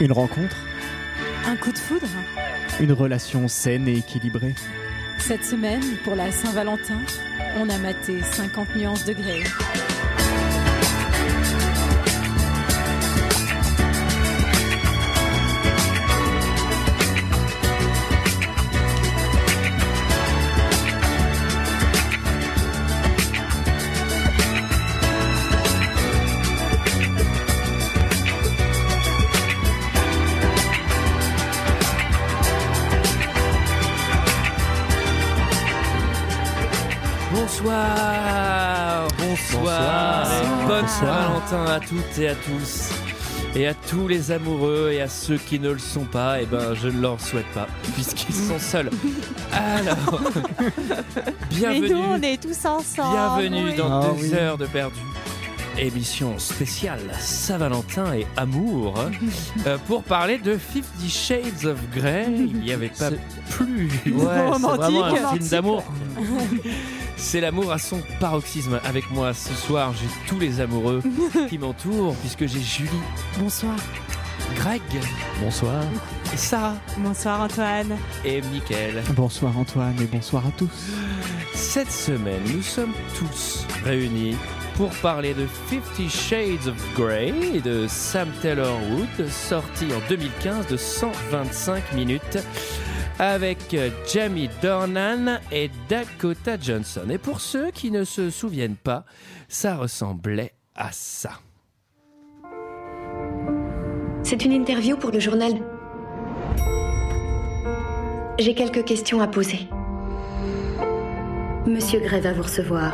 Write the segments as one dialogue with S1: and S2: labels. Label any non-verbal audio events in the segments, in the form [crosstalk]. S1: Une rencontre,
S2: Un coup de foudre
S1: une relation saine et équilibrée.
S2: Cette semaine, pour la Saint-Valentin, on a maté 50 nuances de Grey.
S3: Bonsoir Bonsoir
S2: Bonsoir.
S3: Bonne
S2: Bonsoir.
S3: Saint-Valentin à toutes et à tous et à tous les amoureux et à ceux qui ne le sont pas, et ben je ne leur souhaite pas, puisqu'ils sont seuls. Alors, bienvenue,
S4: Mais nous, on est tous ensemble.
S3: bienvenue
S4: Oui.
S3: dans
S1: Ah
S3: deux
S1: oui.
S3: heures de perdu. Émission spéciale Saint-Valentin et amour euh, pour parler de Fifty Shades of Grey. Il n'y avait pas plus
S4: romantique.
S3: c'est vraiment un film
S4: Romantique.
S3: d'amour. C'est l'amour à son paroxysme. Avec moi ce soir, j'ai tous
S4: [laughs]
S3: les amoureux qui m'entourent, puisque j'ai Julie,
S2: Bonsoir.
S3: Greg, bonsoir, et Sarah
S4: Bonsoir Antoine.
S3: et
S1: [laughs]
S3: Mickaël.
S1: Bonsoir Antoine et bonsoir à tous.
S3: Cette semaine, nous sommes tous réunis pour parler de Fifty Shades of Grey et de Sam Taylor Wood, sorti en 2015 de 125 minutes avec euh, Jamie Dornan et Dakota Johnson. Et pour ceux qui ne se souviennent pas, ça ressemblait à ça.
S5: C'est une interview pour le journal. J'ai quelques questions à poser. Monsieur Gray va vous recevoir.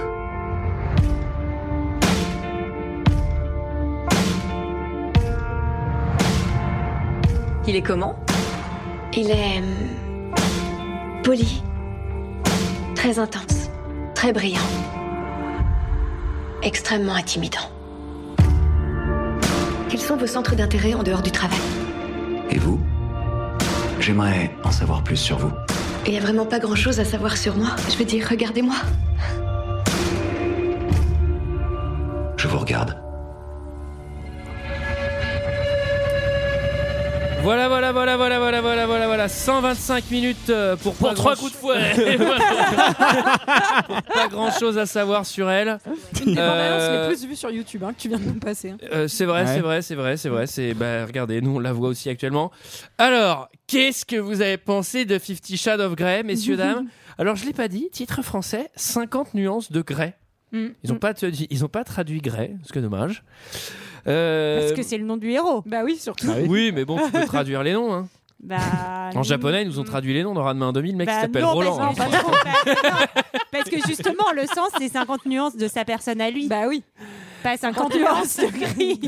S6: Il est comment
S5: Il est. hum, poli. Très intense. Très brillant. Extrêmement intimidant. Quels sont vos centres d'intérêt en dehors du travail
S7: Et vous J'aimerais en savoir plus sur vous.
S5: Il n'y a vraiment pas grand chose à savoir sur moi. Je veux dire, regardez-moi.
S7: Je vous regarde.
S3: Voilà, voilà, voilà, voilà, voilà, voilà, voilà, voilà. 125 minutes euh, pour, pas
S8: trois
S3: coups de fouet. [laughs] pour pas grand chose à savoir sur elle.
S2: Une des
S3: Euh,
S2: bandes-annonces les plus vues sur YouTube hein, que tu viens de nous passer. hein.
S3: Euh, c'est vrai,
S1: Ouais.
S3: c'est vrai, c'est vrai, c'est vrai. C'est bah regardez, nous on la voit aussi actuellement. Alors, qu'est-ce que vous avez pensé de Fifty Shades of Grey, messieurs
S1: [laughs]
S3: dames Alors je l'ai pas dit, titre français, 50 nuances de Grey.
S2: Mm.
S3: Ils ont pas te- ils ont pas traduit Grey, ce que dommage. Euh, Ah
S4: Parce que c'est le nom du héros.
S2: Bah oui, surtout.
S3: oui, mais bon, tu peux traduire les noms. hein.
S4: Bah,
S3: En japonais, ils nous ont traduit les noms dans Rademain 2000, le mec
S4: Bah
S3: qui s'appelle
S4: non,
S3: Roland.
S4: parce-
S3: [laughs] hein.
S4: non, pas trop. Bah, non, Parce que justement, le sens, c'est 50 nuances de sa personne à lui.
S2: Bah oui.
S4: pas 50 nuances de gris.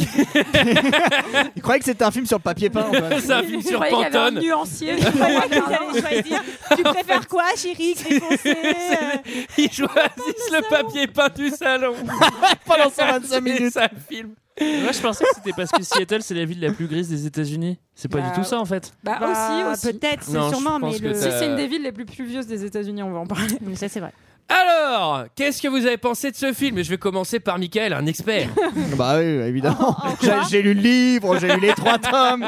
S1: Il croyait que c'était un film sur le papier peint.
S3: [laughs] C'est un film sur
S2: Je croyais qu'il y avait
S3: Pantone.
S2: un nuancier.
S4: Je croyais que vous allez choisir. Tu préfères quoi, chérie Gris foncé euh,
S3: Ils choisissent le papier peint du salon.
S1: [laughs]
S3: [laughs]
S1: Pendant 125
S3: C'est
S1: minutes.
S3: ça le film.
S8: Moi, je pensais que c'était parce que Seattle, c'est la ville la plus grise des États-Unis. C'est pas
S2: Bah,
S8: du tout ça, en fait.
S9: Ah,
S2: Bah,
S4: bah,
S2: aussi, aussi.
S4: Peut-être, c'est
S3: Non, je
S4: sûrement,
S3: pense
S4: mais
S3: que
S4: le.
S2: Si
S3: t'as-
S2: c'est une des villes les plus pluvieuses des États-Unis, on va en parler.
S4: Mais Ça, c'est vrai.
S3: Alors, qu'est-ce que vous avez pensé de ce film Je vais commencer par Michael, un expert.
S1: Bah oui, évidemment. [laughs]
S2: Oh,
S1: J'ai- J'ai lu le livre, j'ai lu
S3: [laughs]
S1: les trois tomes.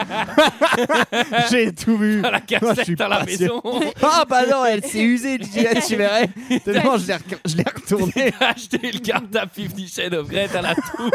S1: j'ai tout vu.
S3: à la
S1: Moi, je suis
S3: cassette à la
S1: pas
S3: maison.
S1: [laughs] Ah bah non, elle s'est usée, Juliette,
S3: [laughs]
S1: tu verrais. Tellement je l'ai rec- je l'ai retournée.
S3: T'as acheté le carte à Fifty Shades of Grey, t'as la tous.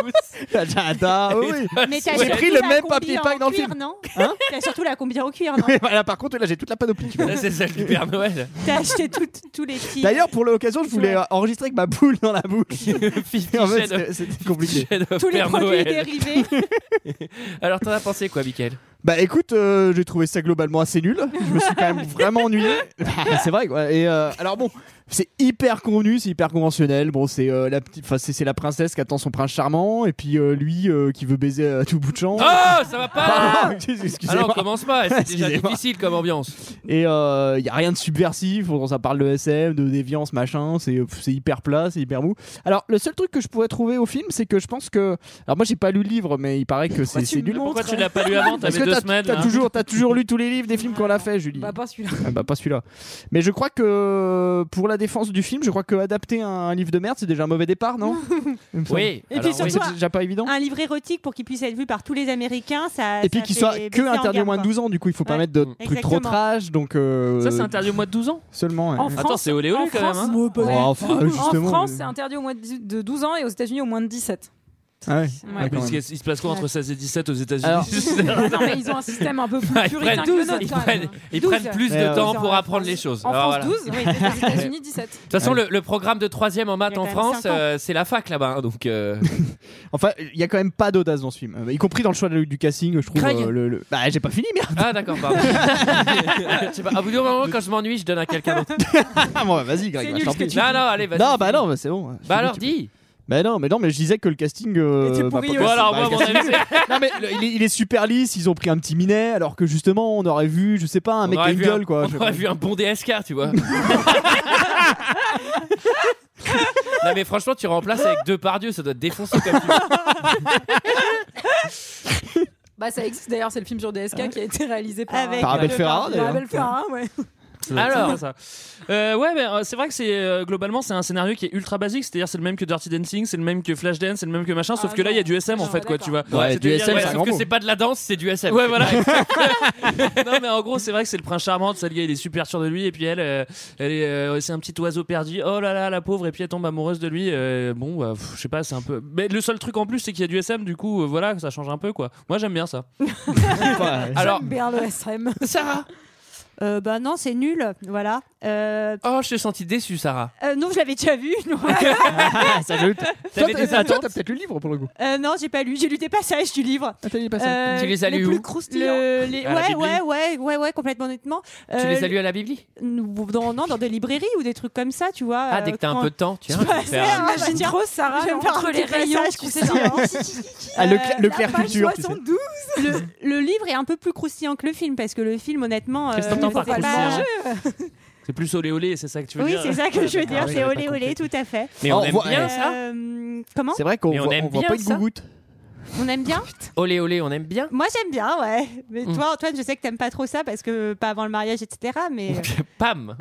S1: J'adore, Ah oui,
S3: [laughs]
S1: oui.
S4: Mais
S3: t'as
S4: t'as
S1: J'ai
S4: surtout
S1: pris le
S4: la
S1: même
S4: combi
S1: papier
S4: en
S1: peint que dans le
S4: cuir,
S1: film.
S4: non
S1: Hein
S4: T'as surtout la combi en cuir, non
S1: Oui, voilà, par contre, là, j'ai toute la panoplie. tu vois.
S3: Là, c'est celle du Père Noël.
S4: T'as acheté toutes- tous les petits.
S1: D'ailleurs, pour l'occasion, je voulais
S4: Ouais.
S1: euh, enregistrer avec ma boule dans la bouche.
S3: [laughs] Fifty
S1: [laughs] En fait,
S3: Shades of-
S1: c'était- c'était
S3: Fifty
S1: compliqué.
S3: Shades of
S4: tous les
S3: Père
S4: produits
S3: Noël.
S4: dérivés.
S3: [laughs] Alors, t'en as pensé quoi, Michael
S1: Bah écoute, euh, j'ai trouvé ça globalement assez nul. Je me suis quand même vraiment [laughs] ennuyé. Bah, c'est vrai quoi. Et euh, alors bon, c'est hyper convenu, c'est hyper conventionnel. Bon, c'est euh, la petite, enfin c'est c'est la princesse qui attend son prince charmant et puis euh, lui euh, qui veut baiser à tout bout de champ.
S3: Oh,
S8: Ah
S3: ça va pas
S1: Pardon, [laughs] excusez-moi.
S3: Alors, on commence pas, c'est déjà
S1: Excusez-moi.
S3: difficile comme ambiance.
S1: Et il y a rien de subversif, on- ça parle de SM, de déviance, machin, c'est pff, c'est hyper plat, c'est hyper mou. Alors le seul truc que je pourrais trouver au film, c'est que je pense que alors moi j'ai pas lu le livre mais il paraît que c'est
S2: tu
S1: c'est
S2: me
S1: nul.
S2: le
S8: Pourquoi
S2: montres
S8: tu l'as pas lu avant
S1: Parce
S8: T'avais
S1: que
S8: deux
S1: t'as-
S8: semaines.
S1: t'as
S8: hein.
S1: toujours, Mm. [laughs] t'as toujours lu tous les livres des films qu'on a fait, Julie.
S2: Bah, pas celui-là.
S1: Ah bah pas celui-là. Mais je crois que pour la défense du film, je crois que adapter un, un livre de merde, c'est déjà un mauvais
S4: [laughs]
S1: départ, non Il me semble.
S3: Oui.
S4: Et puis
S3: alors,
S1: C'est
S3: oui.
S4: surtout-
S1: déjà pas évident.
S4: Un livre érotique pour qu'il puisse être vu par tous les Américains, ça.
S1: Et
S4: Ah,
S1: puis
S4: ça
S1: qu'il
S4: fait
S1: soit
S4: baisser
S1: que
S4: en
S1: interdit
S4: gamme,
S1: au moins de
S4: quoi.
S1: 12 ans, du coup il faut pas
S4: Ouais.
S1: mettre de
S4: Mm.
S1: trucs trop
S4: Exactement.
S1: trash, donc euh,
S8: Ça, c'est interdit au mois de 12 ans.
S1: seulement.
S9: En
S1: ouais.
S9: France,
S8: Attends, c'est olé olé
S9: en
S8: quand
S9: France,
S8: même. hein.
S1: Oh, enfin,
S9: en
S1: justement, euh,
S9: France,
S1: mais-
S9: c'est interdit au moins de de 12 ans et aux États-Unis au moins de 17.
S1: Ah ouais.
S9: Ouais.
S1: Ouais, quand
S8: Parce
S1: même.
S8: qu'il se passe quoi entre 16 et 17 aux
S1: Alors-
S8: États-Unis
S9: non, mais ils ont un système un peu
S8: [laughs]
S9: plus
S3: Ils
S9: puritain
S3: prennent,
S9: que le
S3: ils
S9: nôtre. quand même.
S3: prennent- ils
S9: 12.
S3: prennent plus
S1: Ouais,
S3: de
S1: ouais.
S3: temps
S9: Ils ont
S3: pour
S9: en
S3: apprendre
S9: France.
S3: les choses.
S9: En
S3: Alors,
S9: France,
S3: voilà.
S9: 12, oui, aux États-Unis, 17.
S3: De toute façon, le, le programme de troisième en maths
S4: Il y a
S3: en
S4: quand même
S3: France,
S4: cinq ans.
S3: euh, c'est la fac là-bas. hein, Donc, euh,
S1: Enfin, il y a quand même pas d'audace dans ce film, Euh, y compris dans le choix de- du casting, je trouve.
S3: Craig.
S1: euh, le, le- Bah, j'ai pas fini, merde.
S3: ah d'accord,
S9: [laughs]
S3: pardon. Je sais pas, à bout d'un moment, quand je m'ennuie, je donne à quelqu'un d'autre.
S1: [laughs] Ah, bon, vas-y, Greg,
S9: C'est
S1: bah,
S9: nul
S1: tant
S9: ce que
S1: pis.
S9: tu
S3: Non, non, allez, vas-y.
S1: Non, bah non, bah, c'est bon.
S3: Bah alors, dis.
S1: Bah non, mais non, mais je disais que le casting. euh,
S9: était
S1: bah,
S9: pourri
S1: pas-
S9: aussi.
S3: Bon alors,
S1: bah,
S3: moi,
S1: le
S3: mon
S1: casting-
S3: avis, c'est-
S1: Non, mais le- il, est, il est super lisse, ils ont pris un petit minet, alors que justement, on aurait vu, je sais pas, un
S3: on
S1: mec qui a
S3: aurait
S1: une
S3: vu un-
S1: gueule, quoi. je
S3: On
S1: sais
S3: aurait
S1: pas.
S3: vu un bon DSK,
S1: [laughs]
S3: tu vois. Non mais franchement tu remplaces avec deux par ça doit te défoncer comme tu veux.
S9: [laughs] Bah, ça existe d'ailleurs, c'est le film sur DSK qui a été réalisé par.
S4: Avec,
S1: Par Abel
S4: euh,
S1: Ferrara,
S9: Par
S1: d'ailleurs.
S9: Abel Ferrara, ouais.
S3: Alors.
S8: Alors, ça. Euh, ouais, mais euh, c'est vrai que c'est euh, globalement c'est un scénario qui est ultra basique, c'est-à-dire c'est le même que Dirty Dancing, c'est le même que Flashdance, c'est le même que machin, sauf
S9: Ah
S8: que là
S9: non.
S8: il y a du SM en
S9: Non,
S8: fait quoi,
S9: d'accord.
S8: tu vois.
S1: Ouais, du
S8: C'est-à-dire,
S1: SM,
S8: ouais,
S1: c'est un
S3: sauf
S1: grand
S3: que
S1: mot.
S3: c'est pas de la danse, c'est du SM.
S8: Ouais, voilà. [laughs] non, mais en gros, c'est vrai que c'est le prince charmant. Ça, le gars, il est super sûr de lui. Et puis elle, euh, elle est, euh, c'est un petit oiseau perdu. Oh là là, la pauvre. Et puis elle tombe amoureuse de lui. Euh, bon, bah, pff, je sais pas, c'est un peu. Mais le seul truc en plus, c'est qu'il y a du SM. Du coup, euh, voilà, ça change un peu, quoi. Moi, j'aime bien
S1: [laughs]
S8: ça.
S1: Ouais.
S3: Alors,
S9: J'aime bien le SM.
S3: [laughs] Sarah.
S4: Euh, bah non, c'est nul, voilà. Euh,
S3: Oh, je t'ai senti déçue, Sarah.
S4: euh, non, je l'avais déjà vu.
S3: [laughs]
S4: non.
S1: Ah, ça joue. Toi,
S3: des
S1: t'as- toi,
S3: attentes
S1: t'as peut-être lu le livre pour le coup.
S4: Euh, non, j'ai pas lu. J'ai lu des passages du livre.
S1: Ah, t'as lu pas ça.
S4: Euh,
S3: Tu les as lus
S4: plus
S3: où
S4: croustillants. Le- les-
S3: À la
S4: Ouais,
S3: Bibli
S4: ouais, ouais, ouais, ouais, complètement honnêtement.
S3: Tu
S4: Euh,
S3: les as lus à la Bibli
S4: nous- dans, non, dans des librairies ou des trucs comme ça, tu vois. euh,
S3: Ah, dès que t'as un peu de temps, tiens.
S4: peux
S3: je vais faire-
S4: faire- Ah, bah,
S9: J'imagine
S4: tiens,
S9: trop Sarah
S4: je vais me faire un
S9: entre
S4: petit
S9: les rayons,
S4: passage
S9: tu sais. genre,
S1: Ah, le, cl-
S4: euh,
S1: le
S9: la
S1: clair
S9: page
S1: culture, tu sais.
S9: 72.
S4: le, le livre est un peu plus croustillant que le film parce que le film, honnêtement, euh,
S8: Qu'est-ce que t'entends par
S4: c'est pas-
S8: croustillant
S3: hein.
S8: C'est plus olé olé, c'est ça que tu veux
S4: Oui,
S8: dire
S3: euh,
S4: c'est ça que je veux
S8: Ah
S4: dire.
S8: oui,
S4: C'est
S8: j'avais
S4: olé
S8: pas
S4: olé, tout à fait.
S3: Mais on
S1: Oh,
S3: aime
S1: voit-
S3: bien ça.
S4: Euh, comment
S1: C'est vrai qu'on
S3: Mais on
S1: voit,
S3: aime
S1: on voit
S3: bien
S1: pas une
S3: ça.
S1: gougoute.
S4: On aime bien
S3: Olé, olé, on aime bien.
S4: Moi j'aime bien, ouais. Mais
S3: Mm.
S4: toi Antoine, je sais que t'aimes pas trop ça parce que pas avant le mariage, etc. Mais,
S1: [laughs]
S9: [laughs]
S3: Pam.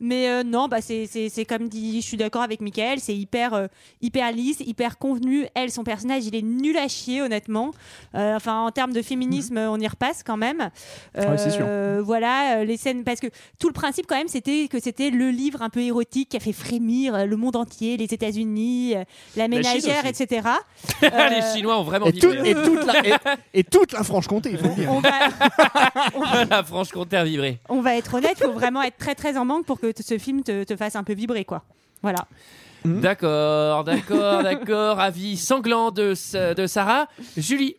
S4: mais euh, non, bah, c'est- c'est c'est comme dit, je suis d'accord avec Michael, c'est hyper, euh, hyper lisse, hyper convenu. Elle, son personnage, il est nul à chier, honnêtement. Euh, enfin, en termes de féminisme, on y repasse quand même.
S1: Ouais, c'est sûr.
S4: Voilà, euh, les scènes. Parce que tout le principe, quand même, c'était que c'était le livre un peu érotique qui a fait frémir euh, le monde entier, les États-Unis, euh, la ménagère,
S8: aussi.
S4: etc.
S3: Ah, les
S4: Euh,
S3: Chinois ont vraiment
S1: Et, tout-
S3: vibré.
S1: et toute la,
S3: [laughs]
S1: et, et toute la Franche-Comté, il faut le dire.
S4: on va.
S3: La Franche-Comté a vibré.
S4: on va être honnête, il faut vraiment être très très en manque pour que t- ce film te, te fasse un peu vibrer quoi. Voilà.
S1: Hmm.
S3: D'accord,
S1: [laughs]
S3: d'accord, d'accord. Avis sanglant de, Sa- de Sarah. Julie.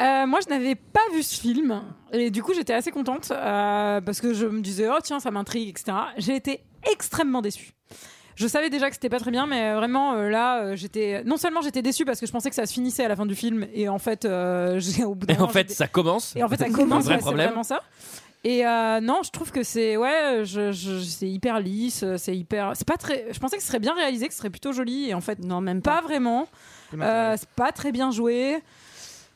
S9: Euh, moi, je n'avais pas vu ce film et du coup, j'étais assez contente euh, parce que je me disais, oh tiens, ça m'intrigue, etc. J'ai été extrêmement déçue. Je savais déjà que c'était pas très bien, mais euh, vraiment euh, là, euh, j'étais non seulement j'étais déçue parce que je pensais que ça se finissait à la fin du film et en fait, euh, [laughs] j'ai au bout d'un
S3: Et en
S9: moment,
S3: fait,
S9: j'étais-
S3: ça commence.
S9: et en fait, ça
S3: C'est
S9: commence,
S3: Un vrai
S9: ouais, c'est
S3: problème.
S9: vraiment ça. Et euh, non, je trouve que c'est ouais, je, je- c'est hyper lisse, c'est hyper, c'est pas très. Je pensais que ce serait bien réalisé, que ce serait plutôt joli, et en fait,
S4: Non, même
S9: pas vraiment. Euh, c'est pas très bien joué.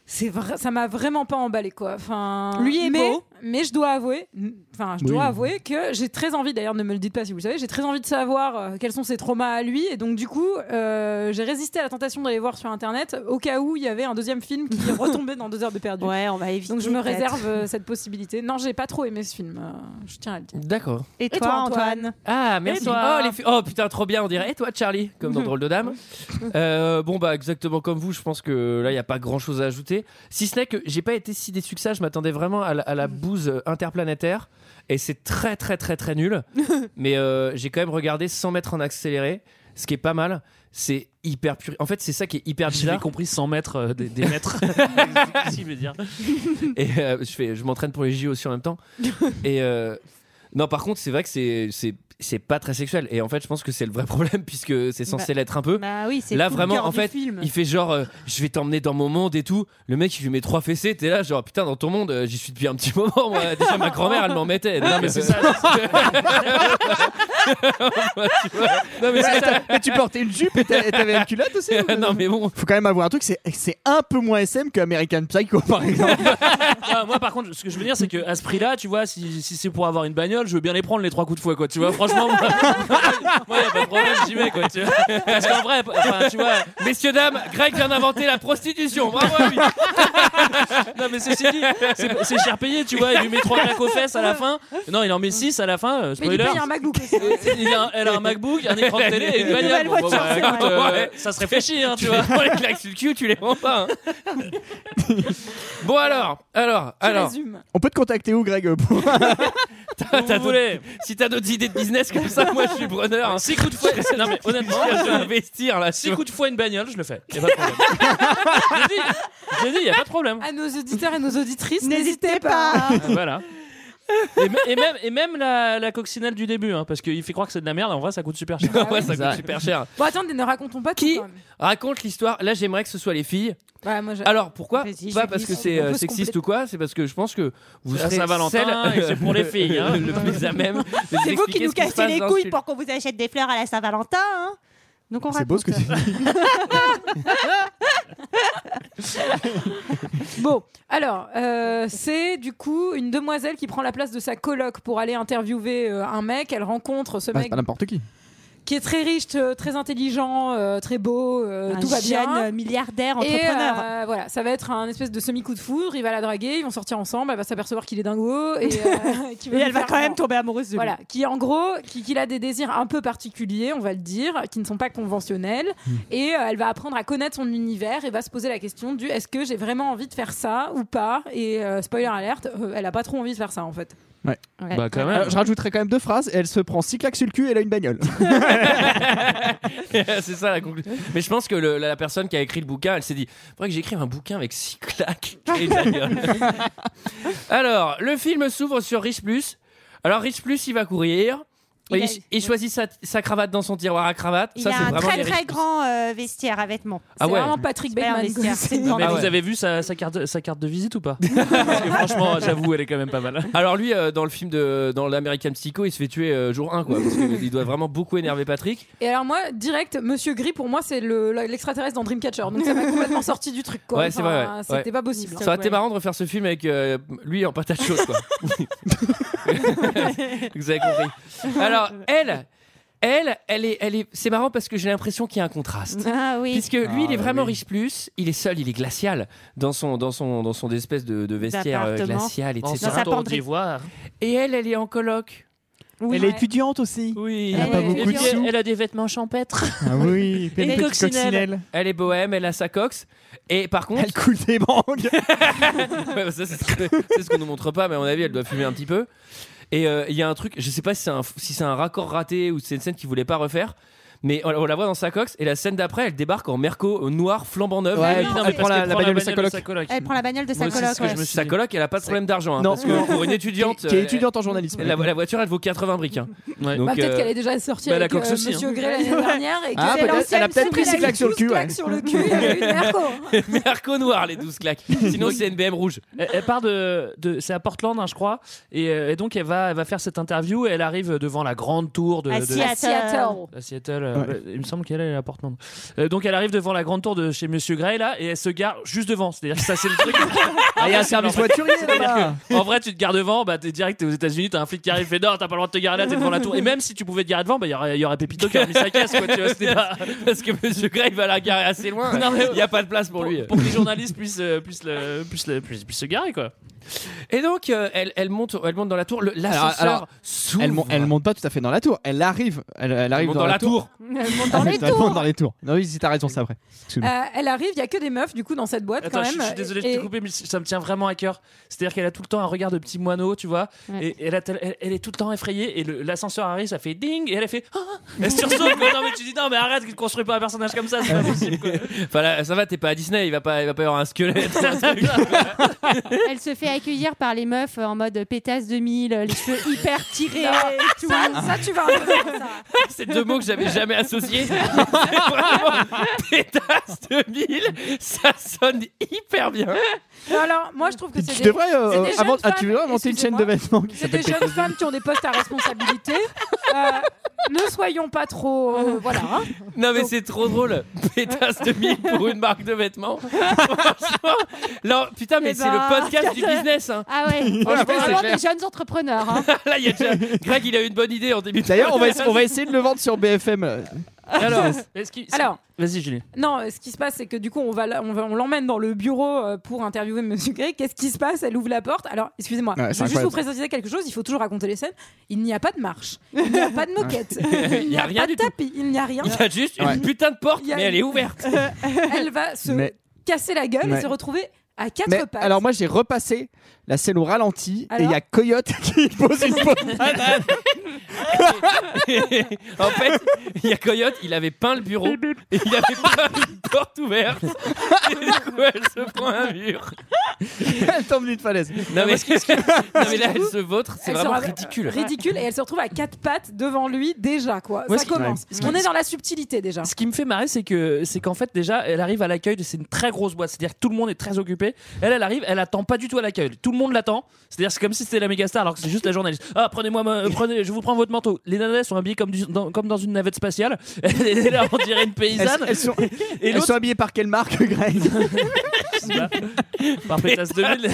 S9: C'est vrai, ça m'a vraiment pas emballé quoi. Enfin,
S4: Lui est
S9: mais,
S4: beau.
S9: mais je dois avouer, enfin, je
S1: Oui.
S9: dois avouer que j'ai très envie. D'ailleurs, ne me le dites pas si vous le savez. J'ai très envie de savoir euh, quels sont ses traumas à lui, et donc du coup, euh, j'ai résisté à la tentation d'aller voir sur internet au cas où il y avait un deuxième film
S3: [laughs]
S9: qui retombait dans deux heures de perdu.
S4: Ouais, on va éviter.
S9: Donc je me
S4: peut-être.
S9: réserve euh, cette possibilité. Non, j'ai pas trop aimé ce film. euh, je tiens à le dire.
S3: D'accord.
S4: Et toi,
S9: toi,
S4: Antoine, Eh
S9: Antoine
S3: Ah, merci.
S9: Et toi
S3: oh, les filles- oh, putain, trop bien, on dirait. Et toi, Charlie, comme dans Drôle
S4: [laughs]
S3: de Dame. Euh, bon, bah, exactement comme vous, je pense que là, il n'y a pas grand chose à ajouter. Si ce n'est que j'ai pas été si déçu que ça, je m'attendais vraiment à la, à la bouse euh, interplanétaire. Et c'est très, très, très, très
S4: [laughs]
S3: nul. Mais euh, j'ai quand même regardé 100 mètres en accéléré, ce qui est pas mal. C'est hyper pur. En fait, c'est ça qui est hyper
S8: J'avais
S3: bizarre.
S8: compris 100 mètres euh, des, des
S3: [laughs]
S8: mètres. Qu'est-ce qu'il veut dire
S3: et euh, je fais je m'entraîne pour les JO aussi en même temps et euh, non par contre c'est vrai que c'est c'est c'est pas très sexuel. Et en fait, je pense que c'est le vrai [laughs] problème puisque c'est censé
S4: Bah,
S3: l'être un peu.
S4: Bah oui, c'est
S3: Là,
S4: tout le
S3: vraiment,
S4: cœur
S3: en
S4: du
S3: fait,
S4: film.
S3: il fait genre, euh, je vais t'emmener dans mon monde et tout. Le mec, il lui met trois fessées. T'es là, genre, putain, dans ton monde, euh, j'y suis depuis un petit moment. Moi. Déjà, ma grand-mère, elle euh, m'en mettait.
S8: Non, mais c'est ça.
S1: [laughs]
S3: non, mais c'est ça.
S1: Et tu portais une jupe et t'a- et t'avais une culotte
S3: [laughs]
S1: aussi ou- [laughs]
S3: non, mais bon.
S1: Faut quand même avoir un truc, c'est- c'est un peu moins SM que American Psycho [laughs] par exemple.
S8: Ah, moi, par contre, ce que je veux dire, c'est que à ce prix-là, tu vois, si, si c'est pour avoir une bagnole, je veux bien les prendre les trois coups de fouet, quoi. Tu vois, franchement, moi,
S3: [laughs]
S8: moi, y a pas de problème, j'y vais, quoi. Tu vois. Parce qu'en vrai, enfin, tu vois,
S3: Messieurs, dames, Greg vient d'inventer la prostitution. Bravo à lui.
S8: non, mais ceci dit, c'est c'est cher payé, tu vois. Il lui met trois claques aux fesses à la fin. Non, il en met six à la fin. euh,
S9: Mais il
S8: spoiler. Euh,
S9: paye un MacBook.
S8: Il a un- elle a un MacBook, un écran de télé et une
S4: Une
S8: bagnole.
S4: nouvelle
S8: Bon,
S4: voiture,
S8: bah,
S4: c'est
S8: écoute,
S3: vrai.
S8: euh, ça se réfléchit, hein, tu
S3: tu
S8: vois.
S3: vas prendre les claques sur le cul, tu les prends pas. hein. bon alors, alors,
S9: Je
S3: alors,
S9: résume.
S1: On peut te contacter où Greg [laughs] pour...
S3: t'as-
S8: Vous
S3: t'as d'autres-
S8: voulez
S3: si t'as d'autres idées de business comme ça, moi je suis preneur. hein.
S8: Six coups de fouet. Non, mais honnêtement,
S3: Je vais
S8: je-
S3: investir là.
S8: six
S3: sur-
S8: coups de fouet une bagnole, je le fais. Y a pas de
S9: [laughs]
S8: problème. J'ai dit, j'ai dit, y a pas de problème.
S9: À nos auditeurs et nos auditrices,
S2: N'hésitez pas
S9: Ah.
S8: Voilà. Et, me- et même, et même la, la coccinelle du début, hein, parce qu'il fait croire que c'est de la merde, en vrai ça coûte super cher.
S3: [laughs]
S8: Ah,
S3: Ouais, ça coûte super cher.
S9: Bon, attendez, ne racontons pas tout.
S3: Qui
S9: quand même.
S3: Raconte l'histoire. Là, j'aimerais que ce soit les filles.
S9: Ouais, moi, j'ai-
S3: Alors, pourquoi
S9: Vas-y,
S3: Pas
S9: je
S3: parce que
S9: glisse.
S3: c'est
S9: On
S3: euh,
S9: peut se
S3: sexiste
S9: compléter.
S3: ou quoi. C'est parce que je pense que vous
S8: C'est à
S3: serez
S8: Saint-Valentin
S3: celles-
S8: et c'est pour les filles, hein.
S3: [laughs] le plus à même. de
S4: [laughs] C'est vous qui
S3: expliquer
S4: nous
S3: ce se
S4: cassez
S3: passe
S4: les
S3: dans
S4: couilles
S3: ce-
S4: pour qu'on vous achète des fleurs à la Saint-Valentin. hein. Donc on
S1: C'est beau ce que tu
S4: raconte.
S1: dis.
S4: [laughs]
S9: Bon, alors, euh, c'est du coup une demoiselle qui prend la place de sa coloc pour aller interviewer euh, un mec. Elle rencontre ce
S1: Ah,
S9: mec
S1: c'est pas n'importe qui.
S9: qui est très riche, euh, très intelligent, euh, très beau, euh,
S4: Un
S9: tout va
S4: jeune
S9: bien.
S4: euh, milliardaire
S9: Et
S4: entrepreneur.
S9: euh, voilà, ça va être un espèce de semi-coup de foudre. Il va la draguer, ils vont sortir ensemble, elle va s'apercevoir qu'il est dingo
S4: [laughs]
S9: et euh, [laughs] qu'il
S4: Et
S9: veut lui
S4: elle va
S9: faire-
S4: quand même tomber amoureuse de lui.
S9: Voilà, qui en gros, qui, qu'il a des désirs un peu particuliers, on va le dire, qui ne sont pas conventionnels. Et euh, elle va apprendre à connaître son univers et va se poser la question du est-ce que j'ai vraiment envie de faire ça ou pas Et euh, spoiler alerte, euh, elle a pas trop envie de faire ça en fait.
S8: Bah quand
S1: Alors, Euh, je rajouterai quand même deux phrases. Elle se prend six claques sur le cul et elle a une bagnole.
S3: [laughs] c'est ça la conclusion. Mais je pense que le- la, la personne qui a écrit le bouquin, elle s'est dit faudrait que j'écrive un bouquin avec six claques. Et d'ailleurs- hein. Alors, le film s'ouvre sur Rich Plus. Alors, Rich Plus, il va courir.
S4: Il
S3: Il,
S4: a-
S3: il choisit sa, sa cravate dans son tiroir à cravate.
S4: Il
S3: ça,
S4: a
S3: c'est
S4: un
S3: vraiment
S4: très
S3: les Rich
S4: très
S3: Plus.
S4: grand euh, vestiaire à vêtements.
S3: Ah
S9: c'est
S3: ouais.
S9: vraiment Patrick
S4: C'est pas un
S9: Bateman. quoi.
S4: vestiaire, c'est
S9: C'est
S4: une
S8: Mais
S3: Ah
S9: dingue.
S8: vous
S3: ouais.
S8: avez vu sa, sa carte, sa carte de visite ou pas Parce que franchement, j'avoue, elle est quand même pas mal.
S3: Alors lui, euh, dans le film de dans l'American Psycho, il se fait tuer euh, jour 1 quoi. Parce que il doit vraiment beaucoup énerver Patrick.
S9: Et alors moi, direct, Monsieur Gris, pour moi, c'est le- la- l'extraterrestre dans Dreamcatcher. Donc ça m'a complètement sorti du truc. Quoi.
S3: Ouais, c'est vrai, ouais.
S9: C'était
S3: Ouais.
S9: pas possible. hein.
S3: Ça aurait été marrant de refaire ce film avec euh, lui en patate chaude [laughs]
S8: [laughs]
S3: quoi. Vous avez compris. [laughs] Alors elle, elle, elle est, elle est. C'est marrant parce que j'ai l'impression qu'il y a un contraste.
S4: Ah oui.
S3: Puisque lui, il est
S1: bah
S3: vraiment
S1: oui.
S3: riche plus, il est seul, il est glacial dans son, dans son, dans son espèce de, de vestiaire euh,
S4: D'appartement.
S3: glacial,
S8: En
S3: etc.
S4: sa
S8: sortant
S4: penderie.
S8: d'Ivoire.
S3: Et elle, elle est en coloc.
S9: Oui.
S1: Elle est étudiante aussi.
S3: Oui.
S1: Elle a pas beaucoup de sous.
S8: a des vêtements champêtres.
S1: Ah oui.
S8: [laughs] Et une coccinelle.
S3: Elle est bohème, elle a sa cox. Et par contre,
S1: Elle coule des
S3: [laughs]
S1: banques.
S3: Ouais, bah ça, c'est ce que- c'est ce qu'on nous montre pas, mais à mon avis, elle doit fumer un petit peu. Et euh, il y a un truc, je sais pas si c'est un, si c'est un raccord raté ou si c'est une scène qu'ils voulaient pas refaire, mais on, on la voit dans sa cox. Et la scène d'après, elle débarque en merco euh, noir flambant neuf.
S1: Ouais,
S8: Ah
S1: elle
S8: oui,
S1: prend-
S8: non, mais
S1: elle prend
S8: parce
S1: la-
S8: qu'elle
S1: la bagnole de sa coloc.
S4: Elle prend la bagnole de sa
S8: Moi, c'est
S4: coloc.
S8: ce que je
S4: ouais. [laughs]
S8: me suis
S3: Sa coloc, elle a pas de problème d'argent. hein,
S1: Non.
S3: parce que pour une étudiante.
S1: Qui est
S3: euh,
S1: étudiante en journalisme.
S3: elle- la, la voiture, elle vaut 80 briques. hein.
S8: Ouais.
S3: Donc,
S9: Bah, peut-être
S3: euh,
S9: qu'elle est déjà sortie
S8: bah, la
S9: avec euh,
S8: coque aussi,
S9: Monsieur
S8: hein.
S9: Gray l'année dernière et
S1: Ah,
S9: qu'elle est
S1: peut-être-
S9: l'ancienne
S1: elle a peut-être
S9: sous-
S1: pris
S9: elle a
S1: ses
S9: eu
S1: claques sur le
S9: 12
S1: cul,
S9: claques
S1: ouais.
S9: sur le
S3: [laughs]
S9: cul, elle a eu [laughs] une merco.
S3: Merco noir, les 12
S1: [laughs]
S3: claques. Sinon, c'est une BM rouge.
S8: Elle, elle part de, de- c'est à Portland, hein, je crois, et, euh, et donc elle va, elle va faire cette interview et elle arrive devant la grande tour de,
S4: À
S8: de-
S4: Seattle.
S9: Seattle.
S8: à Seattle. euh,
S1: Ouais.
S8: Il me semble qu'elle est à Portland. Euh, donc elle arrive devant la grande tour de chez Monsieur Gray là et elle se gare juste devant. C'est-à-dire que ça c'est le
S3: [laughs]
S8: truc.
S1: Ah, il y a un service voiturier là-bas.
S8: En vrai, tu te gares devant, bah t'es direct, t'es aux États-Unis, t'as un flic qui arrive, fait non, t'as pas le droit de te garer là, t'es devant la tour. Et même si tu pouvais te garer devant, bah il y aurait, il y aurait Pépito qui aurait mis sa caisse, quoi, tu vois, c'était pas-
S3: [laughs] Parce que Monsieur Gray va la garer assez loin.
S8: Non, mais-
S3: Il n'y a pas de place pour,
S8: Pour,
S3: lui.
S8: pour que les journalistes puissent, euh, puissent, le- puissent le- puissent- puissent se garer, quoi.
S3: Et donc, euh, elle, elle monte, elle monte dans la tour. Le-
S1: alors-
S3: L'ascenseur s'ouvre.
S1: Elle, mon- elle monte pas tout à fait dans la tour. Elle arrive. Elle, elle arrive
S3: monte
S1: dans, la, tour.
S9: Dans les
S1: Exactement,
S9: tours.
S1: Ah, dans les tours. Non, oui, si t'as raison, c'est après. Excuse-moi.
S9: Euh, elle arrive, il y a que des meufs du coup dans cette boîte
S8: Attends,
S9: quand
S8: je,
S9: même.
S8: je suis désolé, je
S9: Et-
S8: t'ai coupé, mais ça me tient vraiment à cœur. C'est-à-dire qu'elle a tout le temps un regard de petit moineau, tu vois.
S4: Ouais.
S8: Et elle, a tel- elle- elle est tout le temps effrayée. Et le- l'ascenseur arrive, ça fait ding. Et elle a fait. Ah elle sursaute. quoi. non, mais tu dis non, mais arrête, ne construis pas un personnage comme ça, c'est
S3: [laughs]
S8: pas possible. quoi.
S3: Enfin, là, ça va, t'es pas à Disney, il va pas, il va pas y avoir un squelette.
S4: Elle se fait accueillir par les meufs euh, en mode pétasse 2000, euh, les cheveux [laughs] hyper tirés et tout.
S9: Ça, ça,
S4: [laughs]
S9: tu vas en- ça.
S3: [laughs] C'est deux mots que j'avais jamais associés. [laughs] C'est vraiment Pétasse 2000, ça sonne hyper bien.
S9: Non, Alors moi je trouve que c'est
S1: Tu
S9: des,
S1: devrais euh,
S9: c'est des jeunes
S1: inventer- ah, tu veux
S9: femmes,
S1: inventer une chaîne de
S9: excusez-moi.
S1: vêtements qui
S9: c'est des
S1: s'appelle
S9: jeunes femmes qui ont des postes à
S1: [laughs]
S9: responsabilité. Euh, ne soyons pas trop euh, voilà. hein.
S3: Non, mais c'est trop drôle. Pétasse 2000 pour une marque de vêtements. [laughs] Franchement. Non, putain, mais
S4: Eh
S3: c'est
S4: ben, [laughs]
S3: le podcast du business. hein.
S4: Ah ouais,
S3: Voilà,
S4: c'est
S3: c'est
S4: vraiment
S3: clair.
S4: des jeunes entrepreneurs. hein.
S3: Là, il y a déjà... Greg, il a eu une bonne idée en début de
S1: D'ailleurs,
S9: [laughs]
S3: [laughs]
S1: on va, on va essayer de le vendre sur BFM. euh.
S9: Ah,
S8: Alors, est-ce qu'il-
S9: Alors
S8: vas-y, Julie.
S9: non, euh, ce qui se passe c'est que du coup on va la- on va- on l'emmène dans le bureau euh, pour interviewer Monsieur Grey. Qu'est-ce qui se passe Elle ouvre la porte. Alors excusez-moi,
S1: Ouais, c'est
S9: je vais juste
S1: incroyable.
S9: vous préciser quelque chose. Il faut toujours raconter les scènes. Il n'y a pas de marche, il n'y a
S1: [laughs]
S9: pas de moquette, il n'y a,
S3: rien
S9: pas
S3: du
S9: de
S3: tout.
S9: tapis, il n'y a rien.
S3: Il y a juste
S1: Ouais.
S3: une putain de porte,
S9: Il y a
S3: mais
S9: une-
S3: elle
S9: [laughs]
S3: est ouverte.
S1: [laughs]
S9: Elle va se
S1: Mais-
S9: casser la gueule
S1: Ouais.
S9: et se retrouver à quatre
S1: Mais,
S9: pattes.
S1: alors moi j'ai repassé la scène au ralenti et il y a Coyote [laughs] qui pose
S9: [laughs]
S1: une pomme.
S3: en fait, il y a Coyote, il avait peint le bureau et il avait peint une porte ouverte. Et du coup, elle se prend un mur.
S1: elle tombe d'une falaise.
S3: Non, mais, [laughs] non, mais là, elle se vautre, c'est
S9: Elle
S3: vraiment
S9: se ra-
S3: ridicule.
S9: ridicule et elle se retrouve à quatre pattes devant lui déjà quoi.
S8: Moi, ce
S9: ça
S8: qui-
S9: commence.
S8: ouais.
S9: On est dans la subtilité déjà.
S8: Ce qui me fait marrer, c'est que c'est qu'en fait déjà, elle arrive à l'accueil. de- C'est une très grosse boîte. C'est-à-dire que tout le monde est très occupé. Elle, elle arrive, elle attend pas du tout à l'accueil. Tout le monde l'attend. C'est-à-dire c'est comme si c'était la méga star, alors que c'est juste la journaliste. Ah prenez-moi, ma- euh, prenez, je vous prends votre manteau. Les nanas sont habillées comme, du- dans, comme dans une navette spatiale. [laughs] Elle est là, on dirait une
S1: Elles,
S8: paysanne.
S1: elles sont,
S8: Et
S1: elles
S8: l'autre,
S1: sont habillées par quelle marque Greg
S8: je sais pas, par pétasse
S3: [laughs]
S8: 2000,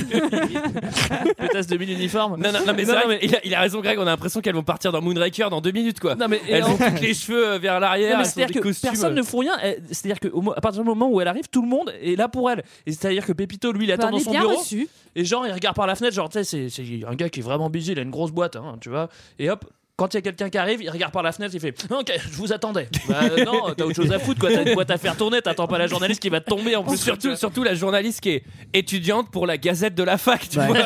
S8: pétasse 2000 uniforme.
S3: Non, non, non, mais,
S8: Non,
S3: c'est vrai
S8: non, mais-
S3: qu'il a- il, a, raison, Greg. On a l'impression qu'elles vont partir dans Moonraker dans deux minutes, quoi.
S8: Non mais et
S3: Elles
S8: en-
S3: ont toutes les cheveux euh, vers l'arrière,
S8: Non, mais
S3: elles ont
S8: c'est-à-dire
S3: des
S8: que
S3: costumes. euh.
S8: personne
S3: [laughs]
S8: ne fout rien. Elle- C'est-à-dire que au mo- à partir du moment où elle arrive, tout le monde est là pour elle. Et c'est-à-dire que Pépito, lui, il
S4: Enfin,
S8: attend
S4: on
S8: dans
S4: Bah, est
S8: son
S4: bien
S8: bureau.
S4: reçus.
S8: Et genre, il regarde par la fenêtre, genre, tu sais, c'est- c'est un gars qui est vraiment busy, il a une grosse boîte, hein, tu vois. Et hop, quand il y a quelqu'un qui arrive, il regarde par la fenêtre, il fait Ok, je vous attendais.
S3: [laughs]
S8: Bah euh, non, t'as autre chose à foutre, quoi. T'as une boîte à faire tourner, t'attends pas la journaliste qui va te tomber en plus.
S3: Surtout, surtout la journaliste qui est étudiante pour la Gazette de la fac, tu [laughs] vois.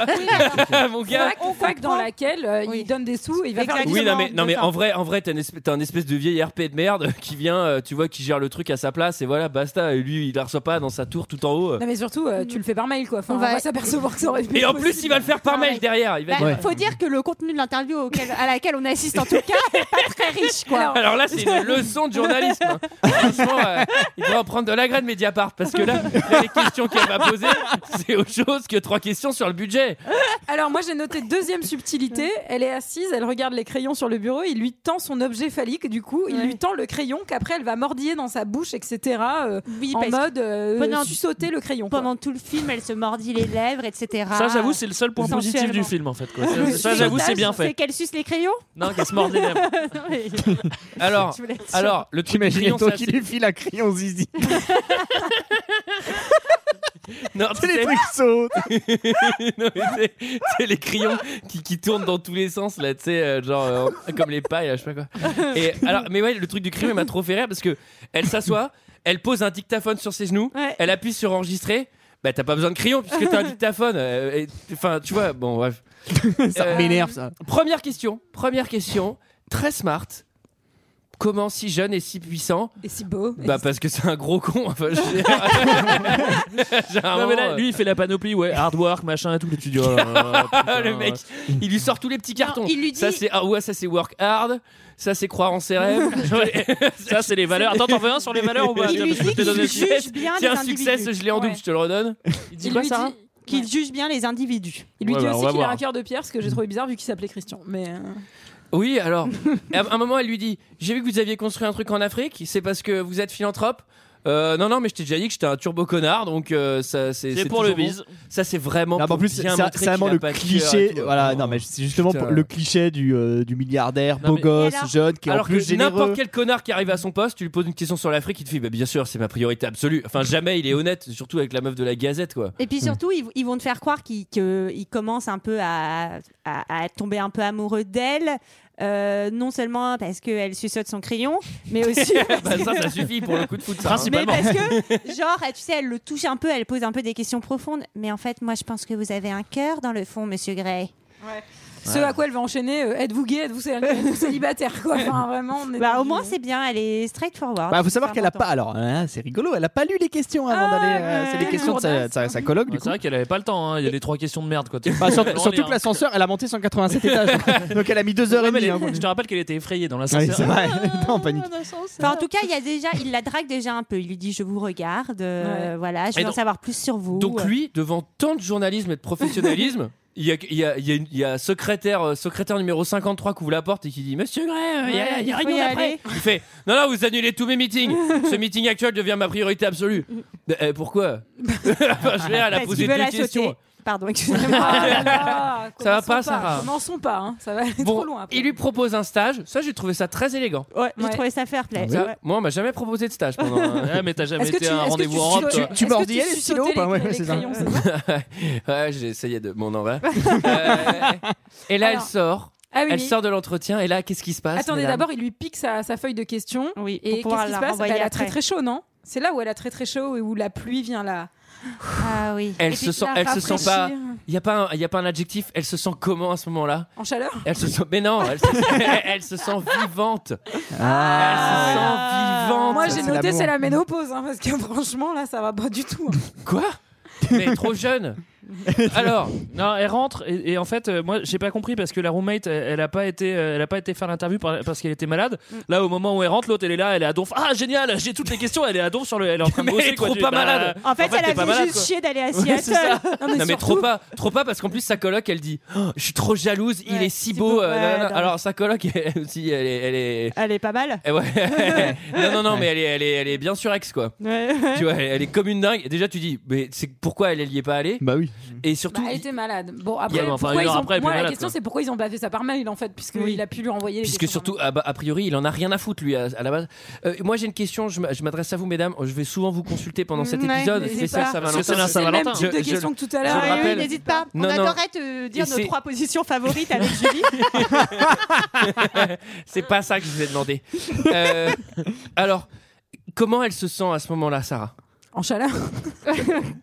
S3: Mon gars.
S9: Fac, fac dans laquelle euh,
S4: Oui.
S9: il donne des sous et il va faire
S3: Oui, non mais,
S9: exactement
S3: non, mais
S9: ça.
S3: en vrai, en vrai, t'as une, espèce- t'as un espèce de vieil RP de merde qui vient, euh, tu vois, qui gère le truc à sa place et voilà, basta. Et lui, il la reçoit pas dans sa tour tout en haut.
S9: Non mais surtout euh, tu le fais par mail quoi. Enfin,
S4: On
S9: on
S4: va-
S9: va, s'apercevoir que ça aurait pu
S3: Et
S9: être
S3: en plus, il
S9: possible.
S3: va le faire par mail derrière. Il va
S4: Bah,
S3: dire-
S4: Faut dire que le contenu de l'interview auquel- à laquelle on assiste en tout
S8: [laughs]
S4: cas est pas très riche quoi.
S9: Alors,
S3: Alors là, c'est une leçon de journalisme.
S4: [laughs]
S3: hein. Franchement, euh, il doit en prendre de la graine Mediapart parce que là, là, les questions qu'elle va poser, c'est autre chose que trois questions sur le budget.
S9: alors moi j'ai noté deuxième subtilité. Elle est assise, elle regarde les crayons sur le bureau, il lui tend son objet phallique. Du coup, il
S4: Ouais.
S9: lui tend le crayon qu'après elle va mordiller dans sa bouche, etc. euh,
S4: Oui,
S9: en
S4: parce que
S9: mode euh,
S4: pendant-
S9: sucer le crayon. quoi.
S4: pendant tout le film, elle se mordit les lèvres, etc.
S8: Ça, j'avoue, c'est le seul point positif
S4: Sensuellement.
S8: du film, en fait. Quoi.
S4: [laughs] Le
S8: Ça, j'avoue, c'est
S4: pilotage,
S8: bien fait.
S4: C'est qu'elle suce les crayons
S8: Non, qu'elle se mord
S4: [laughs]
S8: les lèvres.
S4: Non, mais-
S3: Alors,
S4: [laughs] je voulais être sûre.
S3: alors le truc du
S1: J'imagine
S3: crayon,
S1: toi
S3: ça,
S1: qui
S3: c'est-
S1: lui file un crayon
S9: [laughs]
S1: zizi.
S3: Non,
S1: C'est les
S3: c'est-
S1: trucs sautent.
S3: [laughs] non, mais c'est- c'est les crayons qui, qui tournent dans tous les sens là, tu sais, euh, genre euh, comme les pailles, là, je sais pas quoi. Et alors, mais ouais, le truc du crayon il m'a trop fait rire parce que elle s'assoit, elle pose un dictaphone sur ses genoux,
S4: Ouais.
S3: elle appuie sur enregistrer. Bah t'as pas besoin de crayon puisque t'as un dictaphone. euh, et- Enfin, tu vois, bon bref.
S1: [laughs] Ça
S3: Euh,
S1: m'énerve ça.
S3: Première question, première question, très smart. Comment si jeune et si puissant
S9: Et si beau.
S3: Bah parce que c'est un gros con. Enfin, je
S8: [laughs]
S3: veux dire- Généralement,
S8: Non, mais là,
S3: euh,
S8: lui, il fait la panoplie, ouais, hard work, machin et tout. Tu dis,
S3: [laughs]
S8: oh là là,
S3: Ah,
S8: putain,
S3: le mec, il lui sort tous les petits cartons.
S4: il lui dit-
S3: Ça c'est ah ouais, ça c'est work hard, ça c'est croire en
S4: [laughs]
S3: ses rêves. [laughs]
S8: Ça, c'est les valeurs. Attends, t'en veux un sur les valeurs ou pas
S4: Il
S8: Tiens,
S4: lui
S8: parce que
S4: dit
S8: je te donne
S4: qu'il
S8: le sujet.
S4: juge bien les
S3: Tiens, succès,
S4: individus.
S3: je l'ai en double,
S9: Ouais.
S3: je te
S4: [laughs]
S3: le redonne.
S8: Il dit
S9: Il
S8: quoi,
S9: lui
S8: Sarah
S9: dit-
S4: Qu'il juge bien les individus.
S9: Il lui
S8: Ouais,
S9: dit
S8: bah, on
S9: aussi
S8: va
S9: qu'il a
S8: voir.
S9: un cœur de pierre, ce
S3: Mm.
S9: que j'ai trouvé bizarre vu qu'il s'appelait Christian. Mais euh,
S3: Oui, alors à un moment elle lui dit, j'ai vu que vous aviez construit un truc en Afrique, c'est parce que vous êtes philanthrope. Euh, non non, mais je t'ai déjà dit que j'étais un turbo connard, donc euh, ça c'est
S8: C'est
S3: c'est
S8: pour le
S3: toujours bon.
S8: bise.
S3: Ça c'est vraiment.
S1: Non, mais en
S3: pour
S1: plus, c'est
S3: bien
S1: c'est
S3: montrer
S1: vraiment
S3: qu'il a
S1: le
S3: pas de cœur et
S1: cliché.
S3: tout.
S1: Voilà, non, mais c'est justement
S3: Putain.
S1: pour- le cliché du, euh, du milliardaire,
S8: Non,
S1: beau
S8: mais-
S1: gosse,
S4: Et alors-
S1: jeune, qui est
S3: Alors
S1: en plus
S3: que n'importe
S1: généreux.
S3: quel connard qui arrive à son poste, tu lui poses une question sur l'Afrique, il te fait bah, bien sûr, c'est ma priorité absolue. Enfin, jamais il est honnête, surtout avec la meuf de la Gazette, quoi.
S4: Et puis
S1: Mm.
S4: surtout, ils, ils vont te faire croire qu'ils que- ils commencent un peu à, à- à tomber un peu amoureux d'elle, Euh, non seulement parce qu'elle suçote son crayon,
S3: [laughs]
S4: mais aussi parce
S3: Bah, ça,
S4: que-
S3: ça suffit pour le coup de foot. ça, hein.
S4: mais parce
S1: [laughs]
S4: que, genre, elle- tu sais, elle le touche un peu, elle pose un peu des questions profondes. Mais en fait, moi, je pense que vous avez un cœur dans le fond, monsieur Gray.
S9: Ce à quoi elle va enchaîner, euh, êtes-vous gay, êtes-vous
S4: [laughs]
S9: cé- êtes-vous célibataire quoi. Enfin, vraiment, on est
S4: Bah,
S9: dans
S4: au moins,
S9: du-
S4: c'est bien, elle est
S9: Ah,
S4: straightforward.
S1: Bah, faut
S4: C'est
S1: savoir qu'elle a
S4: important.
S1: pas. Alors, hein, c'est rigolo, elle a pas lu les questions avant
S9: Ah,
S1: d'aller. euh, c'est les
S9: ouais,
S1: questions de sa,
S9: lourdasse.
S1: sa- sa coloc, du
S8: C'est
S1: coup.
S8: vrai qu'elle avait pas le temps, hein. il y a les trois questions de merde quoi.
S1: [laughs] Bah, sur-
S8: Vraiment,
S1: surtout
S8: les-
S1: que l'ascenseur, elle a monté
S8: [laughs]
S1: 187 étages. Donc, elle a mis 2 heures
S8: Ouais,
S1: et
S8: mais
S1: demie.
S8: elle-
S1: hein, quoi.
S8: Je te rappelle qu'elle était effrayée dans
S1: Ouais,
S8: l'ascenseur.
S1: c'est vrai, [laughs] elle était en panique.
S4: Enfin, en tout cas, il y a déjà, il la drague déjà un peu. Il lui dit, je vous regarde, euh, voilà, je veux
S3: Et
S4: en
S3: [laughs] donc-
S4: savoir plus sur vous.
S3: Donc lui, devant tant de journalisme et de
S4: [laughs]
S3: professionnalisme, il y a, il y a- il y a une- il y a secrétaire, euh, secrétaire numéro 53 qui ouvre la porte et qui dit Monsieur Gray, euh, il y a, il y a
S4: Ouais,
S3: réunion
S4: faut y
S3: d'après.
S4: aller.
S3: Il fait Non, non, vous annulez tous mes meetings.
S4: [laughs]
S3: Ce meeting actuel devient ma priorité absolue. Bah,
S4: [laughs]
S3: euh, pourquoi Enfin, Je vais elle a
S4: Mm. Parce
S3: posé
S4: qu'ils
S3: deux
S4: veulent la
S3: questions.
S4: sauter. [laughs] Pardon, excusez-moi.
S9: Ah là là,
S3: Ça va
S9: commençons
S3: pas, Sarah
S9: Commençons pas, hein. ça va aller
S3: Bon,
S9: trop loin. après.
S3: il lui propose un stage. Ça, j'ai trouvé ça très élégant.
S4: Ouais, j'ai
S9: Ouais.
S4: trouvé ça fair play.
S3: Ça, Ah,
S4: Ouais.
S3: Moi, on m'a jamais proposé de stage pendant. hein. [laughs] un-
S8: Ouais, mais t'as jamais
S9: Ah Est-ce que
S8: été
S9: tu-
S8: à un
S9: est-ce que
S8: rendez-vous
S9: tu-
S8: en Europe.
S9: tu- tu-
S8: toi.
S1: Tu
S9: Est-ce que
S1: mordillais les
S9: suçotais
S1: stylos ou
S9: les-
S4: bah
S1: pas Ouais,
S9: les
S1: c'est ça.
S9: crayons, c'est ça
S3: [laughs] ouais, j'ai essayé de
S9: [laughs]
S3: mon envers. Euh, et là,
S9: Alors,
S3: elle sort.
S9: Ah oui,
S3: Elle
S9: mais-
S3: sort de l'entretien. Et là, qu'est-ce qui se passe
S9: Attendez,
S3: mesdames
S9: d'abord, il lui pique sa, sa feuille de questions.
S4: Oui, pour
S9: Et qu'est-ce
S4: pouvoir
S9: qui
S4: la
S9: se passe Bah,
S4: renvoyer
S9: Elle a
S4: après.
S9: très très chaud, non C'est là où elle a très très chaud et où la pluie vient là.
S4: Ah oui.
S3: Elle se sent, elle se sent pas. Il y a pas, un- y a pas un adjectif. Elle se sent comment à ce moment-là
S9: euh, En chaleur
S3: Elle se sent. Mais non, elle se, elle se [laughs] sent vivante. elle se sent
S4: Ah,
S3: vivante.
S9: Ah. Moi,
S1: ça,
S9: j'ai
S1: c'est
S9: noté,
S1: l'amour.
S9: c'est la ménopause, hein, parce que [laughs] franchement, là, ça va pas du tout. hein.
S3: [laughs] quoi Mais elle est trop
S1: [laughs]
S3: jeune. Alors,
S8: Non, elle rentre et, et en fait, euh, moi, j'ai pas compris parce que la roommate, elle, elle a pas été, euh, elle a pas été faire l'interview par- parce qu'elle était malade.
S1: Mm.
S8: Là, au moment où elle rentre, l'autre, elle est là, elle est à donf. Ah génial, j'ai toutes les questions. Elle est à donf sur le, elle est en train de
S3: Mais
S8: bosser.
S3: elle est
S8: quoi,
S3: trop
S8: tu-
S3: pas
S8: bah,
S3: malade.
S4: En fait,
S3: En fait, t'es
S4: elle
S3: pas
S4: a
S3: malade,
S4: juste
S3: quoi.
S4: chier d'aller à
S3: Ouais, c'est ça.
S4: Seattle.
S9: Non,
S3: non mais
S9: surtout-
S3: trop pas, trop pas parce qu'en plus sa coloc elle dit, Oh, je suis trop jalouse, il
S4: Ouais,
S3: est si
S4: tu
S3: beau.
S4: peux-
S3: euh,
S4: ouais,
S3: nanana.
S4: non.
S3: Alors sa coloc [laughs] elle, aussi, elle est, elle est,
S4: Elle est pas mal.
S3: Eh ouais. non non non mais elle est, elle est, elle est bien sur ex quoi.
S4: Ouais.
S3: Tu vois, elle, elle est comme une dingue. Et déjà tu dis, mais c'est pourquoi elle elle y est pas allée
S1: Bah oui.
S3: Et
S9: Bah,
S3: surtout,
S9: elle était malade. Bon, après,
S3: Il y a- enfin,
S9: pourquoi
S3: une
S9: ils
S3: heure
S9: ont...
S3: après, elle est
S9: moi,
S3: malade,
S9: la question,
S3: quoi.
S9: c'est pourquoi ils ont pas fait ça par mail, en fait, puisqu'il
S4: Oui.
S9: a pu lui envoyer les
S3: Puisque
S9: questions
S3: surtout,
S9: par
S3: ah bah, a priori, il en a rien à foutre, lui, à, à la base. Euh, moi, j'ai une question, je m'a- je m'adresse à vous, mesdames. Je vais souvent vous consulter pendant cet
S4: Ouais,
S3: épisode.
S4: n'hésitez
S3: C'est ça,
S4: pas.
S3: ça va
S8: Parce que c'est
S9: mail.
S8: la
S9: C'est le
S8: Saint-Valentin.
S9: même type de
S3: Je- je-
S9: question que tout à
S3: Je
S9: l'heure.
S3: le
S4: Ah oui,
S3: rappelle.
S4: oui, N'hésite pas.
S3: Non,
S4: On
S3: non.
S4: adorait te dire
S3: Et c'est-
S4: nos trois positions favorites avec Julie.
S3: C'est pas ça que je vous ai demandé. Euh, alors, comment elle se sent à ce moment-là, Sarah
S9: En chaleur.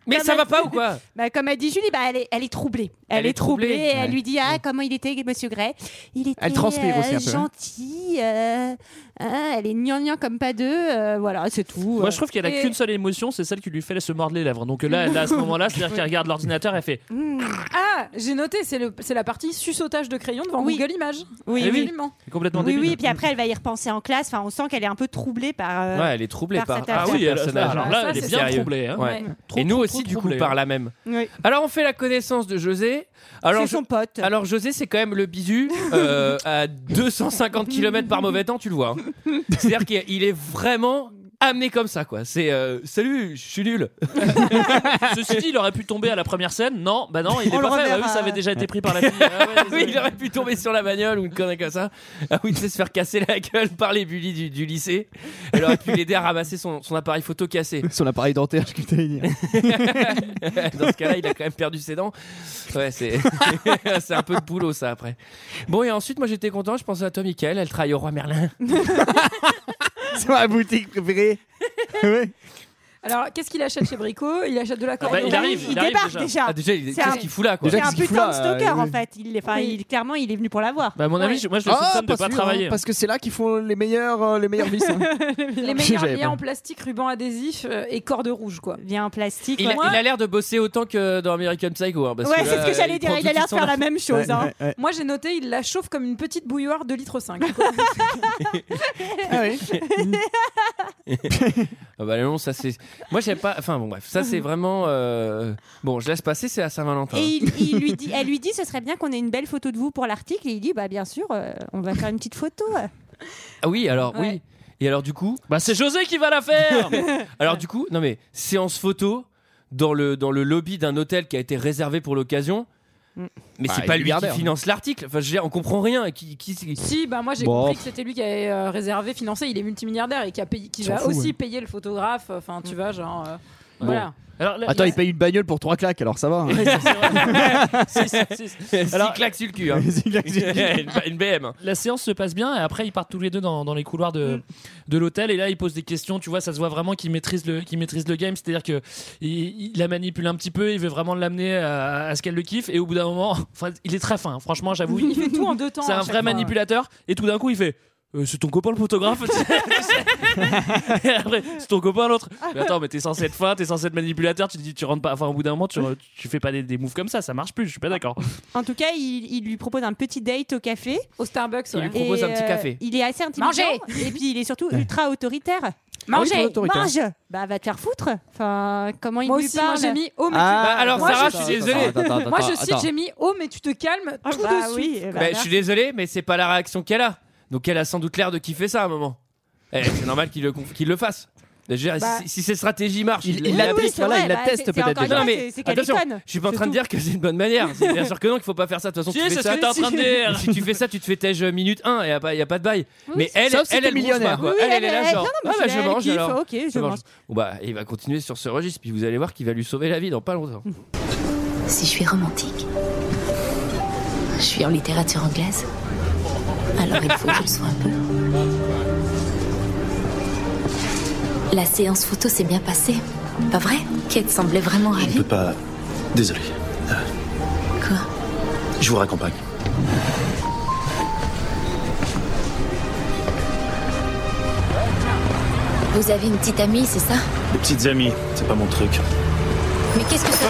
S3: Mais
S4: Comme
S3: ça
S4: elle-
S3: va pas ou quoi
S4: Bah, comme a dit Julie, bah, elle, est, elle est troublée. Elle,
S3: Elle est
S4: est troublée.
S3: troublée,
S4: et Elle
S1: ouais.
S4: lui dit Ah, comment il était, monsieur Gray Il était euh,
S1: Elle transpire aussi un peu, hein.
S4: gentil. euh, hein, elle est gnangnan comme pas deux. euh, voilà, c'est tout.
S8: Moi,
S4: euh.
S8: je trouve qu'elle a
S9: Et-
S8: qu'une seule émotion, c'est celle qui lui fait se mordre les lèvres. Donc euh, là, là, à ce moment-là, c'est-à-dire qu'elle regarde l'ordinateur, elle fait.
S4: Mmh.
S9: Ah, j'ai noté, c'est le- c'est la partie suçotage de crayon devant
S4: Oui.
S9: Google Images.
S4: Oui,
S8: Eh
S4: oui.
S9: Absolument.
S8: C'est complètement
S4: Oui,
S8: débile.
S4: oui, et puis après, elle va y repenser en classe. Enfin, on sent qu'elle est un peu troublée par. euh,
S3: Ouais, elle est troublée
S4: par
S3: par,
S4: cette
S3: ah,
S4: affaire.
S3: oui,
S8: oui, alors,
S3: personnage.
S8: alors
S9: Ah,
S8: là,
S9: ça,
S8: elle est
S9: c'est
S8: bien
S3: sérieux.
S8: troublée. hein.
S3: Ouais.
S9: Ouais.
S3: Et nous
S8: trop,
S3: aussi,
S8: trop
S3: du coup,
S8: troublé,
S3: par
S8: hein. [laughs]
S3: la même.
S4: [laughs] oui.
S3: Alors, on fait la connaissance de José. Alors,
S4: c'est
S3: je-
S4: son pote.
S3: Alors José, c'est quand même le bisu
S4: [laughs]
S3: euh, à 250 km par mauvais temps, tu le vois. hein. C'est-à-dire qu'il est vraiment amené comme ça, quoi. C'est euh, salut, je suis nul. Euh,
S8: Ceci dit, il aurait pu tomber à la première scène. Non, bah non, il
S4: On
S8: est
S4: le
S8: pas fait.
S4: reverra.
S8: Bah oui, ça avait déjà été pris
S3: [laughs]
S8: par la fille. Ah ouais,
S3: Oui,
S8: désolé.
S3: il aurait pu tomber sur la bagnole ou une connerie comme ça. Ah oui, tu sais, se faire casser la gueule par les bullies du, du lycée. Elle aurait pu l'aider à ramasser son, son appareil photo
S9: hein.
S3: cassé. [laughs]
S1: Son appareil dentaire, je
S9: [laughs]
S1: t'avais dit.
S3: Dans ce cas-là, il a quand même perdu ses dents. Ouais, c'est [laughs] c'est un peu de boulot, ça, après. Bon, et ensuite, moi, j'étais content. Je pensais à toi, Michael. Elle travaille au Roi Merlin.
S1: [laughs] C'est ma boutique préférée. Ouais.
S9: Alors, qu'est-ce qu'il achète chez Brico Il achète de la
S8: bah,
S9: corde.
S8: il arrive,
S4: il,
S8: il arrive
S4: débarque
S8: déjà.
S4: déjà.
S3: Ah, déjà, il-
S4: C'est
S3: qu'est-ce
S4: un-
S3: qu'il fout là, quoi
S4: C'est
S1: Déjà,
S4: un
S1: qu'est-ce qu'il
S4: putain de
S1: fout là,
S4: stalker
S1: euh,
S4: en fait. Il, enfin,
S9: Oui.
S4: il- clairement, il est venu pour la voir.
S8: Bah, à mon avis, je- moi, je le
S1: Ah,
S8: soupçonne de pas
S1: sûr, hein,
S8: travailler.
S1: parce que c'est là qu'ils font les meilleurs, euh, les meilleurs vices. hein.
S9: [laughs]
S1: [laughs]
S9: Les
S1: Je sais,
S9: meilleurs
S1: j'avais
S9: liens
S1: pas.
S9: en plastique, ruban adhésif euh, et corde rouge, quoi.
S4: Bien en plastique.
S3: Il a,
S4: ouais.
S3: il a l'air de bosser autant que dans American Psycho.
S1: Bah,
S3: hein, parce
S4: Ouais,
S3: là,
S4: c'est ce
S1: euh,
S4: que j'allais
S3: il
S4: dire.
S3: prend
S4: Il a
S3: tout
S4: l'air de
S3: son
S4: faire la même chose. hein.
S1: Ouais, ouais.
S9: Moi, j'ai noté, il la chauffe comme une petite bouilloire de litre 5.
S1: Ah [laughs] oui.
S3: [laughs] Ah bah non, ça c'est. Moi j'aime pas. Enfin bon bref, ça c'est vraiment. euh, Bon, je laisse passer, c'est à Saint-Valentin.
S4: Et il, il lui dit, elle lui dit, ce serait bien qu'on ait une belle photo de vous pour l'article. Et il dit, bah bien sûr, euh, on va faire une petite photo.
S3: Ah oui, alors
S9: Ouais.
S3: oui. Et alors du coup,
S8: Bah, c'est José qui va la faire.
S3: [laughs] alors du coup, non mais séance photo dans le dans le lobby d'un hôtel qui a été réservé pour l'occasion.
S4: Mm.
S3: Mais
S1: Bah,
S3: c'est pas lui
S1: il est
S3: qui
S1: milliardaire.
S3: finance l'article. Enfin, je veux dire, on comprend rien. Qui, qui-
S9: si, bah moi j'ai
S1: Bon.
S9: compris que c'était lui qui avait euh, réservé, financé. Il est multimilliardaire et qui, a payé, qui
S1: S'en
S9: va
S1: fout,
S9: aussi
S1: ouais.
S4: Mm.
S9: payer le photographe. Enfin, tu vois, genre. euh, Voilà.
S8: Alors, là-
S1: Attends,
S8: là-
S1: il paye une bagnole pour trois claques, alors ça va. hein.
S8: Ouais, ça, c'est vrai.
S1: [laughs]
S8: Si, si, si.
S3: Alors, claque sur le cul. Hein.
S1: Vas-y, claque, vas-y.
S3: [laughs] une, une BM. hein.
S8: La séance se passe bien et après ils partent tous les deux dans, dans les couloirs de, de l'hôtel et là ils posent des questions. Tu vois, ça se voit vraiment qu'ils maîtrisent le, qu'ils maîtrisent le game, c'est-à-dire que il, il la manipule un petit peu, il veut vraiment l'amener à, à ce qu'elle le kiffe et au bout d'un moment, [laughs] enfin, il est très fin. hein. Franchement, j'avoue,
S9: Il
S8: il-
S9: fait [laughs] tout en deux temps.
S8: c'est
S9: à
S8: un
S9: chaque
S8: vrai
S9: fois.
S8: manipulateur et tout d'un coup il fait. Euh, c'est ton copain le photographe [laughs] tu sais. Et après, c'est ton copain l'autre mais attends mais t'es censé être fin t'es censé être manipulateur tu te dis tu rentres pas enfin au bout d'un moment tu, re- tu fais pas des, des moves comme ça ça marche plus je suis pas d'accord
S4: En tout cas, il, il lui propose un petit date au café.
S9: Au Starbucks,
S3: Il
S9: ouais.
S3: lui propose
S4: Et,
S3: un petit
S4: euh,
S3: café.
S4: il est assez intelligent.
S9: Mangez
S4: Et puis, il est surtout ultra autoritaire.
S1: Ah oui,
S9: Manger.
S1: pour l'autoritaire.
S4: Mange Bah, va te faire foutre. Enfin, comment il
S9: Moi
S4: lui
S9: aussi, moi
S4: parle
S9: j'ai mis oh mais
S1: Ah,
S3: Bah, alors,
S9: moi,
S3: Sarah,
S9: je
S3: je suis
S9: cite-
S3: désolé.
S9: moi je cite j'ai mis oh mais tu te calmes
S4: Ah,
S9: tout
S4: bah
S9: de
S4: oui,
S9: suite.
S4: eh ben,
S3: Bah, je suis désolé, mais c'est pas la réaction qu'elle a. Donc elle a sans doute l'air de kiffer ça à un moment. Eh, c'est normal qu'il le, conf- qu'il le fasse. Je veux dire,
S9: Bah.
S3: si, si ses stratégies marchent,
S1: Il-
S3: il
S1: il
S4: Oui,
S1: l'applique,
S4: oui, c'est
S1: voilà,
S4: vrai,
S1: il la
S4: bah,
S1: teste
S4: c'est- c'est
S1: peut-être
S4: encore
S1: déjà.
S4: une fois,
S3: Non, mais
S4: c'est- c'est qu'elle est
S3: attention,
S4: conne.
S3: je suis pas en
S4: C'est
S3: train de
S4: tout.
S3: dire que c'est une bonne manière. C'est bien sûr que non, qu'il faut pas faire ça.
S4: [laughs]
S3: De toute façon,
S8: Si,
S3: tu
S8: c'est
S3: fais
S8: ce
S3: ça.
S8: que t'es en train de dire.
S3: Si tu fais ça, tu te fais tège minute 1 et il n'y a pas de bail. mais elle,
S1: Sauf si
S3: elle,
S1: t'es
S3: elle, bronze
S1: millionnaire.
S3: pas, quoi.
S4: Oui,
S3: elle, elle
S4: elle,
S3: est là,
S4: elle-
S3: genre.
S4: non, non,
S3: ah, bah,
S4: mais
S3: je
S4: elle
S3: mange
S4: kiffe,
S3: alors.
S4: ok, je mange.
S3: Bon, bah, il va continuer sur ce registre, puis vous allez voir qu'il va lui sauver la vie dans pas longtemps.
S6: Si je suis romantique, je suis en littérature anglaise. Alors il faut que je le sois un peu. La séance photo s'est bien passée, pas vrai Kate semblait vraiment
S7: Je peux
S6: ravie.
S7: pas. Désolé. Euh,
S6: Quoi
S7: Je vous raccompagne.
S6: Vous avez une petite amie, c'est ça
S7: Les petites amies, c'est pas mon truc.
S6: Mais qu'est-ce que ça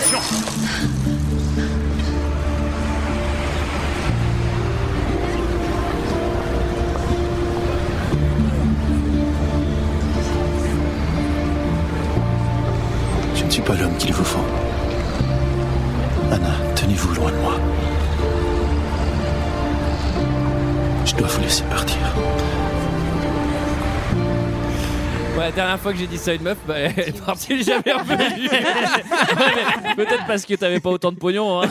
S7: Je ne suis pas l'homme qu'il vous faut. Anna, tenez-vous loin de moi. Je dois vous laisser partir.
S3: Ouais, la dernière fois que j'ai dit ça à une meuf, bah, [laughs] elle est partie, j'ai jamais revenue.
S8: [laughs] peut-être parce que t'avais pas autant de pognon hein.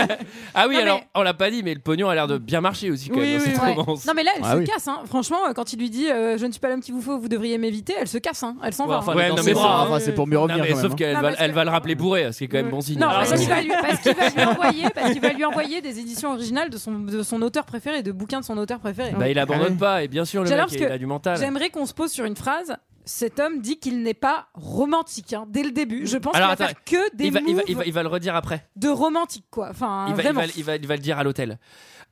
S3: [laughs] Ah oui,
S9: Non,
S3: alors,
S9: mais-
S3: on l'a pas dit, mais le pognon a l'air de bien marcher aussi quand
S9: Oui,
S3: même hein, dans
S9: oui,
S3: cette
S9: ouais.
S3: romance.
S9: Non mais là elle
S1: Ah
S9: se
S1: oui.
S9: casse hein. franchement euh, quand il lui dit euh, je ne suis pas l'homme qui vous faut vous devriez m'éviter elle se casse hein. elle s'en
S8: Ouais,
S9: va.
S8: enfin,
S9: hein.
S3: Ouais,
S8: dans
S3: non,
S8: ses
S3: mais
S1: C'est
S3: bon,
S8: bras,
S1: pas
S8: hein.
S1: grave, c'est pour mieux
S3: Non,
S1: revenir
S3: mais
S1: quand
S3: sauf
S1: même. hein.
S3: qu'elle
S9: Non,
S3: va,
S9: parce
S3: elle
S9: que-
S3: va le rappeler bourré, ce qui est quand même bon signe.
S9: Non,
S3: hein.
S8: Ah,
S9: parce
S8: ouais.
S9: qu'il va, lui- parce qu'il va
S3: [laughs]
S9: lui envoyer, parce qu'il va lui envoyer des éditions originales de son, de son auteur préféré, de bouquins de son auteur préféré.
S3: Bah, il abandonne
S1: Ah ouais.
S3: pas, et bien sûr, le
S9: J'adore
S3: mec,
S9: parce
S3: il
S9: que
S3: a du mental.
S9: J'aimerais qu'on se pose sur une phrase. Cet homme dit qu'il n'est pas romantique hein, dès le début. Je pense qu'il
S3: Alors,
S9: va
S3: attends,
S9: faire que des
S3: Il va, il, va,
S9: moves
S3: il va- il va le redire après.
S9: de romantique quoi. Enfin
S3: Il va, il
S9: vraiment.
S3: va- il va- il va le dire à l'hôtel.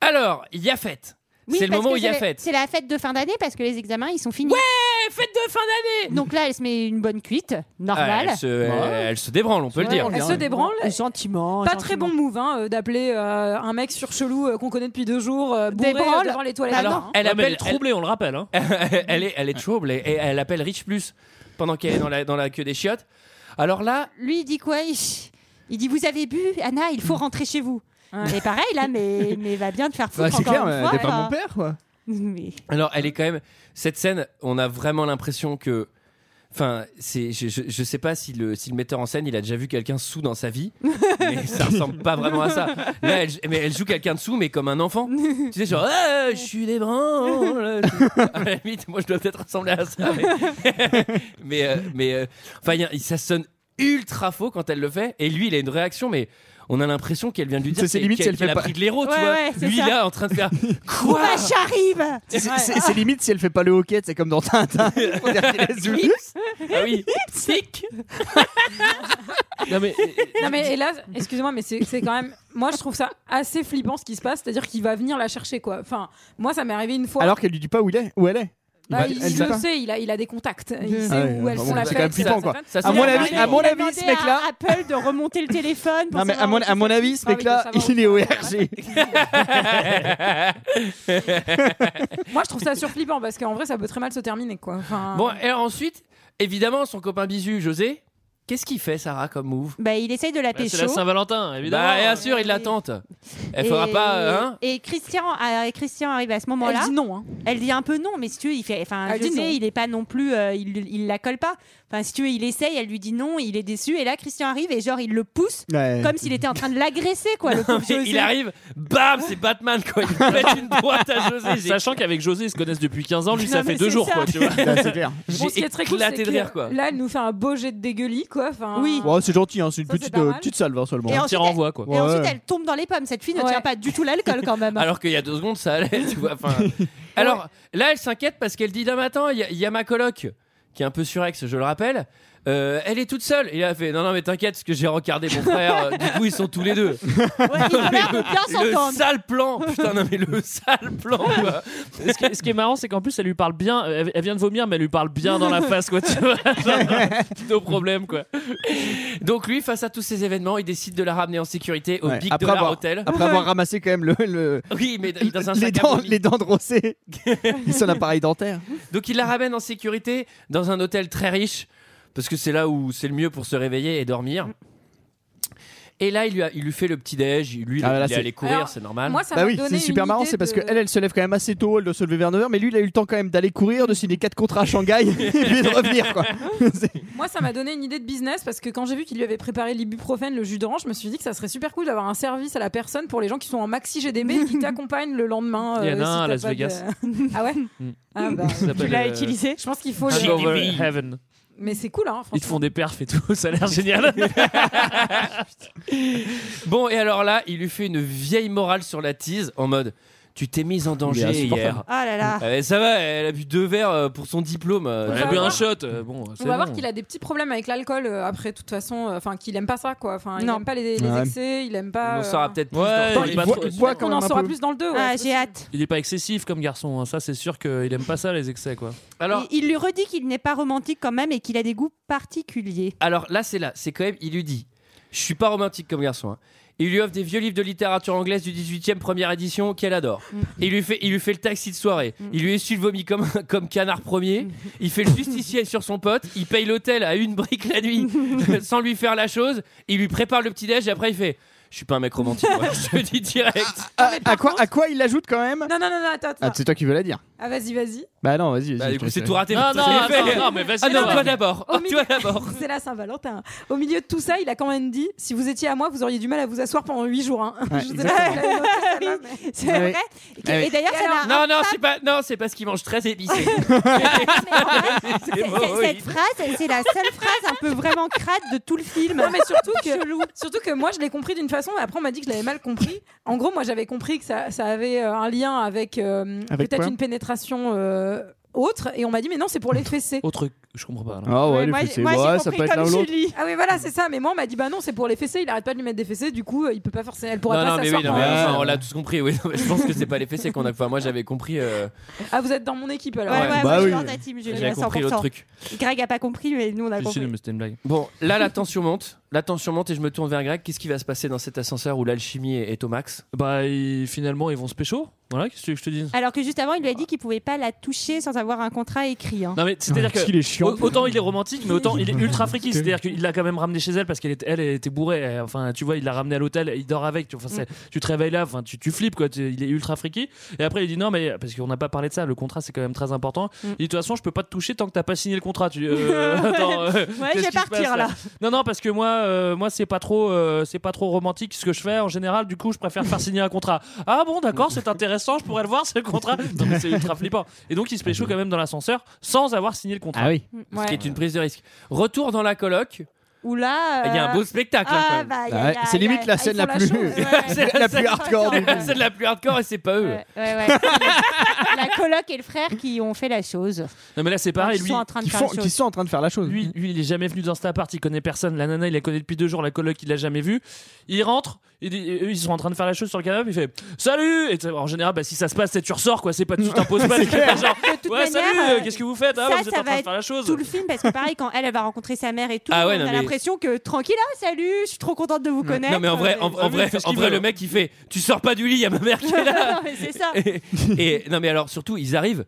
S3: Alors, il y a fête.
S4: Oui,
S3: c'est le
S4: parce
S3: moment où
S4: que
S3: il y a
S4: c'est-
S3: fête.
S4: C'est la fête de fin d'année parce que les examens ils sont finis.
S3: Eh, fête de fin d'année
S4: Donc là, elle se met une bonne cuite,
S3: Ah,
S4: normale.
S3: elle, se, elle-
S1: Ouais.
S3: elle se débranle, on peut le
S1: Ouais,
S3: dire.
S1: on
S9: Elle se débranle.
S1: Oh,
S4: Gentiment.
S9: Pas très bon move hein, euh, d'appeler euh, un mec sur chelou euh, qu'on connaît depuis deux jours euh, bourré
S4: Débranle.
S9: devant les toilettes.
S4: Alors,
S9: Non.
S8: Non,
S3: Elle
S8: mais
S3: appelle
S8: elle est troublée on le rappelle hein.
S3: elle, [laughs] elle est, elle est trouble et, et elle appelle Rich Plus pendant qu'elle est dans la, dans la queue des chiottes. Alors là,
S4: Lui, il dit quoi il... il dit Vous avez bu, Anna, il faut rentrer chez vous.
S9: Ouais.
S4: Mais pareil, là, mais, mais va bien te faire foutre.
S1: Bah, c'est
S4: encore
S1: clair,
S4: une
S1: mais
S4: fois,
S1: t'es pas
S4: enfin.
S1: mon père, quoi.
S4: Mais-
S3: alors elle est quand même. Cette scène, on a vraiment l'impression que. Enfin, c'est, je, je, je sais pas si le, si le metteur en scène il a déjà vu quelqu'un sous dans sa vie, mais ça ressemble pas vraiment à ça. Là, elle, mais elle joue quelqu'un de sous, mais comme un enfant. Tu sais,
S4: [laughs]
S3: genre, Ouais, je suis des branles. À la limite, moi je dois peut-être ressembler à ça.
S1: [laughs]
S3: Mais, mais, euh, mais, euh, enfin, il y a- ça sonne ultra faux quand elle le fait, et lui il a une réaction, mais on a l'impression qu'elle vient de lui dire
S1: C'est- c'est
S3: qu'elle
S1: limite si
S3: qu'elle-
S1: elle fait
S3: qu'elle a
S1: pas-
S3: pris de l'héros, tu
S4: Ouais,
S3: vois.
S4: ouais, c'est
S3: lui
S4: ça.
S3: là en train de faire
S1: [laughs]
S3: quoi
S4: Bah, j'arrive
S1: C'est- C'est c'est limite si elle fait pas le hockey, c'est comme dans [laughs] Tintin. Faut dire qu'il est sous-
S3: Ah
S4: [laughs]
S3: oui, [laughs] sick. non mais
S9: [laughs] Non mais et là, excusez-moi, mais c'est c'est quand même. Moi, je trouve ça assez flippant ce qui se passe, c'est-à-dire qu'il va venir la chercher quoi. Enfin, moi, ça m'est arrivé une fois.
S1: [laughs] Alors qu'elle lui dit pas où il est, où elle est.
S9: Bah,
S3: bah,
S9: il
S1: elle
S9: il
S1: sait
S9: le
S1: pas.
S9: sait, il a, il a des contacts. Il
S1: Ouais.
S9: sait
S1: Ah
S9: où
S1: ouais,
S9: elles
S1: bon,
S9: sont
S1: bon,
S9: la
S1: c'est
S9: fête.
S1: quand même flippant,
S9: ça-
S1: quoi.
S9: ça-
S3: ça,
S1: À
S3: c'est
S1: mon
S3: la-
S1: avis, à mon
S4: Il a
S1: avis,
S4: demandé
S1: ce mec-là-
S4: à Apple de remonter le téléphone. Pour
S1: Non, mais à mon, à mon avis, ce
S9: Ah oui,
S1: mec-là,
S9: faut savoir
S1: il
S9: où
S1: est au
S9: ça va.
S1: RG. [laughs]
S9: [laughs] Moi, je trouve ça surflippant parce qu'en vrai, ça peut très mal se terminer quoi. Enfin,
S3: bon et ensuite, évidemment, son copain Bisu, José, qu'est-ce qu'il fait Sarah comme move
S4: Bah, il essaye de la
S8: Bah, c'est la
S4: pécho.
S8: Saint-Valentin évidemment
S3: Bah bien sûr, il l'attente. Elle faudra pas euh, hein
S4: et Christian, euh, Christian arrive à ce
S9: elle
S4: moment-là.
S9: dit non. hein.
S4: Elle dit un peu non, mais si tu veux, il fait. Enfin,
S9: Elle
S4: je
S9: dit
S4: sais,
S9: non.
S4: il est pas non plus. euh, il, il la colle pas. Enfin, si tu veux, il essaye, elle lui dit non, il est déçu. Et là, Christian arrive et genre, il le pousse
S1: Ouais.
S4: comme s'il était en train de l'agresser,
S3: [laughs]
S4: quoi. Le pauvre
S3: Et
S4: José.
S3: il arrive, bam, c'est Batman quoi. Il fait une droite à José. J'ai-
S8: Sachant qu'avec José, ils se connaissent depuis 15 ans, lui,
S4: Non,
S8: ça
S4: mais
S8: fait deux
S4: c'est
S8: jours,
S4: ça.
S8: quoi, tu vois.
S1: Ouais, c'est clair.
S9: Bon, ce qui est très cool,
S3: éclaté
S9: c'est
S3: de
S9: que
S3: rire, quoi.
S9: Là, elle nous fait un beau jet de dégueulis, quoi. Enfin,
S4: Oui.
S1: Ouais, c'est gentil, hein, c'est une
S9: Ça, c'est
S1: petite,
S9: pas
S1: euh,
S9: mal.
S1: petite salve, hein, seulement.
S4: Et
S8: Un petit
S4: ensuite,
S8: renvoi, quoi.
S4: Et ensuite,
S1: Ouais.
S4: elle tombe dans les pommes. Cette fille ne
S9: Ouais.
S4: tient pas du tout l'alcool quand même. hein.
S3: [laughs] Alors qu'il y a deux secondes, ça allait, tu vois.
S1: [laughs]
S3: Enfin, alors là, elle s'inquiète parce qu'elle dit Non, mais attends, il y, a- il y a ma coloc qui est un peu surex, je le rappelle. Euh, elle est toute seule. Et elle a fait Non, non, mais t'inquiète, parce que j'ai regardé mon
S1: [laughs]
S3: frère. euh, du coup, ils sont tous les
S4: Ouais,
S3: deux. [laughs]
S4: ils ont l'air de bien
S3: le
S4: s'entendre.
S3: sale plan. Putain, non, mais le sale plan. quoi.
S8: ce, qui, ce qui est marrant, c'est qu'en plus, elle lui parle bien. Elle, elle vient de vomir, mais elle lui parle bien dans la face, quoi, tu
S1: [laughs]
S8: vois. Genre, Nos problèmes, quoi.
S3: Donc, lui, face à tous ces événements, il décide de la ramener en sécurité au
S1: Ouais,
S3: Big
S1: après
S3: Dollar
S1: avoir-
S3: Hotel.
S1: Après avoir ramassé quand même le, le-
S3: [laughs] Oui, mais dans un
S1: les,
S3: sac à
S1: dents,
S3: vomi.
S1: les dents de Rosé et son appareil dentaire.
S3: Donc il la ramène en sécurité dans un hôtel très riche, parce que c'est là où c'est le mieux pour se réveiller et dormir. Et là, il lui, a- il lui fait le petit déj, lui,
S1: Ah,
S3: il
S1: là,
S3: est
S1: c'est-
S3: allé courir,
S9: Alors,
S3: c'est normal.
S9: Moi, ça
S1: bah
S9: m'a
S1: oui,
S9: donné
S1: c'est super
S9: une
S1: marrant,
S9: idée
S1: c'est parce
S9: de-
S1: que elle, elle se lève quand même assez tôt, elle doit se lever vers 9h, mais lui, il a eu le temps quand même d'aller courir, de signer 4 contrats à Shanghai [laughs] et puis de revenir, quoi. C'est-
S9: Moi, ça m'a donné une idée de business parce que quand j'ai vu qu'il lui avait préparé l'ibuprofène, le jus d'orange, je me suis dit que ça serait super cool d'avoir un service à la personne pour les gens qui sont en maxi GDB
S1: [laughs]
S9: qui t'accompagnent le lendemain. euh,
S8: Il y en
S9: si
S8: a un à
S9: t'as
S8: Las
S9: pas de-
S8: Vegas.
S9: [laughs] Ah ouais Ah bah,
S8: Ça s'appelle,
S4: Tu l'as
S8: euh,
S4: utilisé
S9: Je pense qu'il faut. le-
S8: Hangover
S3: GDB.
S8: Heaven.
S9: Mais c'est cool, hein,
S8: Ils te
S9: franchement.
S8: font des perfs et tout, [laughs] ça a
S3: [laughs]
S8: l'air génial.
S3: Bon, et alors là, il lui fait une vieille morale sur la tease, en mode, tu t'es mise en danger
S1: insupportable.
S3: hier.
S4: Ah là là.
S3: Euh, ça va, elle a bu deux verres euh, pour son diplôme. euh,
S8: Elle a bu un shot. euh, Bon,
S9: On va voir qu'il a des petits problèmes avec l'alcool euh, après, de toute façon. euh, Enfin, qu'il aime pas ça, quoi. Enfin, il
S4: Non.
S9: aime pas les, les
S1: Ouais.
S9: excès, il aime pas.
S3: On en
S9: euh,
S3: saura peut-être plus.
S8: Ouais,
S3: dans-
S8: il
S1: il
S8: va
S1: boit-
S8: trop-
S1: il boit quand
S9: On
S1: même
S9: en
S1: un
S9: saura
S1: peu.
S9: plus dans le deux. ouais,
S4: Ah,
S9: c'est
S4: j'ai
S9: possible.
S4: hâte.
S8: Il est pas excessif comme garçon, hein. ça c'est sûr qu'il aime pas ça les excès quoi.
S3: Alors,
S4: Il, il lui redit qu'il n'est pas romantique quand même et qu'il a des goûts particuliers.
S3: Alors là, c'est là, c'est quand même, il lui dit Je suis pas romantique comme garçon. hein. Il lui offre des vieux livres de littérature anglaise du 18e, première édition, qu'elle adore.
S4: Mm.
S3: Et il, lui fait, il lui fait le taxi de soirée. Il lui essuie le vomi comme, [laughs] comme canard premier.
S4: Mm.
S3: Il fait le justicier sur son pote. Il paye l'hôtel à une brique
S4: [laughs]
S3: la nuit sans lui faire la chose. Il lui prépare le petit-déj et après il fait Je suis pas un mec romantique, moi. je le dis
S4: Ah,
S3: direct.
S1: À, à quoi, à quoi il ajoute quand même
S9: Non, non, non, non, attends,
S1: Ah,
S9: attends.
S1: c'est toi qui veux la dire.
S9: Ah, vas-y,
S1: [laughs]
S9: vas-y.
S1: Bah non, vas-y. vas-y,
S3: Bah, du coup,
S1: je te
S3: c'est
S1: laisse.
S3: tout raté.
S8: Non, non,
S3: C'est
S8: attends,
S3: fait.
S8: non, mais vas-y,
S3: Ah non,
S8: toi.
S3: toi d'abord.
S9: Au
S3: tu
S9: milieu-
S3: vois d'abord.
S9: C'est la Saint-Valentin. Au milieu de tout ça, il a quand même dit si vous étiez à moi, vous auriez du mal à vous asseoir pendant 8 jours. hein. [laughs]
S1: Ouais,
S9: Je sais
S1: exactement.
S9: pas si vous l'avez noté, celle-là,
S1: [laughs]
S9: mais-
S4: C'est
S1: Ah oui.
S4: vrai.
S1: Ah oui.
S4: Et d'ailleurs, ça Ah, n'a-
S3: Non, non, c'est pas, non, c'est parce qu'il mange très
S4: [laughs]
S3: épicé. [laughs] C'est
S4: c'est-
S3: mauvais.
S4: cette phrase, c'est la seule phrase un peu vraiment crade de tout le film.
S9: Non, mais
S4: [laughs]
S9: surtout que, surtout que moi, je l'ai compris d'une façon, mais après, on m'a dit que je l'avais mal compris. En gros, moi, j'avais compris que ça, ça avait euh, un lien avec, euh,
S1: Avec
S9: peut-être
S1: quoi
S9: une pénétration euh, autre, et on m'a dit, mais non, c'est pour les fessées.
S8: Autre, je comprends pas.
S1: Ah ouais,
S4: Ouais,
S1: les
S4: moi,
S1: fessées,
S4: moi, j'ai
S1: ouais, ça
S4: compris
S1: peut être l'un
S4: comme
S1: ou l'autre.
S4: Julie.
S9: Ah oui, voilà, c'est ça. Mais moi, on m'a dit, bah non, c'est pour les fessées. Il arrête pas de lui mettre des fessées, du coup, euh, il peut pas forcément. Elle pourra
S3: non,
S9: pas
S3: non, mais
S9: s'asseoir
S3: oui, non,
S9: pendant-
S3: mais
S1: Ouais.
S3: enfin, on l'a tous compris. Oui, [laughs] non, mais je pense que c'est pas les fessées qu'on a. Enfin, moi, j'avais compris. euh,
S9: Ah, vous êtes dans mon équipe alors.
S4: Ouais, ouais,
S3: Ouais,
S4: ouais,
S1: bah
S4: je suis
S1: oui.
S4: dans ta team, Julie,
S3: j'avais
S4: à
S3: compris l'autre
S4: 100%.
S3: truc.
S4: Greg a pas compris, mais nous on a
S8: Si, si,
S4: compris.
S8: mais c'était une blague.
S3: Bon, là, la tension monte. La tension monte et je me tourne vers Greg. Qu'est-ce qui va se passer dans cet ascenseur où l'alchimie est est au max
S8: Bah ils- finalement ils vont se pécho. Voilà, qu'est-ce que tu veux que je te dise
S4: Alors que juste avant, il lui a dit qu'il pouvait pas la toucher sans avoir un contrat écrit. hein.
S8: Non mais c'est-à-dire
S1: Parce
S8: que
S1: qu'il est chiant.
S8: au- autant il est romantique, mais
S1: [laughs]
S8: autant il est ultra friki. C'est-à-dire qu'il l'a quand même ramené chez elle parce qu'elle était, elle, elle était bourrée. Elle- Enfin, tu vois, il l'a ramené à l'hôtel, il dort avec. Tu, enfin, c'est-
S4: Mm.
S8: tu te réveilles là, enfin, tu, tu flippes quoi. Tu- il est ultra friki. Et après, il dit non, mais parce qu'on n'a pas parlé de ça, le contrat c'est quand même très important.
S4: Mm.
S8: Il dit de toute façon, je peux pas te toucher tant que t'as pas signé le contrat. Tu,
S4: [laughs]
S8: euh, [laughs] attends,
S4: Ouais,
S8: euh, qu'est-ce
S4: je vais
S8: qui se passe,
S4: partir là.
S8: [laughs] Non, non, parce que moi, euh, moi c'est pas trop, euh, c'est pas trop romantique ce que je fais en général. Du coup, je préfère faire signer un contrat. Ah bon, d'accord, c'est intéressant. Je pourrais le voir ce contrat. Non, mais c'est ultra flippant. Et donc, il se pécho quand même dans l'ascenseur sans avoir signé le contrat.
S1: Ah oui.
S3: Ce qui est une prise de risque. Retour dans la coloc.
S4: Ou là.
S3: Il y a
S4: euh,
S3: un beau spectacle. hein, quand
S4: Ah
S3: même.
S4: bah, il y a-
S1: Ah ouais,
S4: il y a-
S1: C'est
S4: il y a-
S1: limite la scène [laughs] la
S9: la
S1: plus.
S9: chose.
S3: [laughs]
S1: La, plus hardcore du
S3: c'est de la plus hardcore et c'est pas eux.
S4: Ouais, ouais,
S1: [laughs]
S4: ouais. la coloc et le frère qui ont fait la chose.
S8: Non, mais là, c'est pareil.
S4: Ils
S8: Lui,
S4: sont en train de
S1: Qui,
S4: faire
S1: font-
S4: la
S1: qui
S4: chose.
S1: sont en train de faire la chose.
S8: lui, lui, il est jamais venu dans cet appart. Il connaît personne. La nana, il la connaît depuis deux jours. La coloc, il l'a jamais vue. Il rentre. il dit- eux, ils sont en train de faire la chose sur le canapé. Il fait Salut Et tu sais, En général, bah, si ça se passe, c'est tu ressors quoi. C'est pas, tu t'imposes pas. c'est pas genre,
S4: De toute
S8: ouais,
S4: manière,
S8: salut, euh,
S4: euh,
S8: qu'est-ce que vous faites Ah,
S4: ça,
S8: Vous êtes
S4: ça
S8: en
S4: va
S8: train de
S4: être
S8: faire la chose.
S4: tout le film parce que pareil quand elle elle va rencontrer sa mère et tout
S3: Ah ouais,
S4: on
S3: non,
S4: a
S3: mais-
S4: l'impression que tranquille je suis je suis trop contente de vous connaître
S3: Non, mais en vrai, en, en
S9: Euh,
S8: Ah oui,
S3: vrai,
S8: il fait ce
S3: en
S8: qu'il
S3: vrai
S8: veut.
S3: le mec, il fait Tu sors pas du lit, il y a ma
S4: [laughs]
S3: mère qui est là.
S4: Non, mais c'est ça
S3: et, et- non, mais alors, surtout, ils arrivent.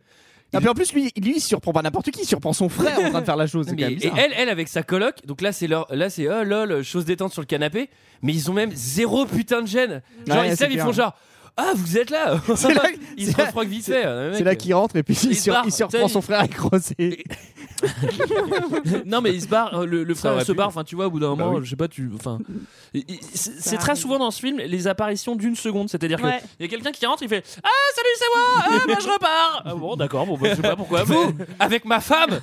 S1: Ah, puis en plus, lui, lui, il surprend pas n'importe qui, il surprend son frère en train de faire la chose. C'est quand
S3: Mais-
S1: même
S3: et
S1: bizarre.
S3: elle, elle avec sa coloc, donc là c'est leur, là c'est oh lol, chose détente sur le canapé, mais ils ont même zéro putain de gêne. Genre
S1: Ouais,
S3: ils
S1: c'est
S3: savent, ils
S1: clair.
S3: font genre
S8: Ah, vous êtes
S3: [laughs]
S8: là
S1: C'est là-
S8: Il se
S1: c'est là-
S8: refroque vite fait.
S3: hein,
S8: Le mec,
S1: C'est là qu'il rentre et puis il,
S8: il
S1: se-
S8: part,
S1: il se reprend son frère avec Rosé.
S4: [laughs]
S8: non mais il se barre euh, le, le
S3: Ça
S8: frère
S3: aurait
S8: se
S3: pu.
S8: barre enfin tu vois au bout d'un
S3: Bah
S8: moment
S3: oui.
S8: je sais pas tu enfin il- il- c'est c'est très
S4: arrive.
S8: souvent dans ce film les apparitions d'une seconde c'est-à-dire que
S4: Ouais.
S8: il y a quelqu'un qui rentre il fait ah salut c'est moi ah bah je repars [laughs] ah, bon d'accord bon bah, je sais pas pourquoi vous avec ma [laughs] femme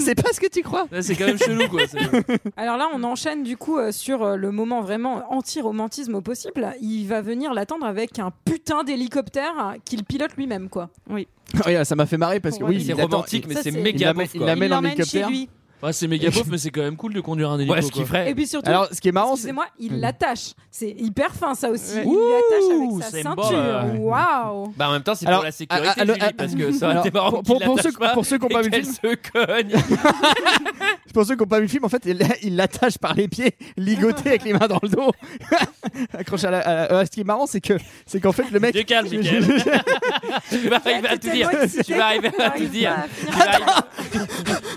S1: C'est pas ce que
S3: [laughs]
S1: tu crois.
S8: Là, c'est quand même chelou quoi C'est-
S9: Alors là, on enchaîne du coup euh, sur euh, le moment vraiment anti-romantisme au possible. Il va venir l'attendre avec un putain d'hélicoptère euh, qu'il pilote lui-même, quoi.
S1: Regarde, ça m'a fait marrer parce que Ah oui,
S4: Ouais,
S1: il
S3: C'est
S1: attend-
S3: romantique, mais
S4: Ça,
S3: c'est
S4: c'est-
S3: méga
S1: il la-
S3: beauf,
S1: il
S3: quoi.
S1: la-
S4: Il
S1: met dans
S4: l'emmène chez
S1: l'hélicoptère.
S4: lui.
S8: Ouais, c'est méga pauvre mais c'est quand même cool de conduire un hélico
S3: Ouais, ce qu'il
S8: quoi.
S9: Et
S3: ferait.
S9: puis surtout,
S1: Alors, ce qui est marrant, c'est
S9: excusez-moi, il
S1: Mm.
S9: l'attache. C'est hyper fin, ça aussi.
S4: Ouais.
S9: Il
S8: Ouh,
S9: l'attache avec
S8: c'est
S9: sa
S8: bon,
S9: ceinture. Waouh
S3: Bah en même temps, c'est
S1: Alors,
S3: pour la sécurité,
S1: ah, ah, le-
S3: Julie,
S1: ah,
S3: parce que ça aurait
S1: alors,
S3: été marrant
S1: pour,
S3: qu'il
S1: pour- pour
S3: l'attache
S1: ceux,
S3: pas
S1: pour ceux qui n'ont pas
S3: et
S1: vu le
S3: qu'elle
S1: film,
S3: se cogne.
S1: pour ceux qui ont pas vu le film, en fait, il [laughs] il l'attache par les pieds, ligoté avec les mains dans le dos, [laughs] accroché à la. à la- euh, ce qui est marrant, c'est que c'est qu'en fait le mec.
S8: Dieu calme, Mickaël. tu vas arriver à tout dire tu vas arriver à tout dire Tu vas arriver-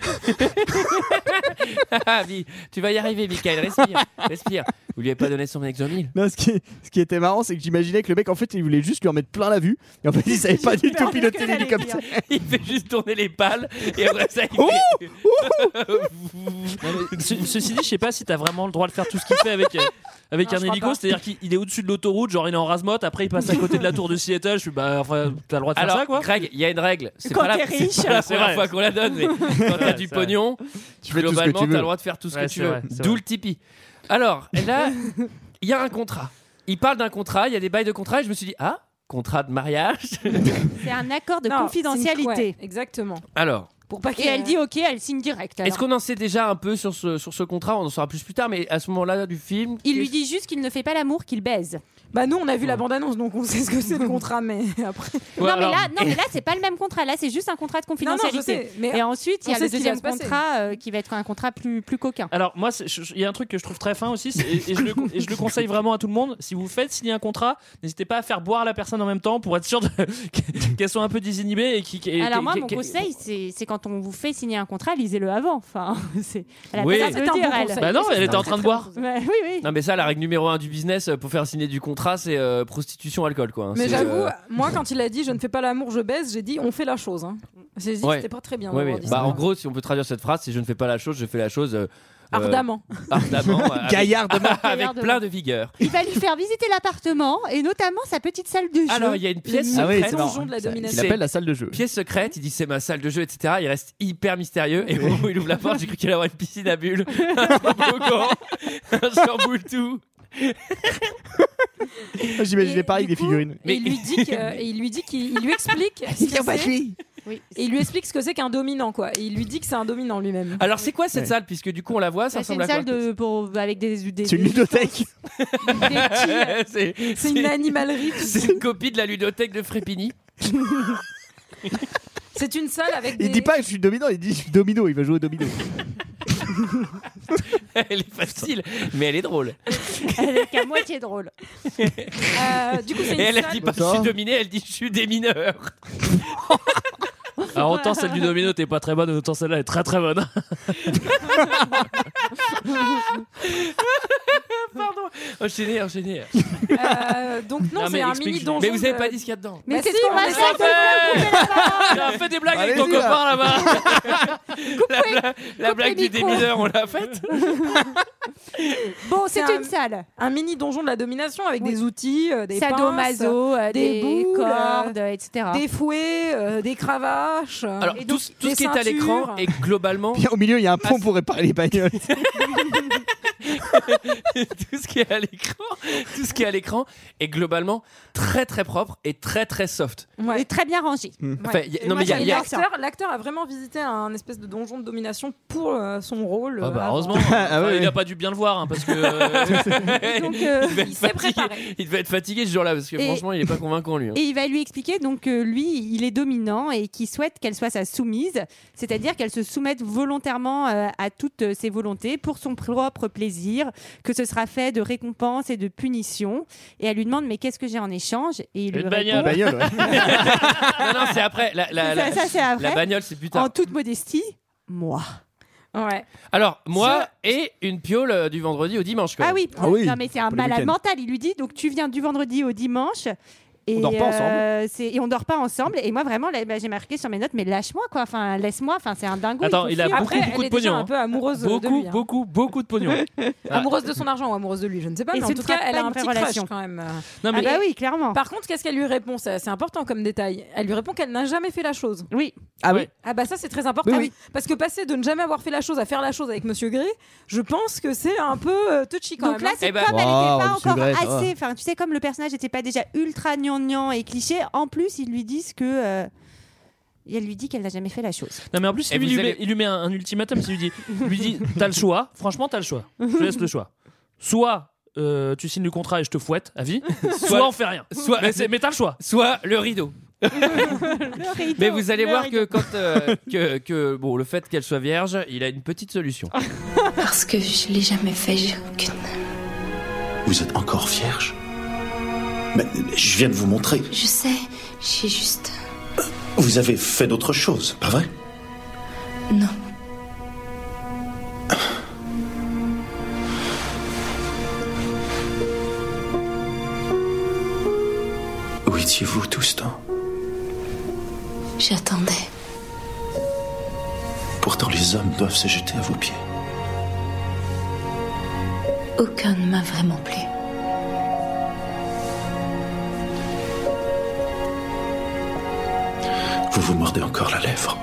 S3: [laughs] Ah, oui, tu vas y arriver, Michael, respire, respire. [laughs] Vous lui avez pas donné son exomile
S1: Non, ce, qui, ce qui était marrant, c'est que j'imaginais que le mec, en fait, il voulait juste lui en mettre plein la vue. Et en fait, il savait pas du tout piloter l'hélicoptère.
S3: [laughs] Il fait juste tourner les pales et après ça, il fait- [laughs]
S8: Non, mais ce- ceci dit, je sais pas si t'as vraiment le droit de faire tout ce qu'il fait avec, euh, avec
S9: Non,
S8: un
S9: je crois
S8: hélico,
S9: pas.
S8: c'est-à-dire qu'il il est au-dessus de l'autoroute, genre il est en rase-motte, après il passe à côté de la tour de Seattle, je suis bah enfin, t'as le droit de faire
S3: Alors,
S8: ça quoi
S3: Greg, il y a une règle. C'est
S4: Quand
S3: pas la,
S4: t'es
S3: c'est
S4: riche.
S3: pas la
S8: C'est
S3: première
S8: vrai.
S3: fois qu'on la donne, mais quand t'as
S8: vrai,
S3: du
S8: c'est vrai.
S3: pognon,
S1: fais tout ce que
S3: globalement,
S1: tu veux.
S3: t'as le droit de faire tout ce
S8: Ouais,
S3: que tu
S8: c'est
S3: veux.
S8: vrai, c'est
S3: D'où
S8: vrai.
S3: le Tipeee. Alors,
S4: [laughs]
S3: là, il y a un contrat. Il parle d'un contrat, il y a des bails de contrat, et je me suis dit, ah, contrat
S8: [laughs]
S3: de mariage
S4: C'est un accord de
S9: Non, c'est
S4: confidentialité.
S9: une- ouais, exactement.
S3: Alors,
S9: Pour pas qu'il
S4: Et elle dit ok, elle signe direct. alors.
S3: est-ce qu'on en sait déjà un peu sur ce, sur ce contrat On en saura plus plus tard, mais à ce moment-là du film...
S4: Il lui
S3: qu'est-ce-
S4: dit juste qu'il ne fait pas l'amour, qu'il baise.
S9: Bah nous, on a vu la bande-annonce, donc on sait ce que c'est le contrat, mais après.
S8: Ouais,
S4: non, mais
S8: alors-
S4: là, non, mais là, c'est pas le même contrat. Là, c'est juste un contrat de
S9: Non, non, je
S4: confidentialité.
S9: sais. Mais
S4: Et ensuite, il y
S9: On
S4: a
S9: sait
S4: le
S9: ce qui va
S4: deuxième
S9: se passer.
S4: contrat euh, qui va être un contrat plus, plus coquin.
S8: Alors moi, c'est- je- je- il y a un truc que je trouve très fin aussi, c'est- et, et je le, con- et je le conseille vraiment à tout le monde. Si vous faites signer un contrat, n'hésitez pas à faire boire la personne en même temps pour être sûr de- [laughs] qu'elle soit un peu désinhibée et qui. qui-
S4: Alors
S8: qui-
S4: moi,
S8: qui-
S4: mon
S8: qui-
S4: conseil, c'est c'est quand on vous fait signer un contrat, lisez-le avant. Enfin, [laughs] c'est elle a
S8: Oui.
S4: pas
S8: Ça,
S4: besoin de
S9: c'est
S4: le
S9: un
S4: dire,
S9: bon
S4: elle.
S9: conseil.
S8: Bah non,
S9: Ça,
S8: elle
S9: c'est
S8: était en
S9: un
S8: train de
S9: très,
S8: boire.
S9: très bon conseil.
S4: Ouais, oui, oui.
S3: Non mais ça, la règle numéro un du business euh, pour faire signer du contrat, c'est euh, prostitution alcool quoi.
S9: Mais
S3: C'est,
S9: j'avoue,
S3: euh,
S9: moi quand il a dit je ne fais pas l'amour, je baise, j'ai dit on fait la chose. hein. J'ai dit
S3: Ouais.
S9: c'était pas très bien.
S3: ouais,
S9: d'avoir
S3: ouais.
S9: dit
S3: Bah,
S9: ça.
S3: en gros, si on peut traduire cette phrase, c'est je ne fais pas la chose, je fais la chose euh, euh,
S9: ardemment. [laughs]
S3: ardemment, avec-
S1: Gaillardement.
S3: [laughs] avec plein de vigueur.
S4: Il va lui faire visiter l'appartement et notamment sa petite salle de jeu.
S3: Alors il y a une pièce
S9: Ah
S3: secrète.
S9: oui, c'est marrant. donjon de la
S1: Ça, Il
S9: domination.
S1: appelle la salle de jeu.
S3: Pièce secrète, il dit c'est ma salle de jeu, etc. Il reste hyper mystérieux et au moment où il ouvre la porte, j'ai cru qu'il allait avoir une piscine
S9: [laughs]
S3: à bulles, un toboggan, un chamboule tout.
S1: J'imaginais
S9: Et
S1: pareil
S9: du
S1: des
S9: coup,
S1: figurines.
S9: Et il lui dit
S3: [laughs]
S9: que- et il lui dit qu'il il lui
S1: [laughs]
S9: explique. ce que c'est.
S4: Oui.
S9: Et il lui explique ce que c'est qu'un dominant quoi. Et il lui dit que c'est un dominant lui-même.
S3: Alors c'est quoi cette
S1: Ouais.
S3: salle puisque du coup on la voit, ça
S4: Bah, c'est
S3: ressemble
S4: une
S3: à quoi
S4: salle de, pour- avec des, des,
S1: C'est une
S4: des-
S1: ludothèque.
S4: des petits-
S3: [laughs] C'est-
S9: C'est une animalerie. tu sais.
S3: C'est une copie de la ludothèque de Frépigny.
S9: C'est une salle avec.
S1: Il
S9: des-
S1: dit pas je suis dominant, il dit je suis domino, il va jouer au domino.
S3: Elle est facile, mais elle est drôle.
S4: Elle est qu'à moitié
S3: [laughs]
S4: drôle.
S9: Euh, du coup c'est
S3: Et
S9: une
S3: elle, elle
S9: salle.
S3: dit pas je
S1: Ça
S3: suis dominée, elle dit je suis
S9: [laughs]
S3: des mineurs.
S8: Alors autant celle du domino t'es pas très bonne, autant celle-là est très
S9: [laughs]
S8: très bonne.
S3: [laughs] Pardon. Enchaînez, enchaînez.
S9: [laughs] euh, donc non,
S8: Non, mais
S9: c'est un
S8: explique,
S9: mini
S8: je-
S9: donjon.
S3: Mais vous avez
S9: de-
S3: pas dit ce qu'il y a dedans.
S4: Mais
S9: Bah
S4: c'est
S9: si,
S4: ce qu'on
S9: on
S4: va
S9: est
S4: faire.
S9: sorti. [laughs]
S3: T'as fait des blagues avec
S1: Allez-y,
S3: ton
S1: là.
S3: copain là-bas. la, bla- la
S4: coupez
S3: blague
S4: le
S3: du
S4: micro.
S3: démineur, on l'a faite.
S4: Bon, c'est
S9: C'est
S4: une
S9: un-
S4: salle.
S9: un mini donjon de la domination avec des outils, euh, des pinces,
S4: Sadomaso, euh,
S9: des
S4: des,
S9: boules, euh,
S4: cordes, etc.
S9: des fouets, euh, des cravaches. euh.
S3: Alors,
S9: Et
S3: tout,
S9: donc,
S3: ce- tout
S9: des
S3: ce qui est à l'écran
S9: ceintures.
S3: est globalement.
S1: Puis au milieu, il y a un pont pour réparer les bagnoles.
S3: tout ce qui est à l'écran. Tout ce qui est à l'écran est globalement très très propre et très très soft.
S9: Ouais.
S4: Et très bien rangé.
S3: Mmh. Enfin, y a-
S9: Et
S3: non,
S9: moi,
S3: mais il y a-
S9: j'aime
S3: il y a-
S9: l'acteur, l'acteur a vraiment visité un espèce de donjon de domination pour euh, son rôle.
S8: Ah
S9: euh,
S8: bah
S3: oh.
S9: avant.
S8: heureusement,
S1: Ah ouais,
S8: Enfin, il a
S1: ouais.
S8: pas dû bien le voir hein, parce que
S4: [laughs]
S8: euh,
S4: Et donc,
S3: [laughs]
S4: euh,
S3: devait être
S9: Il s'est
S3: fatigué.
S9: préparé.
S3: Il devait être fatigué ce jour-là parce que
S4: Et-
S3: franchement, il est pas convaincant lui. hein.
S4: et il va lui expliquer donc que lui, il est dominant et qu'il souhaite qu'elle soit sa soumise, c'est-à-dire qu'elle se soumette volontairement euh, à toutes euh, ses volontés pour son propre plaisir, que ce sera fait de récompenses et de punitions. Et elle lui demande mais qu'est-ce que j'ai en échange Et il
S8: Une
S4: lui répond.
S8: bagnole.
S1: Bagnole, ouais.
S4: [laughs]
S3: Non, non, c'est après. La, la-
S4: Ça,
S3: la-
S4: ça, c'est
S3: la
S4: après.
S3: bagnole, c'est plus tard.
S4: en toute modestie, moi. [laughs]
S9: Ouais.
S3: Alors, moi et une piole euh, du vendredi au dimanche. quoi.
S4: Ah oui.
S1: Ah oui.
S4: Non, mais c'est un
S1: Pour les
S4: malade
S1: week-ends.
S4: mental. Il lui dit donc tu viens du vendredi au dimanche. Et
S1: On dort pas
S4: euh, c'est- et on dort pas ensemble. Et moi, vraiment, là, bah, j'ai marqué sur mes notes, mais lâche-moi, quoi. Enfin, laisse-moi. Enfin, c'est un dingo.
S8: Attends,
S4: faut
S8: il a
S4: fuir.
S8: beaucoup,
S9: Après,
S8: beaucoup
S9: elle
S8: de
S9: est déjà
S8: pognon.
S9: un
S8: hein.
S9: peu amoureuse euh, de
S8: Beaucoup,
S9: lui. hein.
S8: beaucoup, beaucoup de pognon. Ah.
S9: [laughs] Amoureuse de son argent ou amoureuse de lui, je ne sais pas.
S4: Et
S9: mais en
S4: c'est
S9: tout
S4: peut-être
S9: cas, elle
S4: pas
S9: a un
S4: une vraie
S9: petit crush
S4: relation.
S9: quand même.
S8: Non,
S4: Ah,
S8: mais
S4: bah oui, clairement.
S9: Par contre, qu'est-ce qu'elle lui répond Ça, C'est important comme détail. Elle lui répond qu'elle n'a jamais fait la chose.
S4: Oui.
S1: Ah
S8: oui.
S1: oui.
S9: Ah bah ça, c'est très important.
S1: Oui, oui.
S9: Parce que passer de ne jamais avoir fait la chose à faire la chose avec Monsieur Gray, je pense que c'est un peu euh, touchy quand
S4: Donc là,
S9: même.
S4: c'est
S3: Eh ben-
S4: comme
S1: Waouh,
S4: elle n'était
S1: monsieur
S4: pas encore
S1: Grey, Oh, ça va.
S3: ah.
S4: assez. Enfin, tu sais, comme le personnage n'était pas déjà ultra gnangnan et cliché, en plus, ils lui disent que. euh, et elle lui dit qu'elle n'a jamais fait la chose.
S8: Non mais en plus
S3: Et
S8: il lui,
S3: vous
S8: met,
S3: allez-
S8: il lui met un, un ultimatum, il lui dit, il lui
S3: [laughs]
S8: dit t'as le choix, franchement t'as le choix, je te laisse le choix. Soit euh, tu signes le contrat et je te fouette à vie, soit, on fait rien.
S3: [laughs] Soit-
S8: mais c'est- mais t'as le choix.
S3: Soit le rideau. Mais vous allez voir que quand euh, que, que bon le fait qu'elle soit vierge, il a une petite solution.
S6: [laughs] Parce que je l'ai jamais fait, j'ai aucune.
S7: Vous êtes encore vierge Mais- mais Je viens de vous montrer.
S6: Je sais, j'ai juste.
S7: Vous avez fait d'autres choses, pas vrai
S6: Non.
S7: Où étiez-vous tout ce temps
S6: J'attendais.
S7: Pourtant, les hommes doivent se jeter à vos pieds.
S6: Aucun ne m'a vraiment plu.
S7: Vous vous mordez encore la lèvre.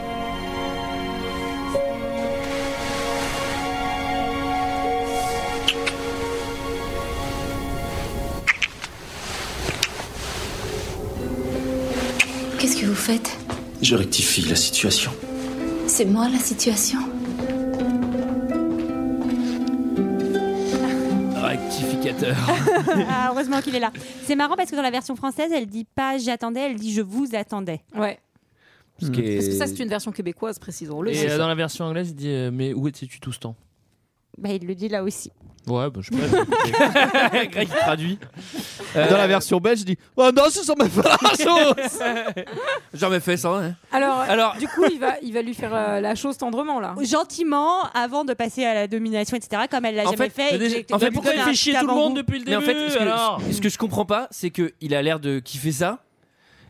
S6: Qu'est-ce que vous faites
S7: Je rectifie la situation.
S6: C'est moi la situation
S3: [laughs] Rectificateur.
S4: [laughs] Ah, heureusement qu'il est là. C'est marrant parce que dans la version française, elle dit pas j'attendais, elle dit je vous attendais.
S9: Ouais.
S3: Ce qui est-
S9: Parce que ça, c'est une version québécoise, précisons-le.
S8: Et
S9: C'est
S8: euh,
S9: ça.
S8: dans la version anglaise il dit euh, mais où étais-tu tout ce temps
S4: Bah, il le dit là aussi.
S8: Ouais bah, je sais pas. j'ai écouté. Greg il traduit.
S1: Dans la version belge, je dis Oh non, ce sont mes
S3: [laughs]
S1: flageaux
S3: Jamais fait ça. hein.
S9: Alors,
S3: Alors-
S9: du coup, il va, il va lui faire euh, la chose tendrement là.
S4: Gentiment, avant de passer à la domination, etc., comme elle l'a
S3: En
S4: Ah, jamais
S3: fait,
S4: fait. et
S8: Déjà-
S4: que-
S8: en fait
S4: que-
S8: pourquoi il
S4: que-
S8: fait chier tout le monde depuis le
S3: Mais
S8: début
S3: en fait, ce que,
S8: alors
S3: ce que je comprends pas, c'est que il a l'air de kiffer ça.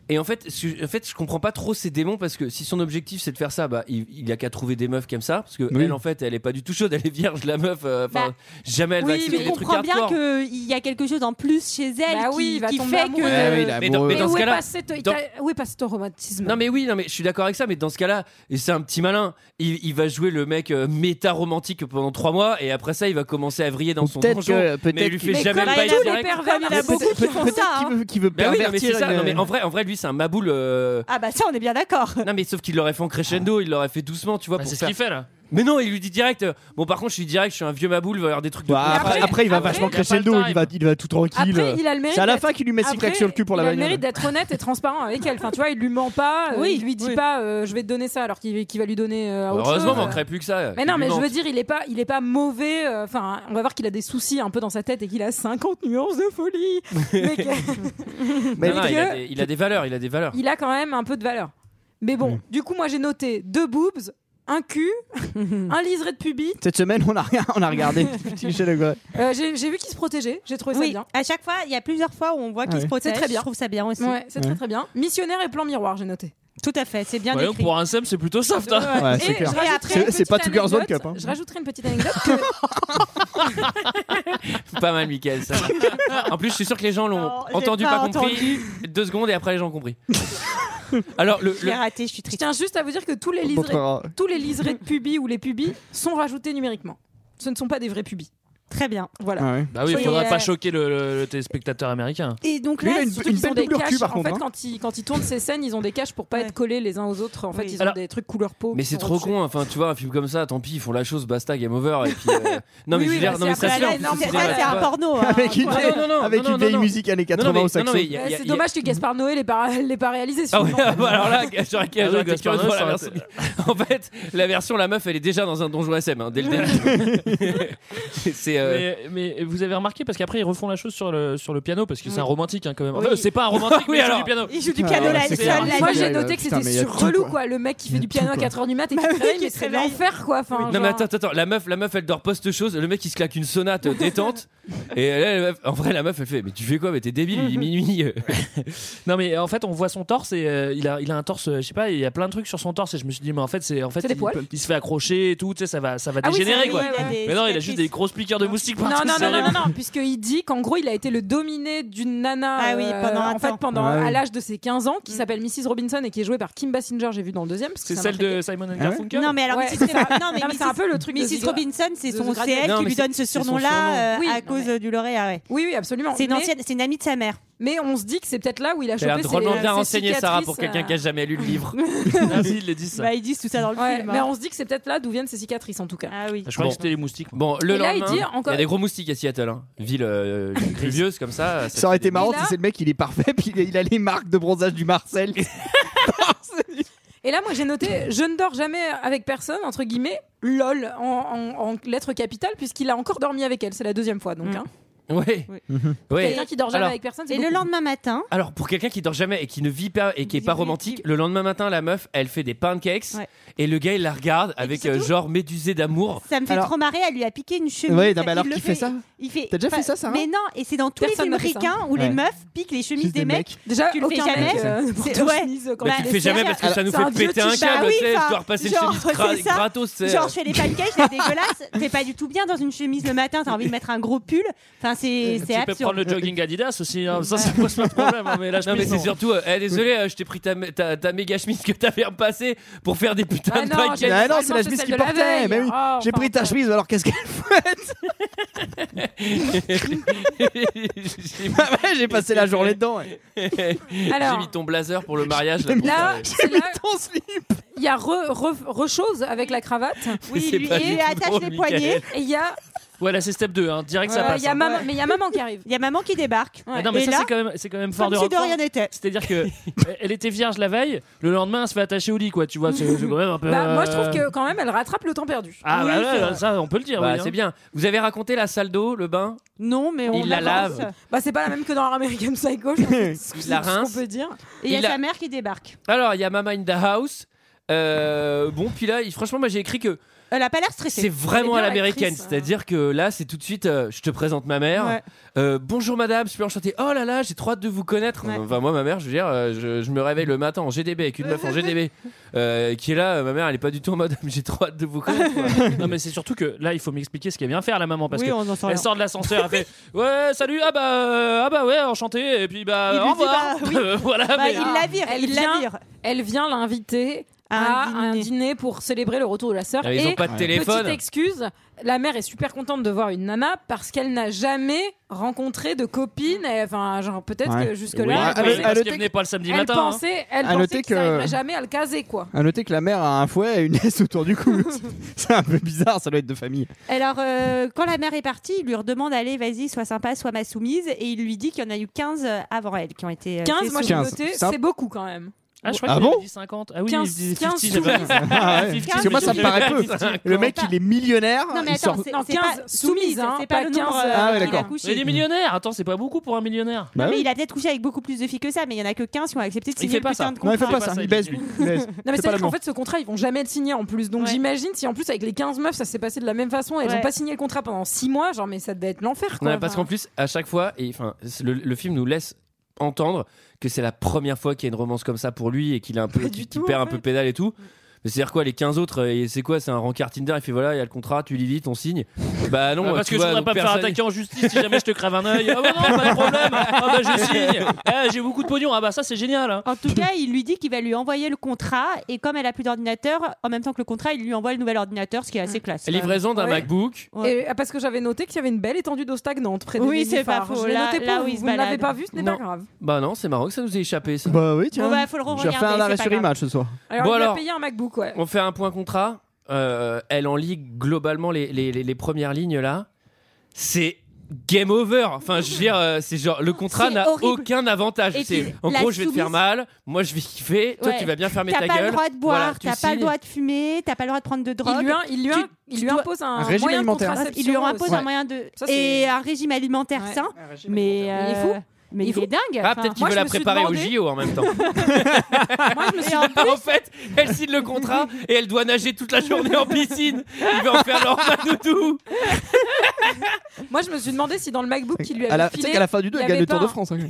S3: Et en fait, ce que- en fait, je comprends pas trop ses démons parce que si son objectif c'est de faire ça, bah il, il a qu'à trouver des meufs comme ça parce que
S1: Oui.
S3: elle en fait, elle est pas du tout chaude, elle est vierge la meuf. euh, Enfin,
S4: Bah,
S3: jamais elle va
S4: Oui,
S3: accepter
S4: mais
S3: des
S4: on
S3: trucs
S4: comprend bien
S3: hardcore.
S4: qu'il y a quelque chose en plus chez elle
S9: Bah
S4: qui,
S9: oui, il va
S4: qui
S9: tomber
S4: fait
S9: amoureux.
S4: que.
S9: Ouais, oui,
S1: il est
S3: Mais dans-
S1: amoureux.
S3: mais dans
S9: où
S3: ce
S9: est
S3: cas-là,
S9: passé ton-
S3: dans-
S9: Où est passé ton romantisme
S3: Non mais oui, non mais je suis d'accord avec ça, mais dans ce cas-là, et c'est un petit malin, il, il va jouer le mec euh, méta romantique pendant trois mois et après ça il va commencer à vriller dans son
S1: Peut-être
S3: donjon.
S1: que- peut-être
S3: mais il lui fait
S1: qu'il-
S4: Mais
S3: jamais
S4: comme
S3: le bail
S4: il y a tous les
S3: direct.
S4: pervers, il y en a beaucoup qui font
S1: Peut-être
S4: ça.
S1: qu'il
S4: hein.
S1: veut, qu'il veut
S3: Bah oui, non, mais c'est
S1: pervertir
S3: ça.
S1: une-
S3: Non mais en vrai, en vrai lui c'est un maboule. euh,
S4: Ah bah ça, on est bien d'accord.
S3: Non mais sauf qu'il l'aurait fait en crescendo, il l'aurait fait doucement, tu vois.
S8: Bah,
S3: pour
S8: c'est ce
S3: faire-
S8: qu'il fait là.
S3: Mais non, il lui dit direct. euh, Bon par contre, je suis direct, je suis un vieux maboule, il va y avoir des trucs. De
S1: Bah, après,
S9: après-
S1: après, il va
S9: après,
S1: vachement
S8: il a pas le
S1: crescendo, il
S8: time.
S1: va, il va tout tranquille.
S9: Après, il a le mérite.
S1: euh, C'est à la
S9: d'être-
S1: fin qu'il lui met six
S9: Après,
S1: claques sur le cul pour la
S9: il a le
S1: bagnole.
S9: mérite d'être honnête et transparent avec elle. Enfin, tu vois, il lui ment pas. euh,
S4: Oui,
S9: il lui dit
S4: oui.
S9: pas, euh, je vais te donner ça, alors qu'il qu'il va lui donner. euh, autre
S3: Heureusement,
S9: chose.
S3: manquerait plus que ça.
S9: Mais
S3: Il
S9: non,
S3: lui
S9: mais je
S3: manque.
S9: veux dire, il est pas, il est pas mauvais. euh, Enfin, on va voir qu'il a des soucis un peu dans sa tête et qu'il a 50 nuances de
S1: [laughs]
S9: folie. mais que-
S1: Mais
S3: Non, non, il, a
S9: que- [laughs]
S3: des, il a des valeurs, il a des valeurs.
S9: il a quand même un peu de valeur. Mais bon, du coup, moi j'ai noté deux boobs, un
S1: [laughs]
S9: cul, un liseré de pubis.
S1: Cette semaine, on a, rien- on a regardé Petit Michel Legrand.
S9: Euh, j'ai j'ai vu qu'il se protégeait. J'ai trouvé ça
S4: Oui,
S9: bien.
S4: à chaque fois, il y a plusieurs fois où on voit qu'il
S1: Ouais.
S4: se protège.
S9: C'est très bien.
S4: Je trouve ça bien aussi.
S9: Ouais, c'est très
S1: Ah Ouais.
S9: très bien. Missionnaire et plan miroir, j'ai noté.
S4: Tout à fait, c'est bien
S8: Voyons,
S4: décrit.
S8: pour un sem c'est plutôt soft. hein.
S1: Ouais, c'est
S9: Et
S1: clair.
S9: je rajouterai
S1: C'est-
S9: une
S1: c'est
S9: petite
S1: pas Two Girls, One
S9: anecdote-
S1: Cup, hein.
S9: Je rajouterai une petite anecdote que
S3: Pas mal, Michael. Ça.
S9: [laughs]
S3: en plus, je suis sûr que les gens l'ont
S4: Non, j'ai
S3: entendu,
S4: pas
S3: pas, compris. Deux secondes et après, les gens
S9: [laughs]
S3: ont compris. Alors, le,
S4: Je
S3: le-
S4: l'ai raté, je suis
S9: je
S4: triste.
S9: tiens juste à vous dire que tous les
S1: On
S9: liserés,
S1: montrera.
S9: tous les liserés de pubis ou les pubis sont rajoutés numériquement. Ce ne sont pas des vrais pubis.
S4: Très bien.
S9: Voilà.
S1: Ah ouais.
S8: Bah oui,
S9: Oui,
S8: faudrait
S9: euh,
S8: pas choquer le, le- le téléspectateur américain.
S4: Et donc
S1: Lui,
S4: là,
S1: il a une,
S9: Surtout
S1: une
S9: qu'ils ont
S1: belle
S9: des
S1: doublure
S9: caches.
S1: cul par
S9: en
S1: contre.
S9: fait,
S1: hein.
S9: quand ils, quand ils tournent ces scènes, ils ont des caches pour pas
S4: Ouais.
S9: être collés les uns aux autres. En fait,
S4: Oui.
S9: ils ont
S8: Alors-
S9: des trucs couleur peau.
S3: mais
S9: qui
S3: c'est
S9: sont
S3: trop
S9: rajoutés.
S3: con. Enfin, tu vois, un film comme ça, tant pis, ils font la chose, basta, game over. Et puis, euh, Non, mais
S9: Oui,
S3: je veux
S9: oui,
S3: dire,
S9: bah,
S3: non, mais
S9: c'est après
S3: ça, c'est
S9: la
S3: là, en
S9: norme,
S3: plus, c'est
S9: c'est
S3: direct,
S4: ça, c'est
S3: tu
S4: un
S3: vois.
S4: porno. hein.
S1: Avec une,
S3: non, non, non,
S1: avec
S3: non,
S1: une
S3: non,
S1: vieille
S3: non.
S1: musique années
S3: Non, non,
S1: 80
S3: mais-
S1: au
S3: non,
S1: saxo.
S3: non, mais il y a- il y
S9: Ouais,
S3: a-
S9: C'est dommage que Gasparno l'ait pas, l'ait pas réalisé.
S3: Ah ouais, [laughs]
S9: sûrement.
S3: bah alors là, j'aurais
S8: Ah
S3: j'aurais
S8: oui,
S3: été
S8: Gaspard
S3: curieux de voir la
S8: Noé, ça
S9: [laughs]
S8: aurait
S3: [laughs] version. En fait, la version, la meuf, elle est déjà dans un donjon SM hein, dès le début. c'est
S10: euh,
S8: Mais, mais vous avez remarqué parce qu'après ils refont la chose sur le sur le piano parce que c'est un romantique hein, quand même.
S9: Oui.
S8: Enfin, c'est pas un romantique,
S9: [laughs] Oui,
S8: mais il joue
S9: alors.
S8: du piano.
S4: Il joue du
S1: Ah,
S4: piano
S1: ouais,
S4: la
S1: c'est
S4: seule
S1: clair.
S4: la
S9: Moi,
S1: il y
S9: j'ai
S1: a-
S9: noté que
S1: putain,
S9: c'était
S1: mais il y a
S9: sur
S1: tout,
S9: relou,
S1: quoi.
S9: quoi. Le mec qui
S1: Il y
S9: fait
S1: a
S9: du
S1: tout,
S9: piano à
S1: quoi.
S9: 4h du mat et qui
S4: Bah
S9: se
S4: oui,
S9: réveille,
S4: qui
S9: mais
S4: se
S9: c'est
S4: réveille.
S9: l'enfer, quoi. Enfin,
S3: Non mais
S9: genre-
S3: attends, attends, attends, la meuf, la meuf, elle dort poste chose, le mec il se claque une sonate euh,
S9: [laughs]
S3: détente, et là, la meuf- en vrai la meuf elle fait, mais tu fais quoi, mais t'es débile,
S9: Mhm.
S3: il est minuit. euh.
S9: [laughs]
S8: Non mais en fait on voit son torse et euh, il a il a un torse, euh, je sais pas, il y a plein de trucs sur son torse et je me suis dit mais en fait c'est en fait
S9: C'est des
S8: il,
S9: poils.
S8: il se fait accrocher et tout, tu sais ça va ça va
S9: Ah oui,
S8: dégénérer
S9: c'est-
S8: quoi.
S9: oui, il a des
S8: mais non il a juste des grosses piqûres de moustiques
S9: Non,
S8: partout.
S9: non,
S8: c'est
S9: non, non,
S8: horrible.
S9: non, non, puisqu'il dit qu'en gros, il a été le dominé d'une nana.
S4: Ah oui, pendant un
S9: en fait,
S4: temps.
S9: pendant
S1: Ouais.
S9: à l'âge de ses 15 ans, qui s'appelle Mrs. Robinson et qui est jouée par Kim Basinger, j'ai vu dans le deuxième. parce que
S8: C'est
S9: ça
S8: celle
S9: m'a choqué.
S8: de Simon and
S1: Ah ouais
S8: Garfunkel.
S2: Non, mais alors,
S9: Ouais,
S2: Mrs.
S9: c'est ça.
S2: Non, mais
S9: Non, mais c'est un peu le truc. de
S2: Mrs.
S9: Ziga.
S2: Robinson, c'est
S9: de
S2: son
S9: The Gradient.
S2: CL
S3: Non,
S2: qui
S3: mais
S2: lui
S3: c'est-
S2: donne ce
S3: c'est son
S2: surnom-là euh,
S9: surnom.
S2: à
S9: Oui,
S2: cause
S9: non, mais-
S2: euh, du lauréat. ouais.
S9: Oui, oui, absolument.
S2: C'est une
S9: Mais-
S2: ancienne, c'est une amie de sa mère.
S9: Mais on se dit que Ah, c'est peut-être là où il a
S3: T'as
S9: chopé
S3: l'air
S9: ses
S3: drôlement
S9: ses
S3: bien renseigné Sarah pour
S9: cicatrices,
S3: quelqu'un qui a
S9: euh,
S3: jamais lu
S9: [laughs]
S3: le livre.
S8: Merci, ils le disent ça.
S2: Bah, ils disent tout ça dans le
S9: Ouais,
S2: film.
S9: mais
S2: hein.
S9: on se dit que c'est peut-être là d'où viennent ses cicatrices en tout cas.
S2: Ah oui.
S8: Je crois
S3: Bon.
S8: que c'était les moustiques. moi.
S3: Bon, le
S9: Et là, il
S3: lendemain,
S9: dit encore-
S3: y a des gros moustiques à Seattle, hein.
S9: [laughs]
S3: ville euh, pluvieuse comme ça.
S1: Ça aurait
S3: fait
S1: été
S3: des-
S1: marrant
S9: là-
S1: si c'est le mec, il est parfait, puis il a- il a les marques de bronzage du
S3: [laughs]
S1: Marcel.
S9: Et là, moi j'ai noté je ne dors jamais avec personne, entre guillemets, lol, en, en- en lettres capitales, puisqu'il a encore dormi avec elle. C'est la deuxième fois donc.
S2: Mm.
S9: hein.
S3: Ouais. Mhm.
S2: Oui.
S3: ouais.
S9: Quelqu'un qui dort jamais
S3: Alors-
S9: avec personne, c'est
S2: Et le
S9: beaucoup.
S2: lendemain matin,
S3: Alors pour quelqu'un qui dort jamais et qui ne vit pas et qui est pas romantique, le lendemain matin la meuf elle fait des pancakes
S2: Ouais.
S3: et le gars il la regarde avec euh,
S2: surtout-
S3: genre médusé d'amour.
S2: ça me fait
S1: Alors-
S2: trop marrer. Elle lui a piqué une chemise.
S1: Ouais, non, mais
S2: Il
S1: alors
S2: le
S1: qui fait ça
S2: Il fait.
S1: T'as déjà
S2: enfin,
S1: fait ça, Sarah
S2: Mais non, et c'est dans tous
S9: Personne
S2: les
S9: n'a fait
S2: films
S9: ça.
S2: ricains où les
S1: Ouais.
S2: meufs piquent les chemises
S1: Juste
S2: des,
S1: des
S2: mecs.
S9: Déjà,
S2: Tu le fais
S9: aucun
S2: jamais,
S9: mec, euh,
S2: c'est-
S9: porte
S2: ouais.
S9: chemise quand
S2: Bah,
S3: Bah, tu
S9: il
S3: le
S9: est
S3: fais
S9: fier.
S3: jamais parce que ça nous
S9: c'est un
S3: fait
S9: dieu
S3: péter
S9: de
S3: un
S9: chat.
S3: câble,
S2: Bah oui,
S3: tu sais, je
S2: enfin,
S3: dois repasser
S2: genre,
S3: une chemise gra-
S2: c'est ça.
S3: gratos.
S8: euh,
S3: tu sais.
S2: Genre, je fais des pancakes,
S8: [laughs]
S2: c'est dégueulasse. T'es pas du tout bien dans une chemise le matin. T'as envie de mettre un gros pull. Enfin, c'est
S8: Euh,
S2: c'est
S8: Tu peux prendre
S2: absurde.
S8: le jogging Adidas aussi, hein, ça ça pose pas de problème. hein, Mais là, je
S3: Non mais
S8: pisse,
S3: c'est
S8: non.
S3: surtout, euh, Eh, désolé, euh, je t'ai pris ta, ta, ta méga chemise que t'avais repassée pour faire des putains
S9: Ah
S3: de
S9: non,
S3: pancakes.
S9: j'ai-
S1: Ah non,
S9: elle
S1: c'est la
S9: mangeait
S1: chemise
S9: celle
S1: qu'il
S9: de la
S1: portait.
S9: veille.
S8: ben
S1: Mais oui,
S8: [laughs]
S9: Oh,
S1: j'ai
S9: enfin,
S1: pris ta
S9: enfin.
S1: chemise, alors qu'est-ce qu'elle fait
S3: J'ai mis-
S1: Bah ouais, J'ai passé la journée dedans. ouais.
S9: Alors-
S3: j'ai mis ton blazer pour le mariage. Là, pour
S9: Là,
S3: faire-
S9: c'est là,
S1: Ton slip.
S9: il y a re, re- re-chose avec la cravate.
S2: Oui,
S3: c'est
S2: lui,
S3: pas
S2: il
S3: du
S2: lui
S3: tout
S2: attache
S3: drôle,
S2: les poignets.
S3: Michael.
S9: Et il y a,
S8: Ouais, là, c'est step 2, hein, direct ça
S9: euh,
S8: passe.
S9: il y a
S8: hein.
S9: maman, mais il y a maman qui arrive.
S2: Il [laughs] y a maman qui débarque.
S8: Ah non, mais
S2: Et
S8: ça,
S2: là,
S8: c'est quand même, c'est quand même fort
S2: Comme
S8: de
S2: si de
S8: reprendre.
S2: rien n'était.
S8: C'est-à-dire
S9: [laughs]
S8: que elle était vierge la veille, le lendemain elle se fait attacher au lit, quoi. Tu vois, c'est c'est quand même un peu.
S9: Bah, moi, je
S8: euh,
S9: trouve que quand même, elle rattrape le temps perdu.
S8: Ah,
S9: Oui,
S8: bah,
S9: c'est
S8: ouais,
S9: vrai.
S8: ça, on peut le dire.
S3: Bah,
S8: oui, hein.
S3: c'est bien. Vous avez raconté la salle d'eau, le bain,
S2: Non, mais on
S3: Il la
S2: avance.
S3: lave.
S9: Bah, c'est pas la même que dans American Psycho.
S8: [laughs]
S9: je pense que c'est
S3: il la
S9: tout ce qu'on
S3: rince.
S9: peut dire.
S2: Et il y a
S3: Il a-
S2: sa mère qui débarque.
S3: Alors, il y a Mama in the House. Euh, bon, puis là, il- franchement, moi j'ai écrit que
S2: Elle a pas l'air stressée.
S3: c'est vraiment
S9: bien
S3: à l'américaine.
S9: l'actrice, hein.
S3: C'est-à-dire que là, c'est tout de suite, euh, je te présente ma mère.
S2: Ouais.
S3: Euh, bonjour madame, super enchantée. Oh là là, j'ai trop hâte de vous connaître.
S2: Ouais.
S3: Enfin, moi, ma mère, je veux dire, euh, je, je me réveille le matin en GDB avec une meuf en GDB euh, qui est là. euh, ma mère, elle est pas du tout en mode, [laughs] j'ai trop hâte de vous connaître. quoi.
S8: Non, mais c'est surtout que là, il faut m'expliquer ce qu'elle vient faire, la maman, parce
S2: oui,
S8: que.
S2: on en sent
S8: Elle
S2: rien.
S8: sort de l'ascenseur,
S2: [laughs]
S8: elle fait Ouais, salut, ah bah, euh, ah bah ouais, enchanté, et puis bah,
S2: Il lui
S8: au
S2: dit,
S8: revoir.
S2: bah, oui.
S8: [laughs] Euh, [laughs] voilà,
S2: Bah,
S8: mais-
S2: il la vire,
S9: Elle
S2: il la
S9: vient
S2: vire.
S9: Elle vient l'inviter à,
S2: À un
S9: un,
S2: dîner.
S9: dîner pour célébrer le retour de la sœur.
S3: Ah, Ils
S9: Et
S3: ont pas de
S1: Ouais.
S3: téléphone.
S9: Petite excuse, la mère est super contente de voir une nana parce qu'elle n'a jamais rencontré de copine. Et, Enfin, genre peut-être
S1: Ouais.
S9: que
S8: Oui,
S9: jusque-là,
S1: Ah,
S8: mais
S1: elle-
S8: c'est
S1: elle
S8: parce
S1: le
S8: qu'elle
S1: tic-
S8: venait pas le samedi
S9: elle,
S8: matin. hein.
S9: pensait, elle
S1: À
S9: pensait
S1: noter
S9: qu'ils
S1: que-
S9: n'arriveraient jamais à le caser, quoi.
S1: À noter que la mère a un fouet et une laisse autour du cou. [laughs] c'est un peu bizarre, ça doit être de famille.
S2: Alors, euh, quand la mère est partie, il lui redemande Allez, vas-y, sois sympa, sois ma soumise. Et il lui dit qu'il y en a eu 15 avant elle qui ont été. euh,
S9: 15, moi j'ai
S1: 15,
S9: noté,
S1: ça-
S9: c'est beaucoup quand même.
S8: Ah, je crois
S1: Ah
S8: qu'il
S1: bon
S8: avait dit 50. Ah oui,
S9: 15,
S8: il disait
S9: 15
S8: 50, j'avais dit.
S1: Ah ouais.
S8: 50,
S1: Parce que moi, ça me paraît peu. Le mec, il est millionnaire.
S2: Non, mais
S1: il
S2: attends,
S1: sort-
S2: c'est
S9: Non,
S2: c'est pas
S9: 15
S2: soumise,
S9: soumise, hein,
S2: c'est pas,
S9: pas
S2: le nombre
S9: 15,
S2: euh,
S1: Ah ouais,
S2: qu'il a
S1: d'accord.
S8: Mais
S2: couché.
S8: il est millionnaire. Attends, c'est pas beaucoup pour un millionnaire.
S1: Bah
S2: Mais
S1: oui.
S2: il a peut-être couché avec beaucoup plus de filles que ça, mais il y en a que 15 qui ont accepté de
S8: Il
S2: signer
S8: fait
S2: le
S8: pas
S2: putain
S8: ça.
S2: de
S1: Non,
S2: contrat.
S1: il fait pas ça, il baisse lui. Il
S9: Non, mais
S1: baisse. C'est
S9: c'est
S1: pas
S9: qu'en
S1: l'amour.
S9: fait, ce contrat, ils vont jamais le signer en plus. Donc
S2: Ouais.
S9: j'imagine si en plus, avec les 15 meufs, ça s'est passé de la même façon et elles
S2: Ouais.
S9: ont pas signé le contrat pendant 6 mois, genre, mais ça devait être l'enfer,
S3: Non,
S9: quoi.
S3: mais parce
S9: Enfin,
S3: qu'en plus, à chaque fois, et, enfin, c'est- le, le film nous laisse entendre que c'est la première fois qu'il y a une romance comme ça pour lui et qu'il a un peu,
S9: Pas
S3: qu'il-
S9: du
S3: qu'il
S9: tout,
S3: perd
S9: en
S3: un peu
S9: fait.
S3: pédale et tout. Mais c'est-à-dire quoi, les 15 autres, euh, et c'est quoi, c'est un rencard Tinder, il fait voilà, il y a le contrat, tu lis vite, on signe. Bah non,
S8: Ah, parce
S3: tu
S8: que je
S3: vois,
S8: voudrais
S3: donc
S8: pas me faire
S3: personne-
S8: attaquer en justice si jamais je te crève un œil. Ah bah non, pas de problème. Ah bah je signe. Ah, j'ai beaucoup de pognon. Ah bah ça c'est génial. hein.
S2: En tout cas, il lui dit qu'il va lui envoyer le contrat. Et comme elle a plus d'ordinateur, en même temps que le contrat, il lui envoie le nouvel ordinateur, ce qui est assez classe.
S3: Livraison d'un
S9: Mmh. Ouais.
S3: MacBook.
S9: Et, ah, parce que j'avais noté qu'il y avait une belle étendue d'eau stagnante près de
S2: Oui, c'est pas faux.
S9: Je l'ai
S2: Là-
S9: noté pour
S2: là où
S9: vous.
S2: il se
S9: Vous ne l'avez
S2: balade.
S9: pas vu, ce n'est pas
S3: Non.
S9: grave.
S3: Bah non, c'est marrant que ça nous ait échappé ça.
S1: Bah oui,
S2: Bon,
S1: tiens.
S2: bah, faut le
S1: J'ai
S2: re-regarder.
S1: refait un arrêt
S2: c'est pas
S1: sur
S2: grave.
S1: image ce soir.
S9: Alors,
S3: Bon,
S9: il
S3: alors-
S9: a payé un MacBook,
S1: [laughs]
S9: ouais.
S3: On fait un point contrat. Euh, elle en lit globalement les, les- les- les premières lignes là. C'est game over. Enfin, je veux dire, euh, c'est genre le contrat
S2: C'est
S3: n'a
S2: horrible.
S3: aucun avantage.
S2: Et
S3: C'est,
S2: puis,
S3: en
S2: la
S3: gros, je vais te faire
S2: soumise-
S3: mal, moi je vais kiffer, toi
S2: Ouais.
S3: tu vas bien fermer ta
S2: T'as pas
S3: gueule.
S2: le droit de
S3: Voilà,
S2: boire,
S3: tu
S2: t'as pas
S3: signes.
S2: le droit de fumer, t'as pas le droit de prendre de drogue.
S9: Il lui, il lui, il lui
S2: dois-
S9: impose un,
S1: Un régime
S9: moyen de
S1: alimentaire.
S9: contraception
S2: il lui impose
S9: aussi.
S2: un moyen de
S9: Ça, c'est-
S2: et un régime alimentaire
S9: Ouais.
S2: sain. Mais
S9: alimentaire. Il est
S2: euh,
S9: fou.
S2: Mais
S9: Il est
S2: il est
S9: fou.
S2: dingue.
S3: Ah,
S2: enfin.
S3: peut-être qu'il
S9: moi,
S3: veut
S9: je
S3: la
S9: me suis
S3: préparer au
S9: demandé-
S3: JO
S2: [laughs]
S3: en même temps.
S9: Moi, je me suis
S2: Et en plus-
S3: en fait, elle signe le contrat et elle doit nager toute la journée en piscine. Il va
S2: [laughs]
S3: en faire l'orphan de tout.
S9: Moi, je me suis demandé si dans le MacBook qui lui
S1: à la,
S9: avait
S1: tu sais
S9: filé.
S1: qu'à la fin du 2,
S9: il y
S1: elle gagne
S9: avait
S1: le Tour
S9: pas
S1: de
S9: un-
S1: France. hein.
S8: [laughs]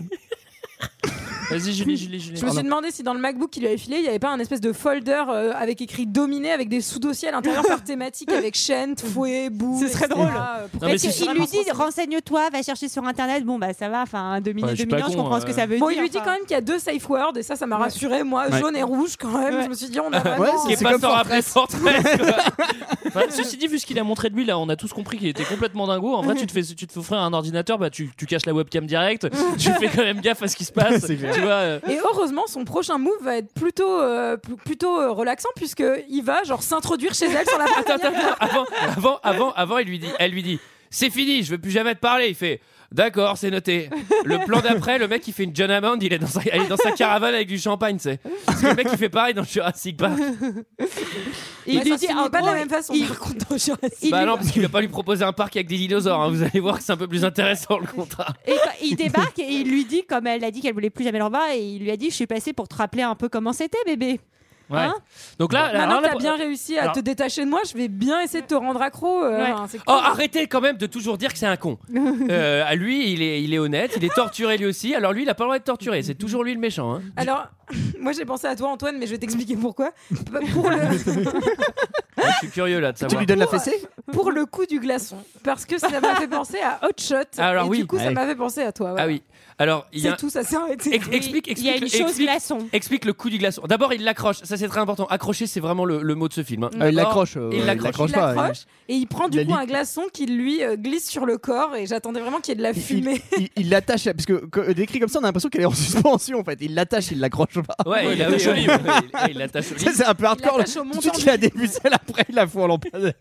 S8: Vas-y, Julie, Julie, Julie.
S9: Je me suis demandé si dans le MacBook qui lui avait filé, il n'y avait pas un espèce de folder euh, avec écrit dominé avec des sous-dossiers à l'intérieur
S8: [laughs]
S9: par thématique avec chaîne, fouet, boue.
S2: Ce serait
S9: etc.,
S2: drôle.
S9: euh, pour-
S8: Non, mais
S2: Parce
S8: c'est-
S2: qu'il lui dit renseigne-toi, va chercher sur internet. Bon bah ça va, enfin deux minutes,
S8: je suis
S2: deux
S8: pas
S2: minutes, je
S8: con,
S2: comprends
S8: euh.
S2: ce que ça veut
S9: Bon,
S2: dire.
S9: il lui dit
S2: enfin.
S9: quand même qu'il y a deux safe words et ça, ça m'a rassuré. Moi,
S1: Ouais.
S9: jaune et rouge quand même.
S2: Ouais.
S9: Je me suis dit, on a vraiment.
S1: Ouais,
S3: Qui est
S1: C'est
S3: pas
S1: comme
S3: sort après
S1: [laughs]
S3: Fortress. quoi.
S8: Enfin, ceci dit, vu ce qu'il a montré de lui, là, on a tous compris qu'il était complètement dingo. En vrai, tu te fais, tu te fais offrir un ordinateur, bah, tu, tu caches la webcam
S9: [laughs]
S8: direct, tu fais quand même gaffe à ce qui se passe.
S1: [laughs] C'est clair.
S8: Tu vois, euh,
S9: Et oh heureusement, son prochain move va être plutôt, euh, pl- plutôt euh, relaxant puisque il va genre s'introduire chez elle sur la
S8: [laughs]
S3: Attends, attends, attends. Avant, avant, avant, avant, il lui dit, elle lui dit, c'est fini, je veux plus jamais te parler. Il fait, d'accord, c'est noté. Le plan d'après, le mec il fait une John Hammond, il est dans sa, il est dans sa caravane avec du champagne, tu sais. Parce que le mec il fait pareil dans
S9: [laughs]
S3: Jurassic Park.
S2: Il
S9: Ouais,
S2: lui
S9: Bah, ça
S2: dit
S9: se finit
S2: en
S9: pas de
S2: gros,
S9: la même façon.
S2: il- [laughs]
S9: par contre, dans Jurassic.
S2: il
S3: bah
S2: lui-
S3: non, parce qu'il va pas lui proposer un parc avec des dinosaures. hein. Vous allez voir que c'est un peu plus intéressant le contrat.
S2: Et quand il débarque et il lui dit, comme elle a dit qu'elle voulait plus jamais le revoir, et il lui a dit Je suis passé pour te rappeler un peu comment c'était, bébé.
S8: ouais.
S2: Hein
S8: Donc là, alors
S9: Maintenant que
S8: là,
S9: t'as bien réussi à
S8: alors-
S9: te détacher de moi, je vais bien essayer de te rendre accro. euh,
S2: Ouais.
S9: hein, c'est
S3: Oh,
S9: cool.
S3: arrêtez quand même de toujours dire que c'est un con.
S9: [laughs]
S3: Euh, à lui, il est, il est honnête, il est torturé lui aussi. Alors lui, il a pas le droit d'être torturé. C'est toujours lui le méchant. hein.
S9: Alors, [laughs] moi j'ai pensé à toi Antoine, mais je vais t'expliquer pourquoi. Pour
S3: [laughs]
S9: le,
S3: Moi, je suis curieux là de
S1: Tu
S3: savoir.
S1: lui donnes la fessée
S9: pour le coup du glaçon. Parce que ça m'a fait penser à Hot Shot.
S3: Ah, Alors
S9: et
S3: oui.
S9: du coup, ça
S1: Ouais.
S9: m'a fait penser à toi. voilà.
S3: Ah oui. Alors il y a.
S9: C'est tout, ça s'est arrêté.
S3: Ex- Explique,
S2: Il y a une
S3: explique,
S2: chose
S3: explique,
S2: glaçon.
S3: Explique le coup du glaçon. D'abord, il l'accroche. Ça, c'est très important. Accrocher, c'est vraiment le, le mot de ce film. hein.
S1: Ah, Il
S3: D'abord,
S1: l'accroche. euh,
S3: il
S1: Il
S3: l'accroche.
S1: l'accroche
S9: il
S1: pas.
S9: l'accroche et il prend du
S1: Il
S9: coup
S1: a
S9: un glaçon qui lui euh, glisse sur le corps et j'attendais vraiment qu'il y ait de la
S1: Il-
S9: fumée.
S1: il- Il l'attache, parce que que- décrit comme ça, on a l'impression qu'elle est en [laughs] suspension en fait. Il l'attache, il l'accroche pas.
S3: Ouais, il a
S1: l'attache au
S3: joli.
S1: lit.
S3: Il- Il l'attache au lit.
S1: [laughs] Ça, C'est un peu hardcore. là.
S9: l'attache au
S1: Tout de
S9: montant
S1: suite,
S9: du
S1: il a
S9: lit.
S1: des ficelles, après, il la fout en [laughs] lampadaire.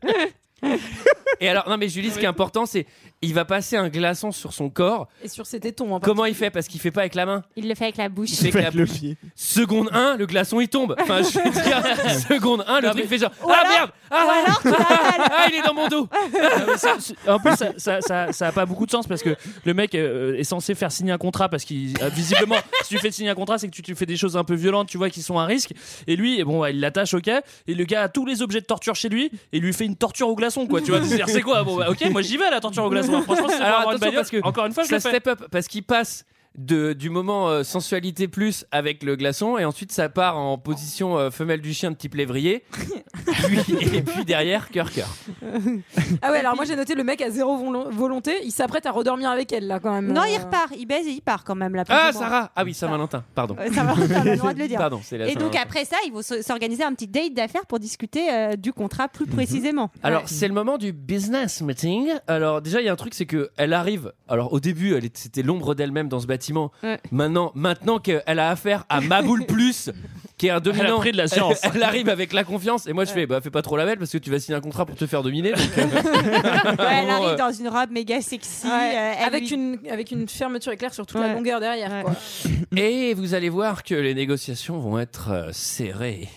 S3: Et alors, non, mais Julie, ce qui est important, c'est il va passer un glaçon sur son corps.
S9: Et sur ses tétons en
S3: Comment il fait Parce qu'il fait pas avec la main.
S2: Il le fait avec la bouche.
S3: Il fait avec la
S1: Faites le
S3: bouche.
S1: pied.
S3: Seconde 1, le glaçon il tombe. Enfin, je veux dire,
S1: [laughs]
S3: seconde 1, le truc fait genre Ah
S2: alors-
S3: merde
S2: Ou
S3: ah,
S2: alors tu l'appelles.
S3: ah, il est dans
S2: [laughs]
S3: mon dos
S8: Ah, mais ça- ça- en plus, ça, ça, ça- ça a pas beaucoup de sens parce que le mec euh, est censé faire signer un contrat parce qu'il ah, visiblement, [laughs] si tu fais signer un contrat, c'est que tu, tu fais des choses un peu violentes, tu vois, qui sont à risque. Et lui, bon, ouais, il l'attache, ok. Et le gars a tous les objets de torture chez lui et lui fait une torture au glaçon, quoi. Tu vois, c'est-à-dire, c'est quoi Bon, bah, ok, moi j'y vais à la torture au glaçon. hein. Franchement, si c'est pour
S3: Alors,
S8: avoir une
S3: attention,
S8: bagnole,
S3: parce que
S8: encore une fois, je
S3: Ça
S8: le fais.
S3: step up parce qu'il passe de, du moment euh, sensualité plus avec le glaçon et ensuite ça part en position euh, femelle du chien de
S2: [laughs]
S3: type lévrier Puis- et puis derrière cœur cœur.
S9: [laughs] Ah ouais, alors moi j'ai noté le mec à zéro vol- volonté, il s'apprête à redormir avec elle là quand même.
S2: Non,
S9: Euh,
S2: il repart, il baise et il part quand même là.
S3: Ah
S2: plus ou moins.
S3: Sarah Ah oui Saint-Valentin pardon.
S2: Ouais, Ça va, on a le droit de le dire.
S3: Pardon c'est la
S2: Et donc
S3: Saint-Valentin.
S2: après ça, ils vont se- s'organiser un petit date d'affaires pour discuter euh, du contrat plus précisément.
S3: Mhm. Alors c'est le moment du business meeting. Alors déjà il y a un truc c'est que elle arrive. Alors au début elle était- c'était l'ombre d'elle-même dans ce bâtiment.
S2: Ouais.
S3: Maintenant maintenant qu'elle a affaire à Maboul plus qui est un
S8: Elle a
S3: dominant.
S8: pris de la science.
S3: [laughs] Elle arrive avec la confiance et moi je fais bah fais pas trop la belle parce que tu vas signer un contrat pour te faire dominer. donc, euh,
S2: Ouais, elle
S3: Bon, euh,
S2: arrive dans une robe méga sexy,
S9: Ouais,
S2: euh, elle
S9: avec,
S2: lui-
S9: une, avec une fermeture éclair sur toute la
S2: Ouais.
S9: longueur derrière.
S2: Ouais.
S9: quoi.
S3: Et vous allez voir que les négociations vont être euh, serrées.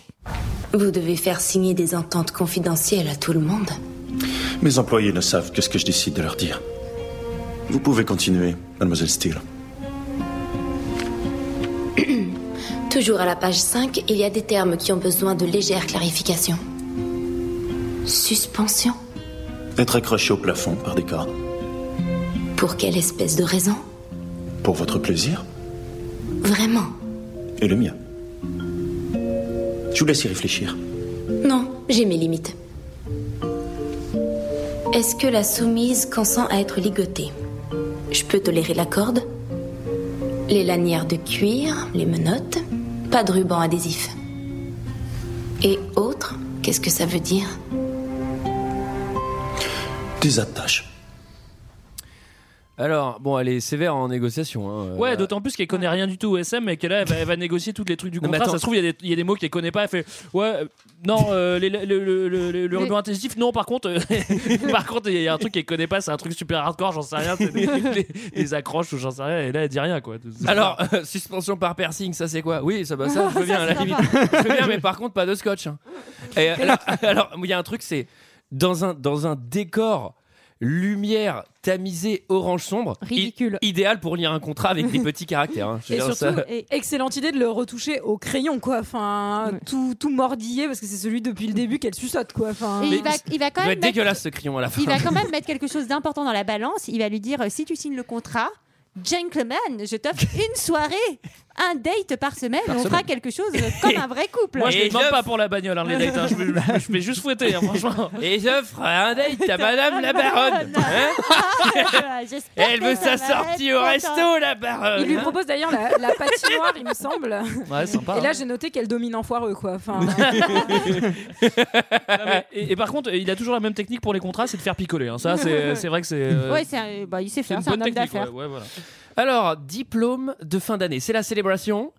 S6: Vous devez faire signer des ententes confidentielles à tout le monde. [clears throat]
S7: Mes employés ne savent que ce que je décide de leur dire. Vous pouvez continuer, mademoiselle Steele.
S6: Toujours à la page 5, il y a des termes qui ont besoin de légère clarification. Suspension
S7: Être accroché au plafond par des cordes.
S6: Pour quelle espèce de raison
S7: Pour votre plaisir
S6: Vraiment
S7: et le mien. Je vous laisse y réfléchir.
S6: Non, j'ai mes limites. Est-ce que la soumise consent à être ligotée Je peux tolérer la corde, les lanières de cuir, les menottes, pas de ruban adhésif. Et autre, qu'est-ce que ça veut dire
S7: Des attaches.
S3: Alors, bon, elle est sévère en négociation. hein, euh,
S8: Ouais, d'autant plus qu'elle connaît rien du tout au SM et qu'elle elle va, elle va négocier tous les trucs du
S3: Non, mais
S8: contrat.
S3: attends.
S8: Ça se trouve, il y, a des- il y a des mots qu'elle connaît pas. Elle fait Ouais, euh, non, euh, les- le, le, le- le- le règlement intensif, non, par contre, euh, [laughs] par contre, il y a un truc qu'elle connaît pas, c'est un truc super hardcore, j'en sais rien, c'est des, des- des accroches ou j'en sais rien. Et là, elle dit rien, quoi.
S3: [laughs] Alors, euh, suspension par piercing, ça c'est quoi Oui, ça, bah, ça,
S8: [laughs]
S3: je veux bien, à la limite. Je veux bien, mais par contre, pas de scotch. hein. Et, euh, alors- alors, il y a un truc, c'est dans un, dans un décor, lumière tamisée orange sombre, i-
S4: Ridicule.
S3: idéal pour lire un contrat avec des petits caractères. hein. Je veux
S9: Et
S3: dire,
S9: surtout,
S3: ça-
S9: et- excellente idée de le retoucher au crayon, quoi. Enfin,
S4: Ouais.
S9: tout, tout mordillé, parce que c'est celui depuis le début qu'elle suçote, quoi. Enfin,
S4: Et
S3: Mais
S4: il va, il
S3: [laughs]
S4: va quand
S3: Ça doit
S4: même
S3: être
S4: mettre-
S3: dégueulasse ce crayon à la fin.
S4: il va quand même mettre quelque chose d'important dans la balance. Il va lui dire euh, si tu signes le contrat, gentleman, je t'offre une soirée, un date par semaine. on fera quelque chose euh, comme un vrai couple.
S8: Moi, je
S3: Et
S8: ne demande
S3: neuf.
S8: pas pour la bagnole, hein, les dates. hein. Je, vais, je- je vais juste fouetter, hein, franchement.
S3: Et j'offre un date à madame [laughs] la baronne. hein.
S4: Ah,
S2: Ah,
S4: Voilà, j'espère
S3: [laughs] Elle
S4: que
S9: [laughs]
S3: veut
S4: ça
S3: sa
S4: va
S3: sortie
S4: être
S3: au
S4: content.
S3: resto, la baronne.
S9: il lui
S3: hein.
S9: propose d'ailleurs la, la patinoire, il me semble.
S3: [laughs]
S8: Ouais, sympa.
S9: Et là, j'ai noté qu'elle domine en foireux, quoi.
S8: [laughs]
S9: Enfin,
S8: hein. Non, mais- et, et par contre, il a toujours la même technique pour les contrats, c'est de faire picoler. hein.
S9: [laughs]
S8: Ça, c'est c'est vrai que c'est. euh,
S4: Ouais, c'est un- bah, il sait
S8: c'est
S4: faire,
S8: une
S4: c'est un
S8: bonne
S4: homme
S8: technique.
S4: d'affaires.
S8: ouais, ouais, voilà.
S3: Alors, diplôme de fin d'année, c'est la célébration.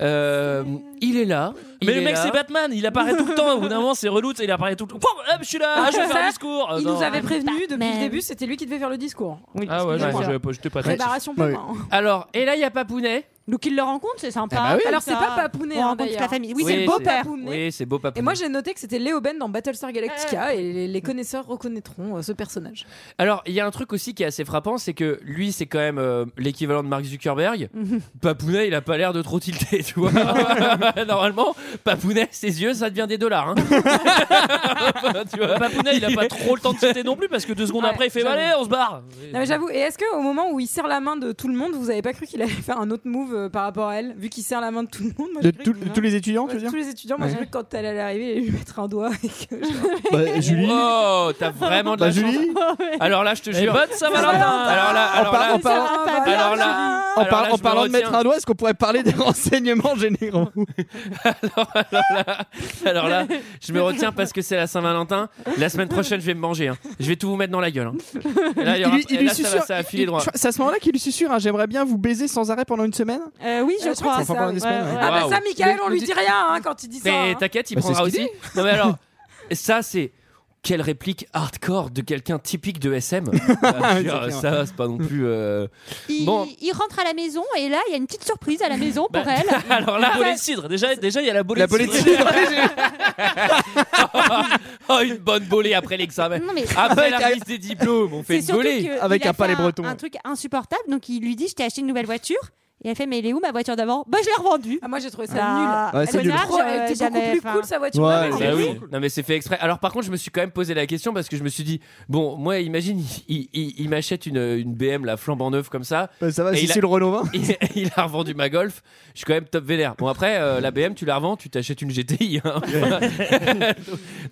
S3: Euh, il est là.
S8: Mais
S3: il
S8: le
S3: est
S8: mec,
S3: là.
S8: c'est Batman, il apparaît tout le temps. Au bout d'un moment, c'est relou, tu sais, il apparaît tout le temps. Poum, hop, je suis là, ah, je vais faire un discours. Ah,
S9: il
S8: non.
S9: nous avait prévenu depuis
S4: Batman.
S9: le début, c'était lui qui devait faire le discours.
S8: Ah ouais,
S9: Excusez-moi.
S8: je- j'avais pas- j'étais pas très.
S9: Préparation pour
S1: Bah oui.
S9: moi, hein.
S3: Alors, et là, il y a Papounet.
S4: Donc il le rencontre, c'est
S3: eh
S4: sympa.
S1: Ah bah oui.
S9: Alors, c'est pas Papounet,
S4: On
S9: hein,
S4: rencontre toute la
S9: d'ailleurs.
S4: famille. Oui, c'est le beau-père.
S9: Papounet.
S3: Oui, c'est beau Papounet.
S9: Et moi, j'ai noté que c'était Léo Ben dans Battlestar
S4: Ah.
S9: Galactica, et les, les connaisseurs reconnaîtront euh, ce personnage.
S3: Alors, il y a un truc aussi qui est assez frappant, c'est que lui, c'est quand même euh, l'équivalent de Mark Zuckerberg. Papounet, il a pas l'air de trop tilter, tu vois. Normalement, Papounet, ses yeux, ça devient des dollars. hein. tu vois,
S8: Papounet, il a pas trop le temps de citer non plus parce que deux secondes
S9: Ouais,
S8: après, il fait "Bah,
S9: j'avoue.
S8: Allez, on se barre.
S9: Non mais j'avoue, et est-ce qu'au moment où il serre la main de tout le monde, vous avez pas cru qu'il allait faire un autre move euh, par rapport à elle Vu qu'il serre la main de tout le monde, moi
S1: De
S9: j'ai cru
S1: tout-
S9: que-
S1: de tous les étudiants, tu
S9: Ouais,
S1: veux dire
S9: tous les étudiants, moi j'ai
S1: hein. Ouais.
S9: cru que quand elle allait arriver, elle allait lui mettre un doigt. Et
S1: [laughs]
S9: que...
S1: Bah, Julie
S3: Oh, t'as vraiment de la
S1: Bah,
S3: chance.
S1: Julie
S3: Alors là, je te
S8: Et
S3: jure.
S8: bonne Saint-Valentin
S3: Alors là, alors
S1: parle-
S3: là,
S1: on parle-
S9: Ah, bah,
S3: alors
S9: alors
S3: là-
S1: En,
S3: Alors
S1: par-
S3: là,
S1: en
S3: je me
S1: parlant de
S3: retiens.
S1: mettre un doigt, est-ce qu'on pourrait
S3: [laughs]
S1: parler des renseignements généraux
S3: [laughs]
S4: [laughs]
S3: Alors là, je me retiens parce que c'est la Saint-Valentin. La semaine prochaine, je vais me manger. hein. Je vais tout vous mettre dans la gueule. hein. Et Là, il y aura- et là, ça, va- ça va filer
S1: il-
S3: droit.
S1: je- C'est à ce moment-là qu'il lui susurre hein, J'aimerais bien vous baiser sans arrêt pendant une semaine.
S4: Euh, oui, je
S9: Euh, je crois
S4: crois.
S9: que c'est
S1: Enfin, pendant une semaine.
S4: ouais,
S1: ouais.
S4: ouais.
S9: Ah bah
S3: Waouh.
S9: ça, Michael, on
S1: Le-
S9: lui
S1: le-
S9: dit rien hein, quand il dit ça.
S3: Mais
S9: hein.
S3: t'inquiète, il
S1: Bah, c'est
S3: prendra
S1: ce qu'il
S3: aussi. Non
S4: [laughs]
S3: mais alors, ça c'est quelle réplique hardcore de quelqu'un typique de
S1: [laughs]
S3: SM. Ah, je veux dire,
S1: C'est
S3: ça, c'est pas non plus. euh,
S4: Il,
S3: Bon.
S4: il rentre à la maison et là, il y a une petite surprise à la maison
S8: Bah,
S4: pour elle.
S8: [laughs]
S3: Alors
S8: La
S3: là,
S8: bolée de cidre, déjà, déjà il y a la bolée
S1: La
S8: de cidre.
S1: politique
S3: [laughs] oh, une bonne bolée après l'examen.
S4: Non, mais euh,
S3: Après la remise des diplômes, on fait
S4: c'est
S3: une
S4: surtout
S3: bolée.
S4: que
S1: Avec
S4: il a
S1: un palais
S4: fait
S1: breton.
S4: Un truc insupportable, donc il lui dit Je t'ai acheté une nouvelle voiture. Et elle fait Mais elle est où ma voiture d'avant Bah, je l'ai revendue.
S9: Ah, moi j'ai trouvé ça
S4: Bah,
S1: Ouais,
S9: nul.
S1: c'est
S9: Elle
S1: nul.
S9: était trop- elle
S4: euh,
S9: était beaucoup
S4: jamais,
S9: plus
S4: enfin.
S9: cool sa voiture.
S1: Ouais,
S9: même, elle
S1: bah
S9: était
S3: Bah oui.
S9: nulle.
S3: Non mais c'est fait exprès. Alors par contre, je me suis quand même posé la question parce que je me suis dit bon, moi imagine il, il- il m'achète une, une BM la flambant neuve comme ça,
S1: Bah, Ça va,
S3: Et
S1: si
S3: il a-
S1: c'est le Renault 20.
S3: [laughs] il, il a revendu ma Golf, je suis quand même top vénère. Bon après euh, la BM tu la revends, tu t'achètes une GTI.
S1: [laughs]
S3: hein. [laughs]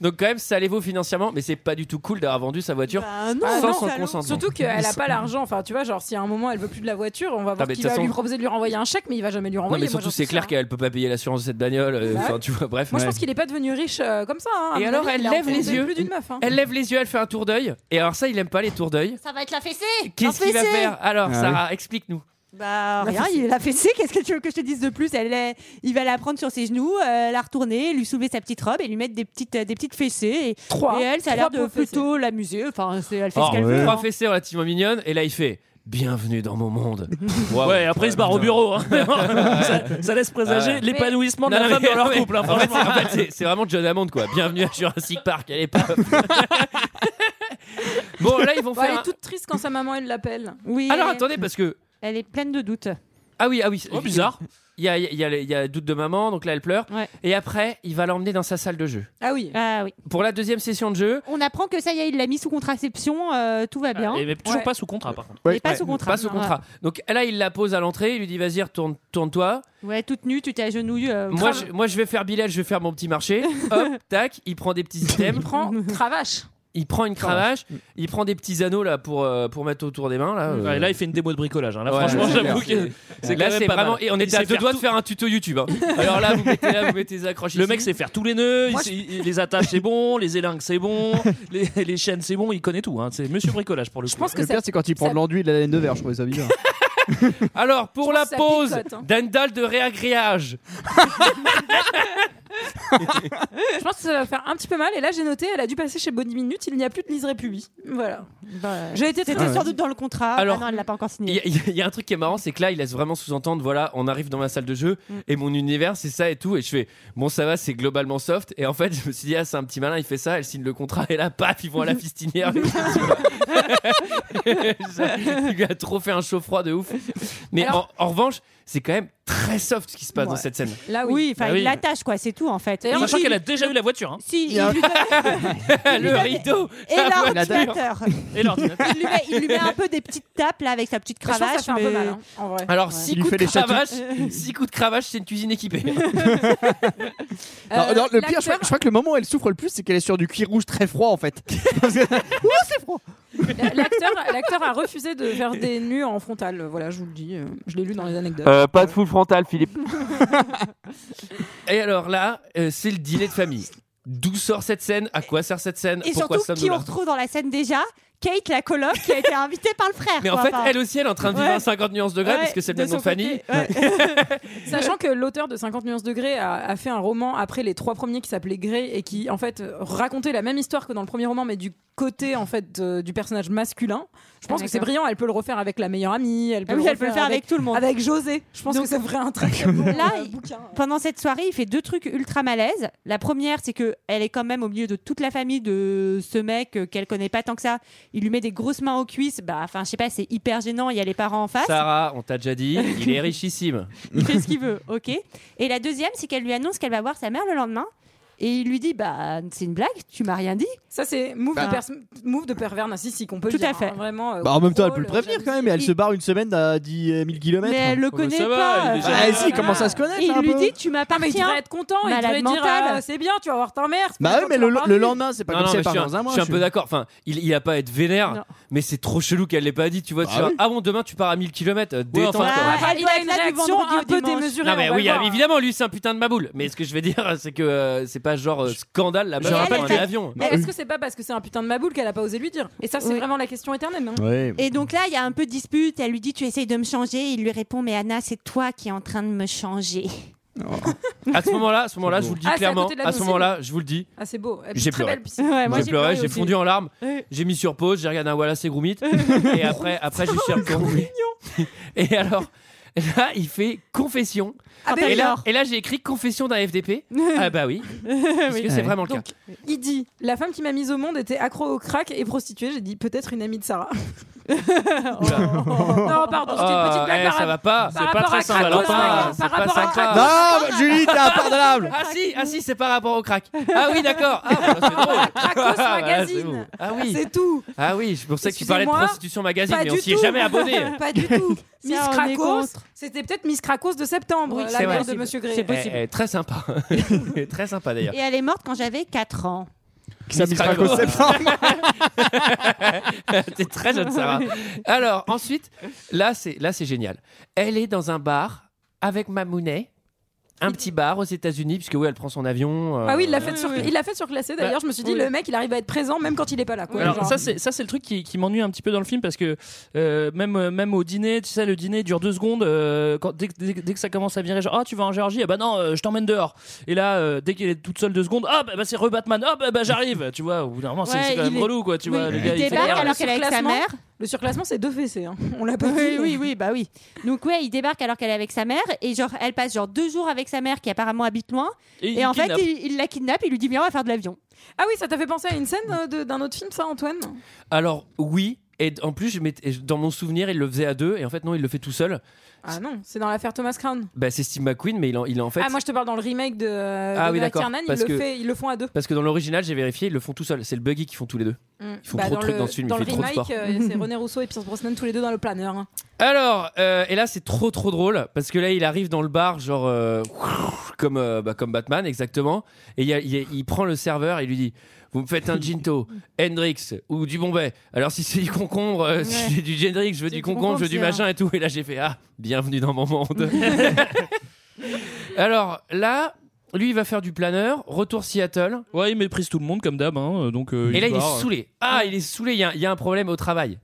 S3: Donc quand même ça les vaut financièrement, mais c'est pas du tout cool d'avoir vendu sa voiture
S4: Bah, non,
S9: Ah,
S3: sans
S9: non,
S3: son
S9: salaud.
S3: consentement.
S9: Surtout
S4: [laughs]
S9: qu'elle a pas l'argent. Enfin, tu vois, genre, si à un moment elle veut plus de la voiture, on va
S3: Ah,
S9: voir
S3: mais
S9: qu'il va
S3: de toute façon-
S9: lui proposer de lui renvoyer un chèque, mais il va jamais lui
S3: non
S9: renvoyer.
S3: mais
S9: moi,
S3: surtout
S9: j'en
S3: c'est
S9: suis
S3: clair
S9: sûre, hein.
S3: qu'elle peut pas payer l'assurance de cette bagnole. euh,
S9: Bah
S3: Enfin
S9: ouais.
S3: tu vois bref.
S9: Moi, je
S1: Ouais.
S9: pense qu'il est pas devenu riche euh, comme ça. hein. À
S3: Et
S9: mon
S3: alors,
S9: avis,
S3: elle
S9: il a
S3: lève
S9: entendu
S3: les yeux.
S9: Plus d'une meuf. hein.
S3: Elle lève les yeux, elle fait un tour d'œil. Et alors ça il aime pas les tours d'œil.
S4: Ça va être la fessée
S3: Qu'est-ce
S4: Un
S3: qu'il va
S4: fessé
S3: faire alors
S1: Ah
S3: Sarah explique-nous.
S4: Bah,
S9: La
S4: rien,
S9: fessée.
S4: il la fessée. Qu'est-ce que tu veux que je te dise de plus elle est- Il va la prendre sur ses genoux, euh, la retourner, lui soulever sa petite robe et lui mettre des petites, euh, des petites fessées. Et,
S9: Trois.
S4: et elle, ça a
S9: Trois
S4: l'air de
S9: beaux fessés.
S4: plutôt l'amuser. Enfin, c'est- elle fait
S8: Ah
S3: Oh,
S4: ce qu'elle veut.
S3: Trois
S4: hein.
S3: fessées relativement mignonnes. Et là il fait Bienvenue dans
S8: [laughs]
S3: mon monde.
S8: Ouais, après, il se barre au bureau. [laughs] hein.
S3: [laughs]
S8: ça, ça laisse présager
S3: Ah Ouais.
S8: l'épanouissement de
S3: Non,
S8: la
S3: non,
S8: femme
S3: mais-
S8: dans leur
S3: [laughs] ouais.
S8: couple. hein,
S3: En fait,
S8: franchement.
S3: c'est- en fait, c'est- c'est vraiment John Hammond, quoi. Bienvenue à Jurassic Park, elle
S8: [laughs]
S3: est pas. [laughs] bon, là, ils vont
S9: Bon,
S3: faire.
S9: elle
S3: un-
S9: est toute triste quand sa maman elle l'appelle.
S4: Oui,
S3: Alors,
S4: elle est-
S3: attendez, parce que.
S4: Elle est pleine de doutes.
S3: Ah oui, ah oui.
S8: Oh, bizarre.
S3: Il y a, il y a, il y a le doute de maman, donc là, elle pleure.
S4: Ouais.
S3: Et après, il va l'emmener dans sa salle de jeu.
S9: Ah oui.
S4: Ah oui.
S3: Pour la deuxième session de jeu,
S4: On apprend que ça y est, il l'a mis sous contraception, euh, tout va bien.
S8: Et, Ah, mais toujours
S9: Ouais.
S8: pas sous contrat, par contre.
S4: Mais
S1: Ouais.
S4: pas sous contrat.
S3: pas sous contrat. Donc là, il la pose à l'entrée, il lui dit vas-y, retourne, tourne-toi.
S4: Ouais, Ouais, toute nue, tu t'agenouilles. euh,
S3: Moi
S4: crame.
S3: je, moi, je vais faire Bilal, je vais faire mon petit marché. Hop, tac, il prend des petits items.
S9: Prends cravache.
S3: Il prend une cravache, il prend des petits anneaux là pour, euh, pour mettre autour des mains. Là, euh.
S8: Ouais, là, il fait une démo de bricolage. hein. Là,
S3: Ouais,
S8: franchement,
S3: c'est
S8: j'avoue
S3: clair.
S8: que c'est
S3: Là,
S8: quand même
S3: c'est
S8: pas
S3: vraiment.
S8: mal.
S3: Et on
S8: Il
S3: était à
S8: sait
S3: deux
S8: faire
S3: doigts de
S8: tout.
S3: faire un tuto YouTube. hein. Alors là, vous mettez là, vous mettez les accroches.
S8: Le
S3: ici.
S8: mec sait faire tous les nœuds, il sait- il- les attaches c'est bon, [laughs] les élingues c'est bon, les, les chaînes c'est bon, il connaît tout. hein. C'est Monsieur Bricolage pour le
S9: Je
S8: coup.
S9: pense que
S1: Le
S9: ça.
S1: pire, c'est quand il prend
S9: ça-
S1: de l'enduit et de la laine de verre, je trouvais ça bizarre.
S3: Alors pour
S9: Je
S3: la
S9: pense que ça
S3: pause
S9: picote, hein.
S3: d'une dalle de réagréage. [laughs]
S9: Je pense que ça va faire un petit peu mal. Et là, j'ai noté, elle a dû passer chez Bonnie Minute. Il n'y a plus de Lise République. Voilà.
S4: Bah,
S9: J'ai été très
S4: C'était sans doute dans le contrat.
S3: Alors,
S4: ah non, elle l'a pas encore
S3: Il
S4: signé.
S3: y, a- il y a un truc qui est marrant, c'est que là, il laisse vraiment sous-entendre, voilà, on arrive dans ma salle de jeu
S4: Mm.
S3: et mon univers, c'est ça et tout. Et je fais, bon, ça va, c'est globalement soft. Et en fait, je me suis dit, ah, c'est un petit malin, il fait ça, elle signe le contrat et là, paf, ils vont à
S4: [laughs]
S3: la fistinière. [laughs] il lui a trop fait un chaud froid de ouf. Mais
S9: Alors-
S3: en, en revanche, c'est quand même très soft ce qui se passe dans
S9: Ouais.
S3: cette scène.
S9: Là, oui.
S4: Oui, enfin,
S8: Bah oui.
S4: il l'attache, quoi, c'est tout en fait.
S9: D'ailleurs,
S4: Il-
S8: Sachant
S4: il-
S8: qu'elle a déjà eu la voiture hein.
S4: Si,
S1: y a-
S4: il lui donne-
S8: [laughs]
S3: le rideau.
S4: [laughs] et
S3: la voiture.
S4: l'ordinateur.
S8: et l'ordinateur.
S4: Il lui, met, il lui met un peu des petites tapes là avec sa petite
S9: Je pense que ça
S4: cravache.
S9: fait un peu
S4: mais-
S9: mal, hein, en vrai.
S3: Alors,
S9: Ouais.
S3: six,
S1: Il lui
S3: coups
S1: fait
S3: de
S1: des chatous.
S3: cravache, six coups de cravache, c'est une cuisine équipée.
S1: Non,
S9: Euh,
S1: non, le pire, je crois,
S9: l'acteur-
S1: je crois que le moment où elle souffre le plus, c'est qu'elle est sur du cuir rouge très froid
S9: [laughs]
S1: en fait. Parce que- Ouh, c'est froid
S9: L'acteur, l'acteur a refusé de faire des nus en frontal. Voilà, je vous le dis. euh, Je l'ai lu dans les anecdotes.
S3: Euh, pas de full frontal, Philippe. Et alors là, euh, c'est le dîner de famille. D'où sort cette scène À quoi sert cette scène
S4: Et
S3: Pourquoi
S4: surtout, qui
S3: sommes-nous
S4: on
S3: là
S4: retrouve dans la scène déjà Kate, la coloc, qui a été invitée par le frère.
S3: Mais en
S4: quoi,
S3: fait,
S4: enfin.
S3: elle aussi, elle est en train de vivre
S4: Ouais.
S3: un 50 nuances degrés
S4: Ouais,
S3: parce que c'est le même
S4: de
S3: nom de
S4: son côté,
S3: famille.
S4: ouais.
S9: Sachant que l'auteur de 50 nuances degrés a, a fait un roman après les trois premiers qui s'appelait Grey et qui en fait racontait la même histoire que dans le premier roman mais du côté en fait euh, du personnage masculin. Je pense que c'est
S4: Ah, D'accord.
S9: brillant. Elle peut le refaire avec la meilleure amie. Elle peut
S4: Ah oui,
S9: le
S4: elle peut le faire avec tout le monde.
S9: avec José. Je pense
S4: Donc-
S9: que c'est vrai un très très bon
S4: [laughs] Là,
S9: euh,
S4: il-
S9: bouquin.
S4: Pendant cette soirée, il fait deux trucs ultra malaises. La première, c'est que elle est quand même au milieu de toute la famille de ce mec euh, qu'elle connaît pas tant que ça. Il lui met des grosses mains aux cuisses. Bah, enfin, je sais pas, c'est hyper gênant. Il y a les parents en face.
S3: Sarah, on t'a déjà dit, il est richissime.
S4: Il fait ce qu'il veut, ok. Et la deuxième, c'est qu'elle lui annonce qu'elle va voir sa mère le lendemain. Et il lui dit, bah, c'est une blague. Tu m'as rien dit.
S9: Ça c'est move,
S1: Bah.
S9: de pers- move de pervers narcissique. On peut
S4: Tout
S9: dire,
S4: à fait.
S9: hein, vraiment. euh,
S1: Bah en même temps, elle
S9: contrôle,
S1: peut le prévenir quand
S9: jalousie.
S1: même, et elle
S4: Il-
S1: se barre une semaine à euh, 10 000 km.
S4: mais elle le
S3: Oh,
S8: bah, ça
S4: connaît
S8: va,
S4: pas.
S8: il est
S4: euh,
S8: déjà-
S1: Ah, si, commence à se connaître.
S4: Et il
S1: un
S4: lui
S1: peu.
S4: dit, tu
S9: Ah, mais il
S4: m'appartiens.
S9: devrait être content. Il
S4: Malade
S9: devrait dire
S4: mental.
S9: ah, c'est bien, tu vas voir ta mère. c'est
S1: Bah
S9: bien
S1: oui,
S9: Ah, quand
S1: mais
S9: tu vas
S1: le,
S9: voir
S1: le
S9: lui.
S1: lendemain, c'est pas
S3: Non,
S1: comme
S3: non,
S1: si
S3: mais
S1: elle
S3: je
S1: part
S3: suis un,
S1: dans un mois.
S3: je suis un
S1: je
S3: peu
S1: suis-
S3: d'accord. Enfin, il, il a pas à être vénère,
S4: Non.
S3: mais c'est trop chelou qu'elle l'ait pas dit. Tu vois, tu
S1: Bah
S3: fais,
S1: oui.
S3: ah bon, demain tu pars à 1000 km. Détends,
S8: enfin,
S3: quoi.
S9: Ah,
S4: Ah,
S9: il
S4: doit
S9: a
S4: être
S9: une
S4: là du
S9: réaction
S4: vendredi au
S9: un peu
S4: dimanche.
S9: démesurée.
S3: Non mais
S9: on va
S3: oui,
S9: le voir.
S3: évidemment, lui c'est un putain de maboule. Mais ce que je veux dire, c'est que euh, c'est pas genre euh, scandale la meuf
S8: Je
S3: prend
S4: rappelle
S3: un
S4: que-
S3: avion.
S9: Mais est-ce que c'est pas parce que c'est un putain de maboule qu'elle a pas osé lui dire Et ça, c'est
S4: Oui.
S9: vraiment la question éternelle. hein.
S1: Ouais.
S4: Et donc là, il y a un peu de dispute. Elle lui dit, tu essayes de me changer. Il lui répond, mais Anna, c'est toi qui es en train de me changer.
S3: À ce moment-là, à ce moment-là, je vous le dis
S9: Ah, c'est à
S3: clairement.
S9: côté de la
S3: À ce
S9: piscine.
S3: moment-là, je vous le dis.
S9: Ah, c'est beau. Et puis,
S3: J'ai
S9: très
S3: pleuré.
S9: belle piscine.
S3: j'ai pleuré, j'ai fondu en larmes.
S4: Ouais.
S3: J'ai mis sur pause, j'ai regardé un Wallace et
S9: [laughs]
S3: Gromit. et après, après, je suis retourné. [laughs] Et alors, là, il fait confession.
S9: Ah, ben
S3: et,
S9: oui,
S3: là,
S9: alors,
S3: et là, j'ai écrit confession d'un
S9: [laughs]
S3: FDP. ah bah oui, parce que c'est
S1: Ouais.
S3: vraiment le cas.
S9: Donc, il dit La femme qui m'a mise au monde était accro au crack et prostituée. J'ai dit Peut-être une amie de Sarah. oh. non, pardon, c'était une
S3: Ah,
S9: petite blague.
S3: eh,
S9: par-
S3: ça va pas.
S9: par
S8: c'est pas
S9: rapport
S8: très
S9: à
S8: Saint-Valentin,
S9: Kratos,
S3: c'est
S9: par
S3: pas
S9: rapport à
S3: Saint-Valentin.
S9: Kratos.
S1: Non, mais Julie, t'es impardonnable.
S3: Ah si, ah si, c'est par rapport au crack. Ah
S9: [laughs]
S3: oui, d'accord. Ah, bah, c'est drôle.
S9: Cracos
S3: Ah, là, c'est
S9: Magazine.
S3: bon. [laughs] Ah oui.
S9: [laughs] C'est tout.
S3: Ah oui, je pensais que tu parlais de
S9: Excusez-moi,
S3: prostitution magazine,
S9: pas
S3: mais on
S9: du
S3: s'y est
S9: tout. [laughs]
S3: jamais abonné.
S9: Pas du tout. Miss
S4: Ça, on est
S9: Cracos,
S4: contre.
S9: c'était peut-être Miss Cracos de septembre,
S4: Oui,
S9: la
S3: c'est
S9: mère
S3: vrai.
S9: Euh, de Monsieur Gray.
S4: C'est possible.
S3: Eh, eh, très sympa.
S4: [laughs]
S3: très sympa d'ailleurs.
S4: Et elle est morte quand j'avais 4 ans.
S1: Ça
S3: Miss
S1: me fera qu'au
S4: [laughs]
S3: Craco.
S1: septembre.
S3: T'es très jeune, Sarah. Alors, ensuite, là, c'est, là, c'est génial. Elle est dans un bar avec Mamounet, un petit bar aux États-Unis, puisque oui, elle prend son avion. euh,
S9: Ah oui, il l'a fait, sur... il l'a fait surclasser. D'ailleurs,
S8: Bah,
S9: je me suis dit,
S8: oui.
S9: le mec, il arrive à être présent même quand il est pas là. Quoi,
S8: Alors
S9: Genre,
S8: ça c'est ça c'est le truc qui, qui m'ennuie un petit peu dans le film parce que euh, même euh, même au dîner tu sais le dîner dure deux secondes euh, quand, dès, que- dès que- dès que ça commence à virer genre ah tu vas en Géorgie ah bah non euh, je t'emmène dehors et là euh, dès qu'elle est toute seule deux secondes ah bah, bah, c'est re Batman ah bah, bah, j'arrive tu vois au bout d'un moment c'est
S4: Ouais,
S8: c'est quand
S4: il
S8: même
S4: est-
S8: relou quoi tu vois le
S4: il
S8: gars il fait
S4: débarque
S9: d'ailleurs
S8: merde.
S9: le
S4: alors qu'elle est avec sa
S9: surclassement.
S4: mère.
S9: Le surclassement, c'est deux fessées. hein. On l'a pas
S4: Oui,
S9: dit.
S4: oui, oui, bah oui. Donc ouais, il débarque alors qu'elle est avec sa mère et genre elle passe genre deux jours avec sa mère qui apparemment habite loin.
S8: il
S4: Et en fait,
S8: kidnappe.
S4: il, il la kidnappe, il lui dit viens on va faire de l'avion.
S9: Ah oui, ça t'a fait penser à une scène euh, de- d'un autre film, ça, Antoine
S3: Alors, oui. Et d- en plus, je m'étais- dans mon souvenir, il le faisait à deux, et en fait, non, il le fait tout seul.
S9: Ah non, c'est dans l'affaire Thomas Crown.
S3: Bah, c'est Steve McQueen, mais il, en- il est en fait.
S9: Ah, moi, je te parle dans le remake de, euh,
S3: Ah
S9: de
S3: oui,
S9: Matt
S3: d'accord,
S9: Tiernan,
S3: parce
S9: ils, le
S3: que-
S9: fait- ils le font à deux.
S3: Parce que dans l'original, j'ai vérifié, ils le font tout seul. C'est le buggy qu'ils font tous les deux.
S9: Mm.
S3: font trop de trucs dans ce film,
S9: Dans
S3: ils
S9: le
S3: font trop de
S9: remake, euh, c'est René Rousseau et Pierce Brosnan tous les deux dans le planeur. hein.
S3: Alors, euh, et là c'est trop trop drôle parce que là il arrive dans le bar genre euh, comme euh, bah, comme Batman exactement et il, y a- il y a- il prend le serveur et il lui dit vous me faites un ginto, Hendrix ou du Bombay. Alors si c'est du concombre, euh, si c'est du Hendrix, je veux
S9: C'est
S3: du
S9: du
S3: concombre,
S9: concombre,
S3: je veux du
S9: c'est
S3: machin et tout. Et là j'ai
S9: [laughs]
S3: fait ah bienvenue dans mon monde. Alors là lui il va faire du [laughs] planeur, retour Seattle.
S8: Ouais, il méprise tout le monde comme d'hab, hein, donc. euh,
S3: Et là, il
S8: part.
S3: est saoulé. Ah, il est saoulé. Il y, a- il y a un problème au travail.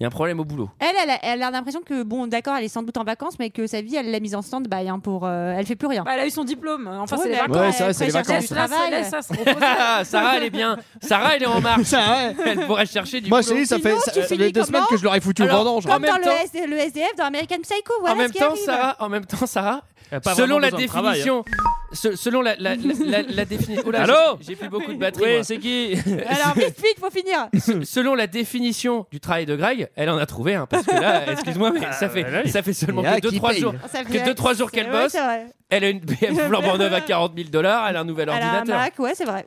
S3: Il y a un problème au boulot.
S2: Elle, elle a- elle a l'impression que, bon, d'accord, elle est sans doute en vacances, mais que sa vie, elle l'a mise en stand-by hein, pour. euh, elle fait plus rien.
S9: Bah, elle a eu son diplôme. Enfin,
S2: Ouais,
S9: c'est
S2: mais
S9: les
S2: elle
S9: vacances.
S1: Ouais, ça, c'est les
S2: précherche
S1: vacances.
S2: du
S9: Laisse-la se-
S2: travail.
S9: laisse-la se
S3: [laughs]
S9: reposer.
S3: Ah, Sarah, elle est bien. Sarah, elle est en marche.
S1: Ça, ouais.
S3: Elle pourrait chercher du
S1: Moi, je
S3: boulot.
S1: te dis, ça fait
S2: Sinon,
S1: ça-
S2: tu
S1: ça fait
S2: finis
S1: deux
S2: comment
S1: semaines que je l'aurais foutu au
S3: Alors,
S1: vendange.
S3: en
S2: Comme
S3: même
S2: dans le,
S3: temps-
S2: S- le SDF, dans American Psycho, voilà
S3: en même
S2: ce qui
S3: temps,
S2: arrive.
S3: Sarah, en même temps, Sarah,
S8: Elle a pas vraiment
S3: selon la
S8: besoin de travail, hein.
S3: définition, se- selon la, la, la, la- la définition, Oh là,
S8: Allô
S3: j'ai j'ai plus beaucoup de batterie.
S8: Oui,
S3: moi.
S8: c'est qui
S1: [laughs]
S2: Alors, vite, vite, faut finir.
S3: selon la définition du travail de Greg, elle en a trouvé un parce que
S1: [laughs]
S3: là, excuse-moi, mais ça fait
S8: bah là, il-
S3: ça fait seulement
S1: Ah, Il y a
S3: que deux
S1: qui
S3: trois
S1: paye.
S3: jours.
S2: Ça
S3: Que
S2: fait-
S3: deux, trois jours
S2: c'est
S3: qu'elle
S2: vrai,
S3: bosse.
S2: c'est vrai.
S3: Elle a une BM flambant neuve à 40 000 dollars. Elle a un nouvel
S2: Elle a un
S3: ordinateur.
S2: Mac, ouais, c'est vrai.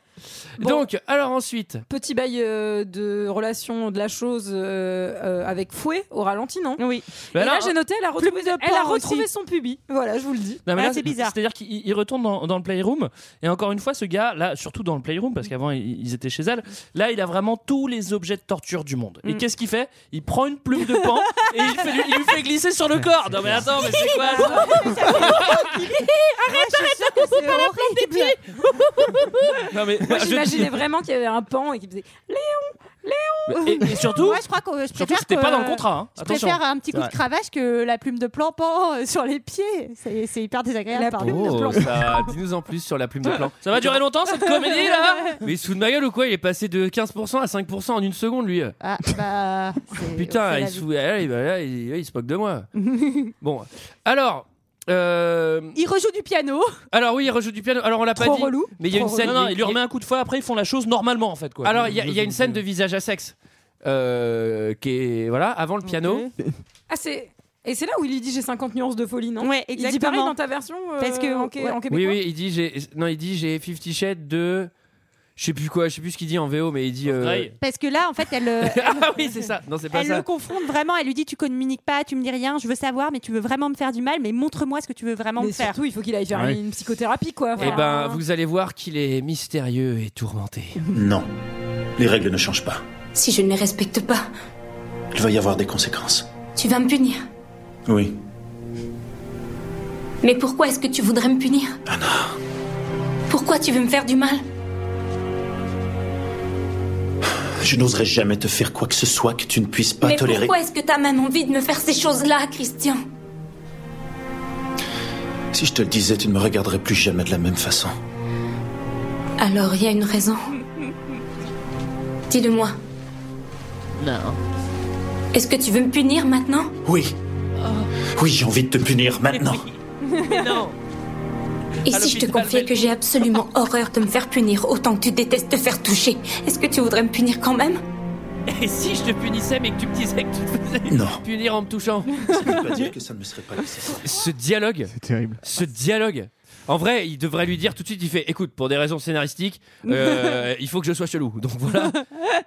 S9: Bon.
S3: Donc, alors ensuite,
S9: Petit bail euh, de relation de la chose euh, euh, avec fouet au ralenti, non
S2: Oui.
S9: Et là,
S8: alors-
S9: j'ai noté, elle a retrouvé,
S2: Plume de
S9: elle a
S2: porc
S9: retrouvé
S2: aussi.
S9: son pubis. Voilà, je vous le dis.
S8: Non, mais
S2: Ah,
S8: là,
S2: c'est bizarre.
S8: C'est-à-dire qu'il il retourne dans, dans le playroom et encore une fois, ce gars, là, surtout dans le playroom, parce qu'avant ils ils étaient chez elle, là, il a vraiment tous les objets de torture du monde. Et
S2: Mm.
S8: qu'est-ce qu'il fait Il prend une plume de
S2: [laughs]
S8: pan et il, fait- il lui fait glisser sur le corps. Non mais attends, mais c'est
S2: [laughs]
S8: quoi ça
S2: Arrête, arrête, c'est pas horrible. [laughs]
S8: Non mais
S9: Moi,
S8: je-
S9: j'imaginais vraiment qu'il y avait un pan et qu'il faisait.
S8: et, et surtout,
S2: Moi, je crois que je
S8: surtout,
S2: préfère.
S8: c'était
S2: que-
S8: pas dans le contrat. hein.
S2: Je
S8: Attention.
S2: préfère un petit coup de cravache que la plume de plan-pan euh, sur les pieds. C'est c'est hyper désagréable.
S9: La
S2: pardon.
S9: plume de plan.
S3: Oh. ça, dis-nous en plus sur la plume de plan.
S8: Ça va durer longtemps cette comédie là
S3: Mais il se fout de ma gueule ou quoi Il est passé de 15% à 5% en une seconde, lui.
S2: [laughs] Ah, bah. c'est-
S3: Putain,
S2: c'est
S3: il
S2: la
S3: se,
S2: vie.
S3: fout- ah, il, ah, il- ah, il se moque de moi. bon, alors. euh,
S2: [laughs] Il rejoue du piano.
S3: alors oui, il rejoue du piano. Alors on l'a pas
S9: Trop
S3: dit.
S9: relou.
S3: Mais il y a une
S9: Trop
S3: scène.
S8: Non, non, il lui remet un coup de fouet. Après, ils font la chose normalement en fait quoi.
S3: Alors il y, a- il y a une scène de visage à sexe. euh, qui est voilà avant le piano
S9: Ah, c'est. Et c'est là où il lui dit j'ai 50 nuances de folie, non
S2: Ouais,
S9: Il dit pareil dans ta version euh,
S2: Parce que-
S9: en, qué-
S2: ouais.
S9: en québécois.
S3: oui oui il dit j'ai non il dit j'ai 50 shades de je sais plus quoi je sais plus ce qu'il dit en VO mais il dit euh,
S8: Grey.
S2: Parce que là, en fait,
S8: [laughs]
S2: elle. euh,
S3: [laughs] ah oui c'est ça non c'est pas
S2: Elle
S3: ça
S2: le confronte vraiment, elle lui dit tu communiques pas, tu me dis rien, je veux savoir, mais tu veux vraiment me faire du mal, mais montre-moi ce que tu veux vraiment
S9: Mais
S2: me faire.
S9: surtout, il faut qu'il aille faire
S1: Ouais.
S9: une psychothérapie, quoi.
S3: Eh
S9: Voilà.
S3: ben, vous allez voir qu'il est mystérieux et tourmenté.
S7: Non. Les règles ne changent pas.
S6: Si je ne les respecte pas,
S7: Il va y avoir des conséquences.
S6: tu vas me punir.
S7: Oui.
S6: Mais pourquoi est-ce que tu voudrais me punir Pourquoi tu veux me faire du mal
S7: Je n'oserais jamais te faire quoi que ce soit que tu ne puisses pas
S6: Mais
S7: tolérer.
S6: pourquoi est-ce que t'as même envie de me faire ces choses-là, Christian
S7: Si je te le disais, tu ne me regarderais plus jamais de la même façon.
S6: Alors, il y a une raison. Dis-le-moi. Non. Est-ce que tu veux me punir [laughs] maintenant
S7: Oui.
S6: Oh.
S7: Oui, j'ai envie de te punir maintenant.
S6: Et si je te confiais que j'ai absolument horreur de me faire punir autant que tu détestes te faire toucher, est-ce que tu voudrais me punir quand même
S3: [laughs] Et si je te punissais, mais que tu me disais que tu te faisais
S7: Non.
S3: [laughs] punir en me touchant
S7: Ça ne
S3: [laughs]
S7: veut pas dire que ça ne me serait pas nécessaire.
S3: Ce dialogue,
S1: C'est terrible.
S3: ce dialogue. En vrai, il devrait lui dire tout de suite. Il fait, écoute, pour des raisons scénaristiques, [laughs] euh, il faut que je sois chelou. Donc
S2: [laughs]
S3: voilà.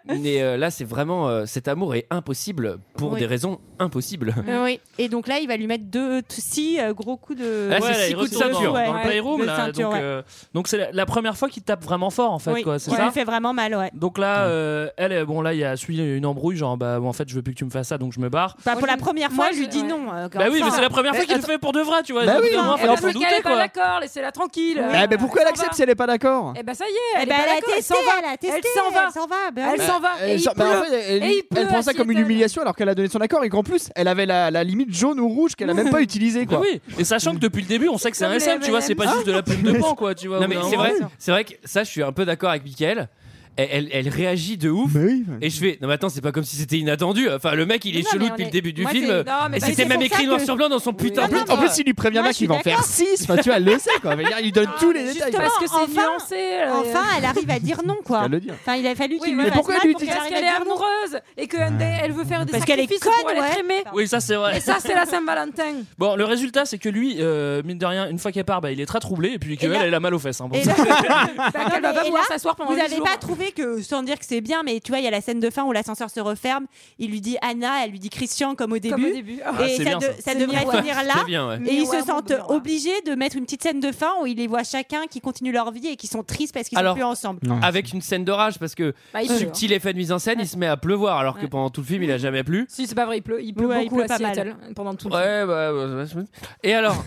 S3: Mais euh, là, c'est vraiment euh, cet amour est impossible pour
S2: Oui.
S3: des raisons impossibles.
S2: Euh, oui. Et donc là, il va lui mettre deux, t- six euh, gros coups de.
S3: Ah,
S8: Ouais,
S3: c'est
S8: là,
S3: six
S8: il
S3: coups de
S8: retourne
S3: ceinture.
S8: dans, dans
S2: Ouais,
S8: le playroom
S2: de
S8: là,
S2: ceinture,
S8: donc
S2: ouais.
S8: euh, donc c'est la, la première fois qu'il tape vraiment fort en fait
S2: Oui,
S8: quoi, c'est
S2: qui
S8: ça
S2: lui fait vraiment mal, ouais.
S8: Donc là, euh, elle, euh, bon là, il y a suivi une embrouille, genre bah en fait, je veux plus que tu me fasses ça, donc je me barre.
S2: Enfin, pour
S9: Moi,
S2: la
S9: je-
S2: première
S9: moi,
S2: fois, je lui
S9: je-
S2: dis
S9: ouais.
S2: non. euh,
S8: Bah oui,
S2: enfin.
S8: mais c'est la première fois
S1: Mais
S8: qu'il le fait pour de vrai, tu vois.
S1: Bah oui,
S8: Au moins,
S1: hein.
S8: fallait
S1: Et en
S8: s'en
S1: plus,
S9: Parce
S8: douter,
S9: qu'elle est pas
S8: quoi.
S9: d'accord, laissez-la tranquille.
S1: Eh, mais pourquoi elle
S9: s'en
S1: accepte
S9: va.
S1: si elle est pas d'accord
S9: Eh ben ça y est, elle
S2: Bah,
S9: est pas
S2: elle a
S9: d'accord, elle
S2: testé,
S9: s'en va.
S2: elle a testé,
S9: Elle s'en va.
S2: elle s'en va. bah
S9: Elle
S2: ouais.
S9: s'en va. Et
S1: Euh,
S9: il
S1: ça- bah,
S9: pleut.
S1: en fait, elle,
S9: Et il
S1: elle
S9: pleut
S1: prend
S9: à
S1: ça comme une
S9: Seattle.
S1: humiliation alors qu'elle a donné son accord et qu'en plus elle avait la, la limite jaune ou rouge qu'elle a
S9: [laughs]
S1: même pas utilisée
S8: Bah
S1: quoi.
S8: oui, et sachant que depuis le début, on sait que c'est un
S9: Comme les
S8: SM, tu vois, c'est pas
S9: M&M's.
S8: juste de la plume de pan, quoi, tu vois.
S3: Non
S8: au
S3: mais
S8: bout d'un
S3: c'est
S8: moment.
S3: vrai, c'est vrai que ça, je suis un peu d'accord avec Michael. Elle, elle- elle réagit de ouf.
S1: Mais oui.
S3: Et je fais, non mais attends, c'est pas comme si c'était inattendu. Enfin, le mec, il est
S2: Non,
S3: chelou
S2: mais on
S3: depuis
S2: est-
S3: le début du
S9: Moi,
S3: film.
S9: c'est- non, mais
S3: Et
S9: bah,
S3: c'était
S9: c'est
S3: même
S9: pour
S3: écrit
S9: ça
S3: noir
S9: que-
S3: sur blanc dans son putain
S1: En
S3: de
S1: plus, en plus, il lui prévient
S2: Moi,
S1: bien
S2: je suis
S1: qu'il va en faire
S2: d'accord.
S1: 6. Enfin, tu vois, elle le sait quoi. Je veux dire, Il lui donne tous les détails.
S2: Ah, justement,
S9: Parce que c'est
S2: enfin-
S9: nuancé. euh,
S2: Enfin, elle arrive à dire non, quoi.
S1: Elle le dit.
S2: Enfin, il a fallu
S9: Oui,
S2: qu'il
S9: mais
S2: lui fasse
S1: pourquoi
S2: mal
S1: elle lui
S2: pour
S1: dit
S2: qu'elle
S9: parce
S2: arrive
S9: qu'elle est
S2: à dire non.
S9: amoureuse et qu'elle elle veut faire des
S2: Parce qu'elle est
S9: sacrifices pour
S2: conne,
S9: aller
S2: ouais.
S9: être aimée.
S8: Oui, ça c'est vrai.
S9: Et ça, c'est la Saint-Valentin.
S8: Bon, le résultat, c'est que lui, euh, mine de rien, une fois qu'elle part, bah, il est très troublé, et puis qu'elle,
S2: là-
S8: elle a mal aux fesses. hein, bon.
S2: Et là-
S9: Bah, qu'elle
S2: mais-
S9: va pas
S2: et
S9: pouvoir
S2: là,
S9: s'asseoir pendant
S2: Vous
S9: huit
S2: n'avez
S9: jours.
S2: pas trouvé trouvé que, sans dire que c'est bien, mais tu vois, il y a la scène de fin où l'ascenseur se referme. Il lui dit Anna, elle lui dit Christian comme au début.
S9: Comme au début. Ah.
S8: Ah,
S2: et
S8: c'est
S2: ça,
S8: bien,
S2: de-
S8: ça.
S2: ça
S9: C'est
S2: devrait
S9: bien.
S2: finir là.
S8: Très bien, ouais.
S2: Et ils
S9: Miroir,
S2: se sentent
S9: miroir.
S2: obligés de mettre une petite scène de fin où ils les voient chacun qui continuent leur vie et qui sont tristes parce qu'ils sont
S3: Alors-
S2: plus ensemble.
S3: Avec une scène d'orage parce que
S9: Bah, il pleut, hein.
S3: subtil effet de mise en scène, il se met à pleuvoir alors que
S9: Ouais.
S3: pendant tout le film il a jamais plu.
S9: Si, c'est pas vrai, il pleut, il pleut
S2: Ouais, il
S9: beaucoup
S2: pleut
S9: à
S2: pas mal.
S9: Seattle hein, pendant tout le film.
S3: Ouais, bah, bah, bah,
S9: [laughs]
S3: et alors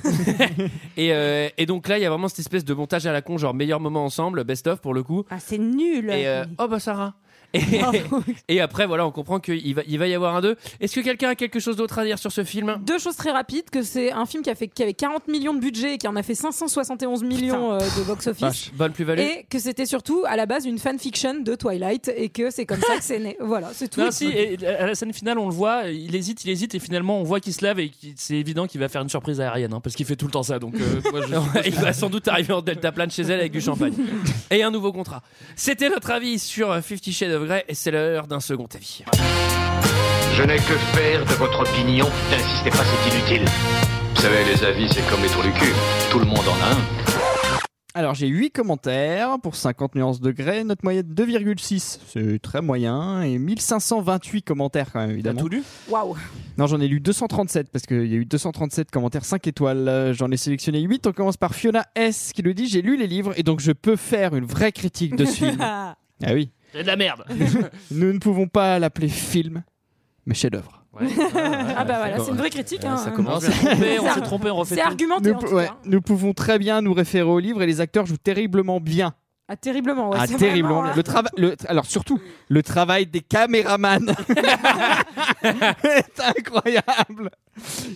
S3: [laughs] et, euh, et donc là, il y a vraiment cette espèce de montage à la con, genre meilleur moment ensemble, best of pour le coup.
S2: Ah, c'est nul.
S3: Et
S9: [laughs]
S3: euh, oh bah Sarah. Et, [laughs] et après, voilà, on comprend qu'il va, il va y avoir un 2. Est-ce que quelqu'un a quelque chose d'autre à dire sur ce film
S9: Deux choses très rapides que c'est un film qui, a fait, qui avait 40 millions de budget et qui en a fait 571 millions euh, de box-office.
S3: Bonne plus-value [laughs]
S9: Et que c'était surtout à la base une fanfiction de Twilight et que c'est comme ça que c'est
S1: [laughs]
S9: né. Voilà, c'est tout.
S8: Non, si, et et à la scène finale, on le voit, il hésite, il hésite, et finalement, on voit qu'il se lave, et qu'il- c'est évident qu'il va faire une surprise aérienne, hein, parce qu'il fait tout le temps ça. Donc,
S1: [laughs]
S8: euh, moi, je suppose
S3: Il va sans doute arriver en delta plane chez elle avec
S9: [laughs]
S3: du champagne et un nouveau contrat. C'était notre avis sur Fifty Shades of Grey et c'est l'heure d'un second avis.
S10: Je n'ai que faire de votre opinion. N'insistez pas, c'est inutile. Vous savez, les avis, c'est comme les trous du cul. Tout le monde en a un.
S1: Alors j'ai 8 commentaires pour 50 nuances de grès, notre moyenne 2,6, c'est très moyen, et 1528 commentaires quand même
S8: T'as
S1: évidemment.
S8: tout lu
S9: Waouh.
S1: Non j'en ai lu 237 parce qu'il y a eu 237 commentaires 5 étoiles, Euh, j'en ai sélectionné 8, on commence par Fiona S qui nous dit j'ai lu les livres et donc je peux faire une vraie critique de ce
S9: [laughs]
S8: [laughs]
S1: film. ah oui,
S8: C'est de la merde
S1: nous ne pouvons pas l'appeler film, mais chef-d'œuvre.
S9: Ah bah voilà, c'est une vraie critique. hein.
S3: Ça
S8: On
S3: commence.
S8: s'est trompé, on
S9: Ça-
S8: s'est trompé, on refait
S9: C'est
S8: tout.
S9: argumenté
S1: Nous,
S9: en
S1: pou-
S9: tout
S1: ouais,
S9: cas.
S1: nous pouvons très bien nous référer au livre et les acteurs jouent terriblement bien.
S9: Ah, terriblement, ouais.
S1: ah,
S9: c'est
S1: terriblement
S9: vraiment,
S1: bien. Le trava- le- alors surtout, le travail des [laughs] caméramans est incroyable.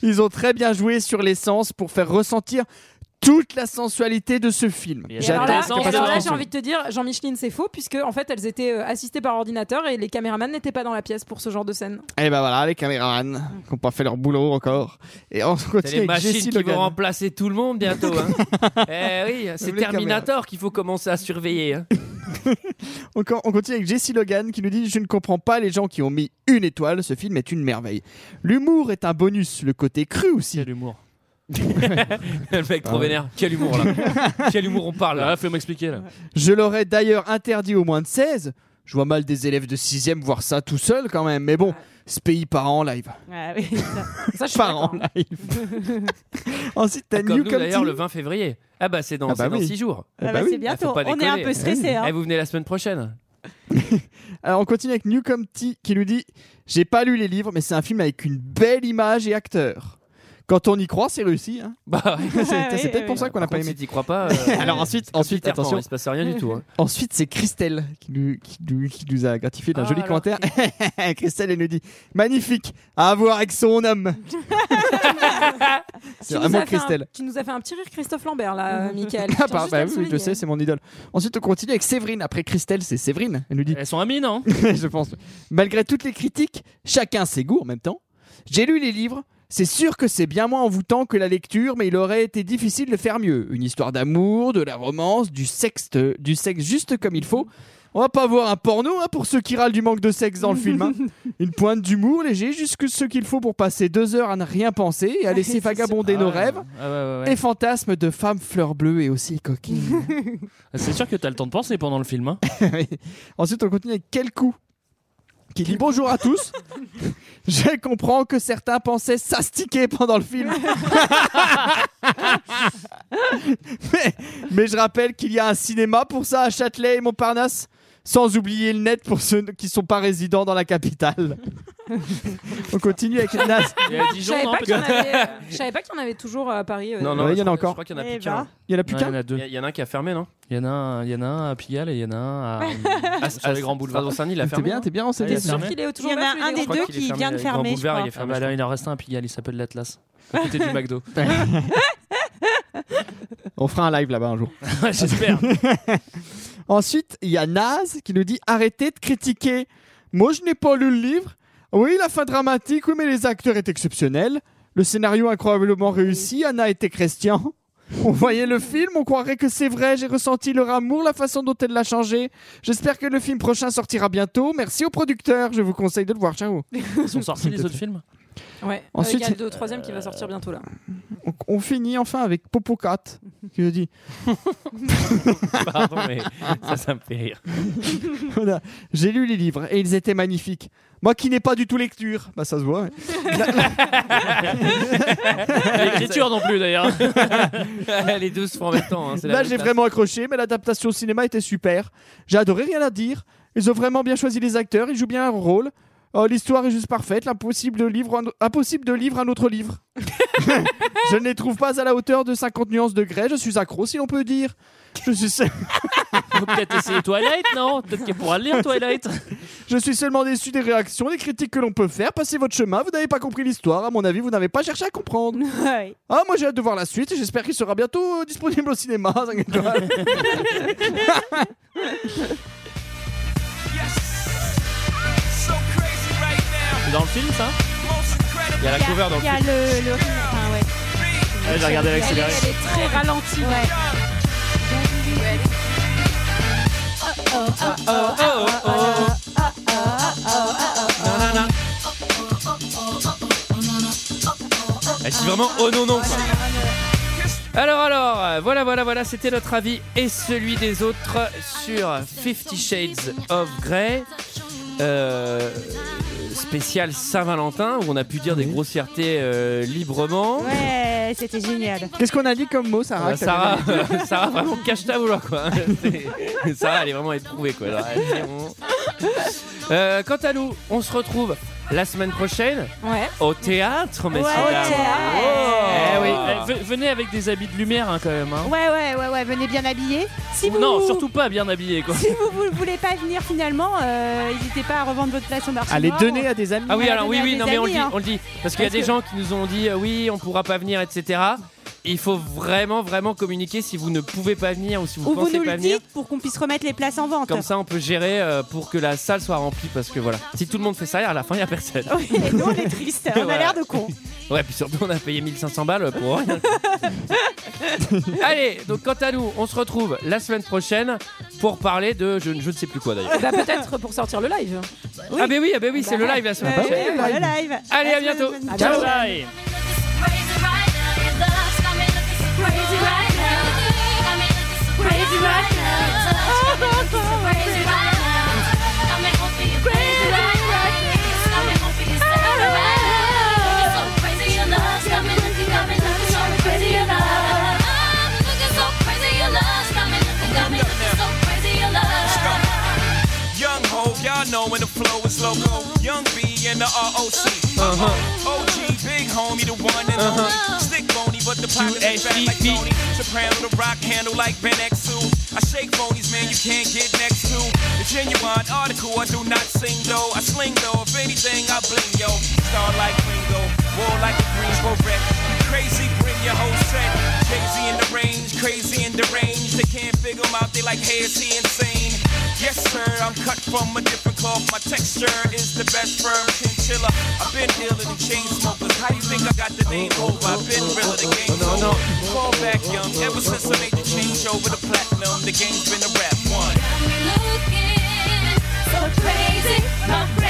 S1: Ils ont très bien joué sur l'essence pour faire ressentir toute la sensualité de ce film.
S8: Et
S9: Et alors
S1: J'adore
S9: là,
S1: ce
S8: Intéressant,
S9: et
S1: que
S9: alors
S1: passe
S9: là,
S1: dans
S9: Ah, j'ai
S1: ce
S9: envie de te dire, Jean-Micheline, c'est faux, puisque en fait, elles étaient euh, assistées par ordinateur et les caméramans n'étaient pas dans la pièce pour ce genre de scène.
S1: film. Et ben voilà, les caméramans qui n'ont pas fait leur boulot encore. Et on
S3: C'est
S1: continue
S3: les
S1: avec
S3: machines
S1: Jessie
S3: qui
S1: Logan.
S3: vont remplacer tout le monde bientôt.
S9: [laughs]
S3: hein. eh oui, c'est
S1: Les
S3: Terminator qu'il faut commencer à surveiller. hein.
S1: On co- on continue avec Jessie Logan qui nous dit Je ne comprends pas les gens qui ont mis une étoile, ce film est une merveille. L'humour est un bonus, le côté cru aussi.
S8: Quel humour.
S3: Le mec trop
S1: Ah ouais.
S3: vénère. Quel humour
S1: [laughs]
S3: là.
S1: Ah
S3: Quel humour on parle là.
S8: Là, fais m'expliquer, là.
S1: Je l'aurais d'ailleurs interdit au moins de 16. Je vois mal des élèves de 6ème voir ça tout seul quand même, mais bon, ce pays part en live.
S2: Ah oui, Ah. ça.
S9: Ça, je suis
S1: Part
S9: d'accord.
S1: en live. Ensuite, t'as
S3: Ah, Comme
S1: New
S3: nous d'ailleurs le
S1: Comedy.
S3: 20 février. Ah bah c'est dans
S1: Ah bah
S3: 6
S1: oui.
S3: jours.
S1: Eh
S2: Ah
S1: bah
S2: bah,
S1: oui.
S2: c'est bientôt.
S3: faut pas
S2: On est
S3: déconner.
S2: un peu stressé.
S3: Eh, vous venez la
S1: [laughs]
S3: semaine prochaine.
S1: Alors on continue avec New Comedy qui nous dit J'ai pas lu les livres, mais c'est un film avec une belle image et acteur. Quand on y croit, c'est réussi. hein.
S3: Bah ouais.
S1: C'est
S2: oui,
S1: c'est peut-être
S2: oui,
S1: pour
S2: oui.
S1: ça qu'on n'a
S3: Par
S1: pas
S3: contre, si
S1: aimé.
S3: t'y crois pas.
S1: [laughs]
S3: euh,
S1: Alors ensuite, ensuite
S3: ensuite,
S1: attention.
S3: il se passe rien du
S1: [laughs]
S3: tout. hein.
S1: Ensuite, c'est Christelle qui nous, qui, nous, qui nous a gratifié d'un
S3: Ah,
S1: joli
S3: alors
S1: commentaire. [laughs] Christelle, elle nous dit Magnifique, à voir avec
S9: [laughs]
S1: son homme.
S9: Tu
S1: c'est
S9: nous
S1: vraiment
S9: as fait un-
S1: Christelle.
S9: Tu nous as fait un petit rire Christophe Lambert,
S1: [laughs]
S9: là, euh, Michael.
S1: Ah,
S9: tiens
S1: bah,
S9: juste à
S1: bah
S9: le
S1: oui, je
S9: souligner.
S1: sais, c'est mon idole. Ensuite, on continue avec Séverine. Après Christelle, c'est Séverine. Elle nous dit
S8: Elles sont amies,
S1: [laughs]
S8: non
S1: Je pense. Malgré toutes les critiques, chacun ses goûts en même temps. J'ai lu les livres. C'est sûr que c'est bien moins envoûtant que la lecture, mais il aurait été difficile de faire mieux. Une histoire d'amour, de la romance, du sexe, du sexe juste comme il faut. On va pas voir un porno hein, pour ceux qui râlent du manque de sexe dans le film. hein. Une pointe d'humour léger, jusque ce qu'il faut pour passer deux heures à ne rien penser et à laisser vagabonder
S8: Ah
S1: nos
S8: ouais.
S1: rêves.
S8: Ah ouais, ouais, ouais.
S1: Et fantasmes de femmes fleurs bleues et
S9: [laughs]
S1: aussi coquines.
S8: Ah, C'est sûr que t'as le temps de penser pendant le film. Hein.
S1: [laughs] Oui. Ensuite, on continue avec quel coup qui dit bonjour
S9: [laughs]
S1: à tous. Je comprends que certains pensaient s'astiquer pendant
S9: [laughs]
S1: le film. mais, mais je rappelle qu'il y a un cinéma pour ça à Châtelet et Montparnasse. Sans oublier le net pour ceux qui sont pas résidents dans
S9: [laughs]
S1: la capitale. on continue avec Nas.
S8: Et à
S9: Je
S8: Dijon,
S9: savais
S8: non
S9: pas qu'il y en avait,
S8: [laughs]
S3: [laughs]
S9: euh, je savais pas qu'il y en avait toujours à Paris. euh,
S3: Non,
S1: Ouais,
S3: non,
S1: il y en a
S3: je-
S1: encore.
S3: Je crois qu'il y en a
S2: Eh
S3: plus qu'un.
S2: bah.
S1: Il y en a plus
S8: Ouais,
S1: qu'un
S8: Il y en a
S3: Il
S8: deux.
S3: y, en a un qui a fermé, non
S8: Il y en a un, il y en a un à Pigalle et il y en a un à, [laughs]
S3: Ah,
S8: à- sur les grands boulevards.
S3: Pardon, Saint-Denis, il a
S1: T'es
S3: fermé.
S1: bien, t'es bien renseigné.
S8: Ouais, il y a
S1: Sam.
S8: fermé.
S9: Il est
S2: Il
S9: toujours
S2: y en
S9: là,
S2: a
S9: tous les
S2: un des
S9: gars.
S3: crois
S2: deux
S3: qu'il est
S2: qui
S3: fermé,
S2: vient de
S3: le Grand
S2: fermer, je
S3: Boulevard,
S2: crois.
S3: il est
S8: Ah bah là, il en reste un à Pigalle, il s'appelle l'Atlas. À côté du [laughs] McDo.
S1: On fera un live là-bas un jour.
S8: J'espère.
S1: Ensuite, il y a Naz qui nous dit arrêtez de critiquer. Moi, je n'ai pas lu le livre. Oui, la fin dramatique, oui, mais les acteurs étaient exceptionnels. Le scénario incroyablement réussi. Anna était Christian. On voyait le film, on croirait que c'est vrai. J'ai ressenti leur amour, la façon dont elle l'a changé. J'espère que le film prochain sortira bientôt. Merci au producteur. Je vous conseille de le voir. Ciao.
S8: Ils
S9: [laughs]
S8: sont sortis les autres films
S9: Ouais. Euh, Ensuite, il
S1: Ensuite,
S9: y a le deux- troisième qui va sortir bientôt là.
S1: On, on finit enfin avec Popocat qui nous dit
S3: [laughs] Pardon, mais ça, ça me fait rire.
S1: [laughs] Voilà. J'ai lu les livres et ils étaient magnifiques. Moi qui n'ai pas du tout lecture, bah ça se voit. ouais. La- la-
S8: L'écriture non plus
S1: [laughs]
S8: d'ailleurs.
S3: [laughs] Les deux se font en même temps. hein, c'est la
S1: Là
S3: même
S1: j'ai
S3: place.
S1: vraiment accroché, mais l'adaptation au cinéma était super. J'ai adoré, rien à dire. Ils ont vraiment bien choisi les acteurs, ils jouent bien leur rôle. Euh, L'histoire est juste parfaite, l'impossible de livre, un... impossible de livre un autre livre. [laughs] je ne les trouve pas à la hauteur de 50 nuances de grès, je suis accro si l'on peut dire. Je suis, seul-
S8: [laughs] Faut peut-être essayer Twilight, non Peut-être qu'elle pourra lire [laughs] Twilight.
S1: [laughs] je suis seulement déçu des réactions, des critiques que l'on peut faire. Passez votre chemin, vous n'avez pas compris l'histoire, à mon avis vous n'avez pas cherché à comprendre.
S4: Ouais.
S1: Ah, moi j'ai hâte de voir la suite et j'espère qu'il sera bientôt euh, disponible au cinéma. cinq
S8: [laughs]
S1: étoiles.
S8: C'est dans le film ça Il y a la cover dans le
S4: Il y a
S8: film.
S4: le, le... Enfin, ouais.
S8: Ouais, j'ai regardé
S9: Elle est,
S8: l'accéléré.
S9: elle est très ralentie.
S3: Elle dit vraiment oh non non. quoi. Alors alors, euh, voilà voilà voilà, c'était notre avis et celui des autres sur Fifty Shades of Grey. Euh, spécial Saint-Valentin où on a pu dire des grossièretés euh, librement.
S4: Ouais, c'était génial.
S1: Qu'est-ce qu'on a dit comme mot, Sarah
S3: Euh,
S1: que t'as
S3: Sarah, [laughs] Sarah vraiment cache ta vouloir quoi. C'est- [laughs] Sarah elle est vraiment éprouvée quoi. Alors, elle est vraiment- Euh, quant à nous, on se retrouve la semaine prochaine
S9: Ouais.
S3: au théâtre, messieurs.
S4: Ouais.
S3: dames.
S2: Oh.
S8: Eh oui.
S3: Ah.
S8: Eh, ve- Venez avec des habits de lumière hein, quand même. hein.
S4: Ouais, ouais, ouais, ouais, venez bien habillés. Si vous,
S8: Non, surtout pas bien habillé quoi.
S4: Si vous, vous voulez pas venir finalement, euh, n'hésitez pas à revendre votre place au marché.
S1: Allez,
S4: noir.
S1: donner à des amis.
S3: Ah oui,
S4: On va
S3: alors oui,
S4: donner à
S3: oui,
S4: des
S3: non, mais on le
S4: amis,
S3: dit,
S4: hein.
S3: on le dit. Parce qu'il y a des gens qui nous ont dit, euh, oui, on pourra pas venir, etc. Il faut vraiment, vraiment communiquer si vous ne pouvez pas venir ou si vous
S4: Ou vous
S3: pensez
S4: nous
S3: pas
S4: le
S3: venir.
S4: dites pour qu'on puisse remettre les places en vente.
S3: Comme ça, on peut gérer euh, pour que la salle soit remplie. Parce que voilà, si tout le monde fait ça, à la fin, il n'y a personne.
S4: Oui, et nous on est triste, on
S3: Voilà.
S4: a l'air de con.
S3: [laughs] Ouais, puis surtout, on a payé 1500 balles
S4: [laughs]
S3: pour rien. Allez, donc quant à nous, on se retrouve la semaine prochaine pour parler de je, je ne sais plus quoi
S4: Eh
S3: d'ailleurs.
S4: ben,
S9: Bah, peut-être pour sortir le live. Bah,
S3: Ah, ben oui, ah, ben Euh. oui, c'est le live la semaine
S4: Ouais,
S3: prochaine.
S4: ouais, ben le live.
S3: Allez, à
S4: La semaine
S3: bientôt.
S4: prochaine.
S9: À
S3: Ciao.
S9: bientôt.
S8: Bye.
S10: Young ho, y'all know when the flow is loco. Young B and the ROC. Uh-huh. OG, big homie, the one and only. Stick bony, but the pocket is fat like Tony. Soprano, the rock handle like Ben X2. I shake bonies, man, you can't get next to. The genuine article, I do not sing though. I sling though, if anything, I bling yo. Star like Ringo, war like a Greensboro wreck. Crazy, bring your whole set. Crazy in the range, crazy in the range. They can't figure him out, they like, hey, is he insane? Yes, sir, I'm cut from a different cloth. My texture is the best firm chinchilla. I've been dealing in chain smokers. How do you think I got the name over? I've been real the game. No, no. Fall back young. Ever since I made the change over the platinum, the game's been a rap one.
S5: Got me looking so crazy, my brain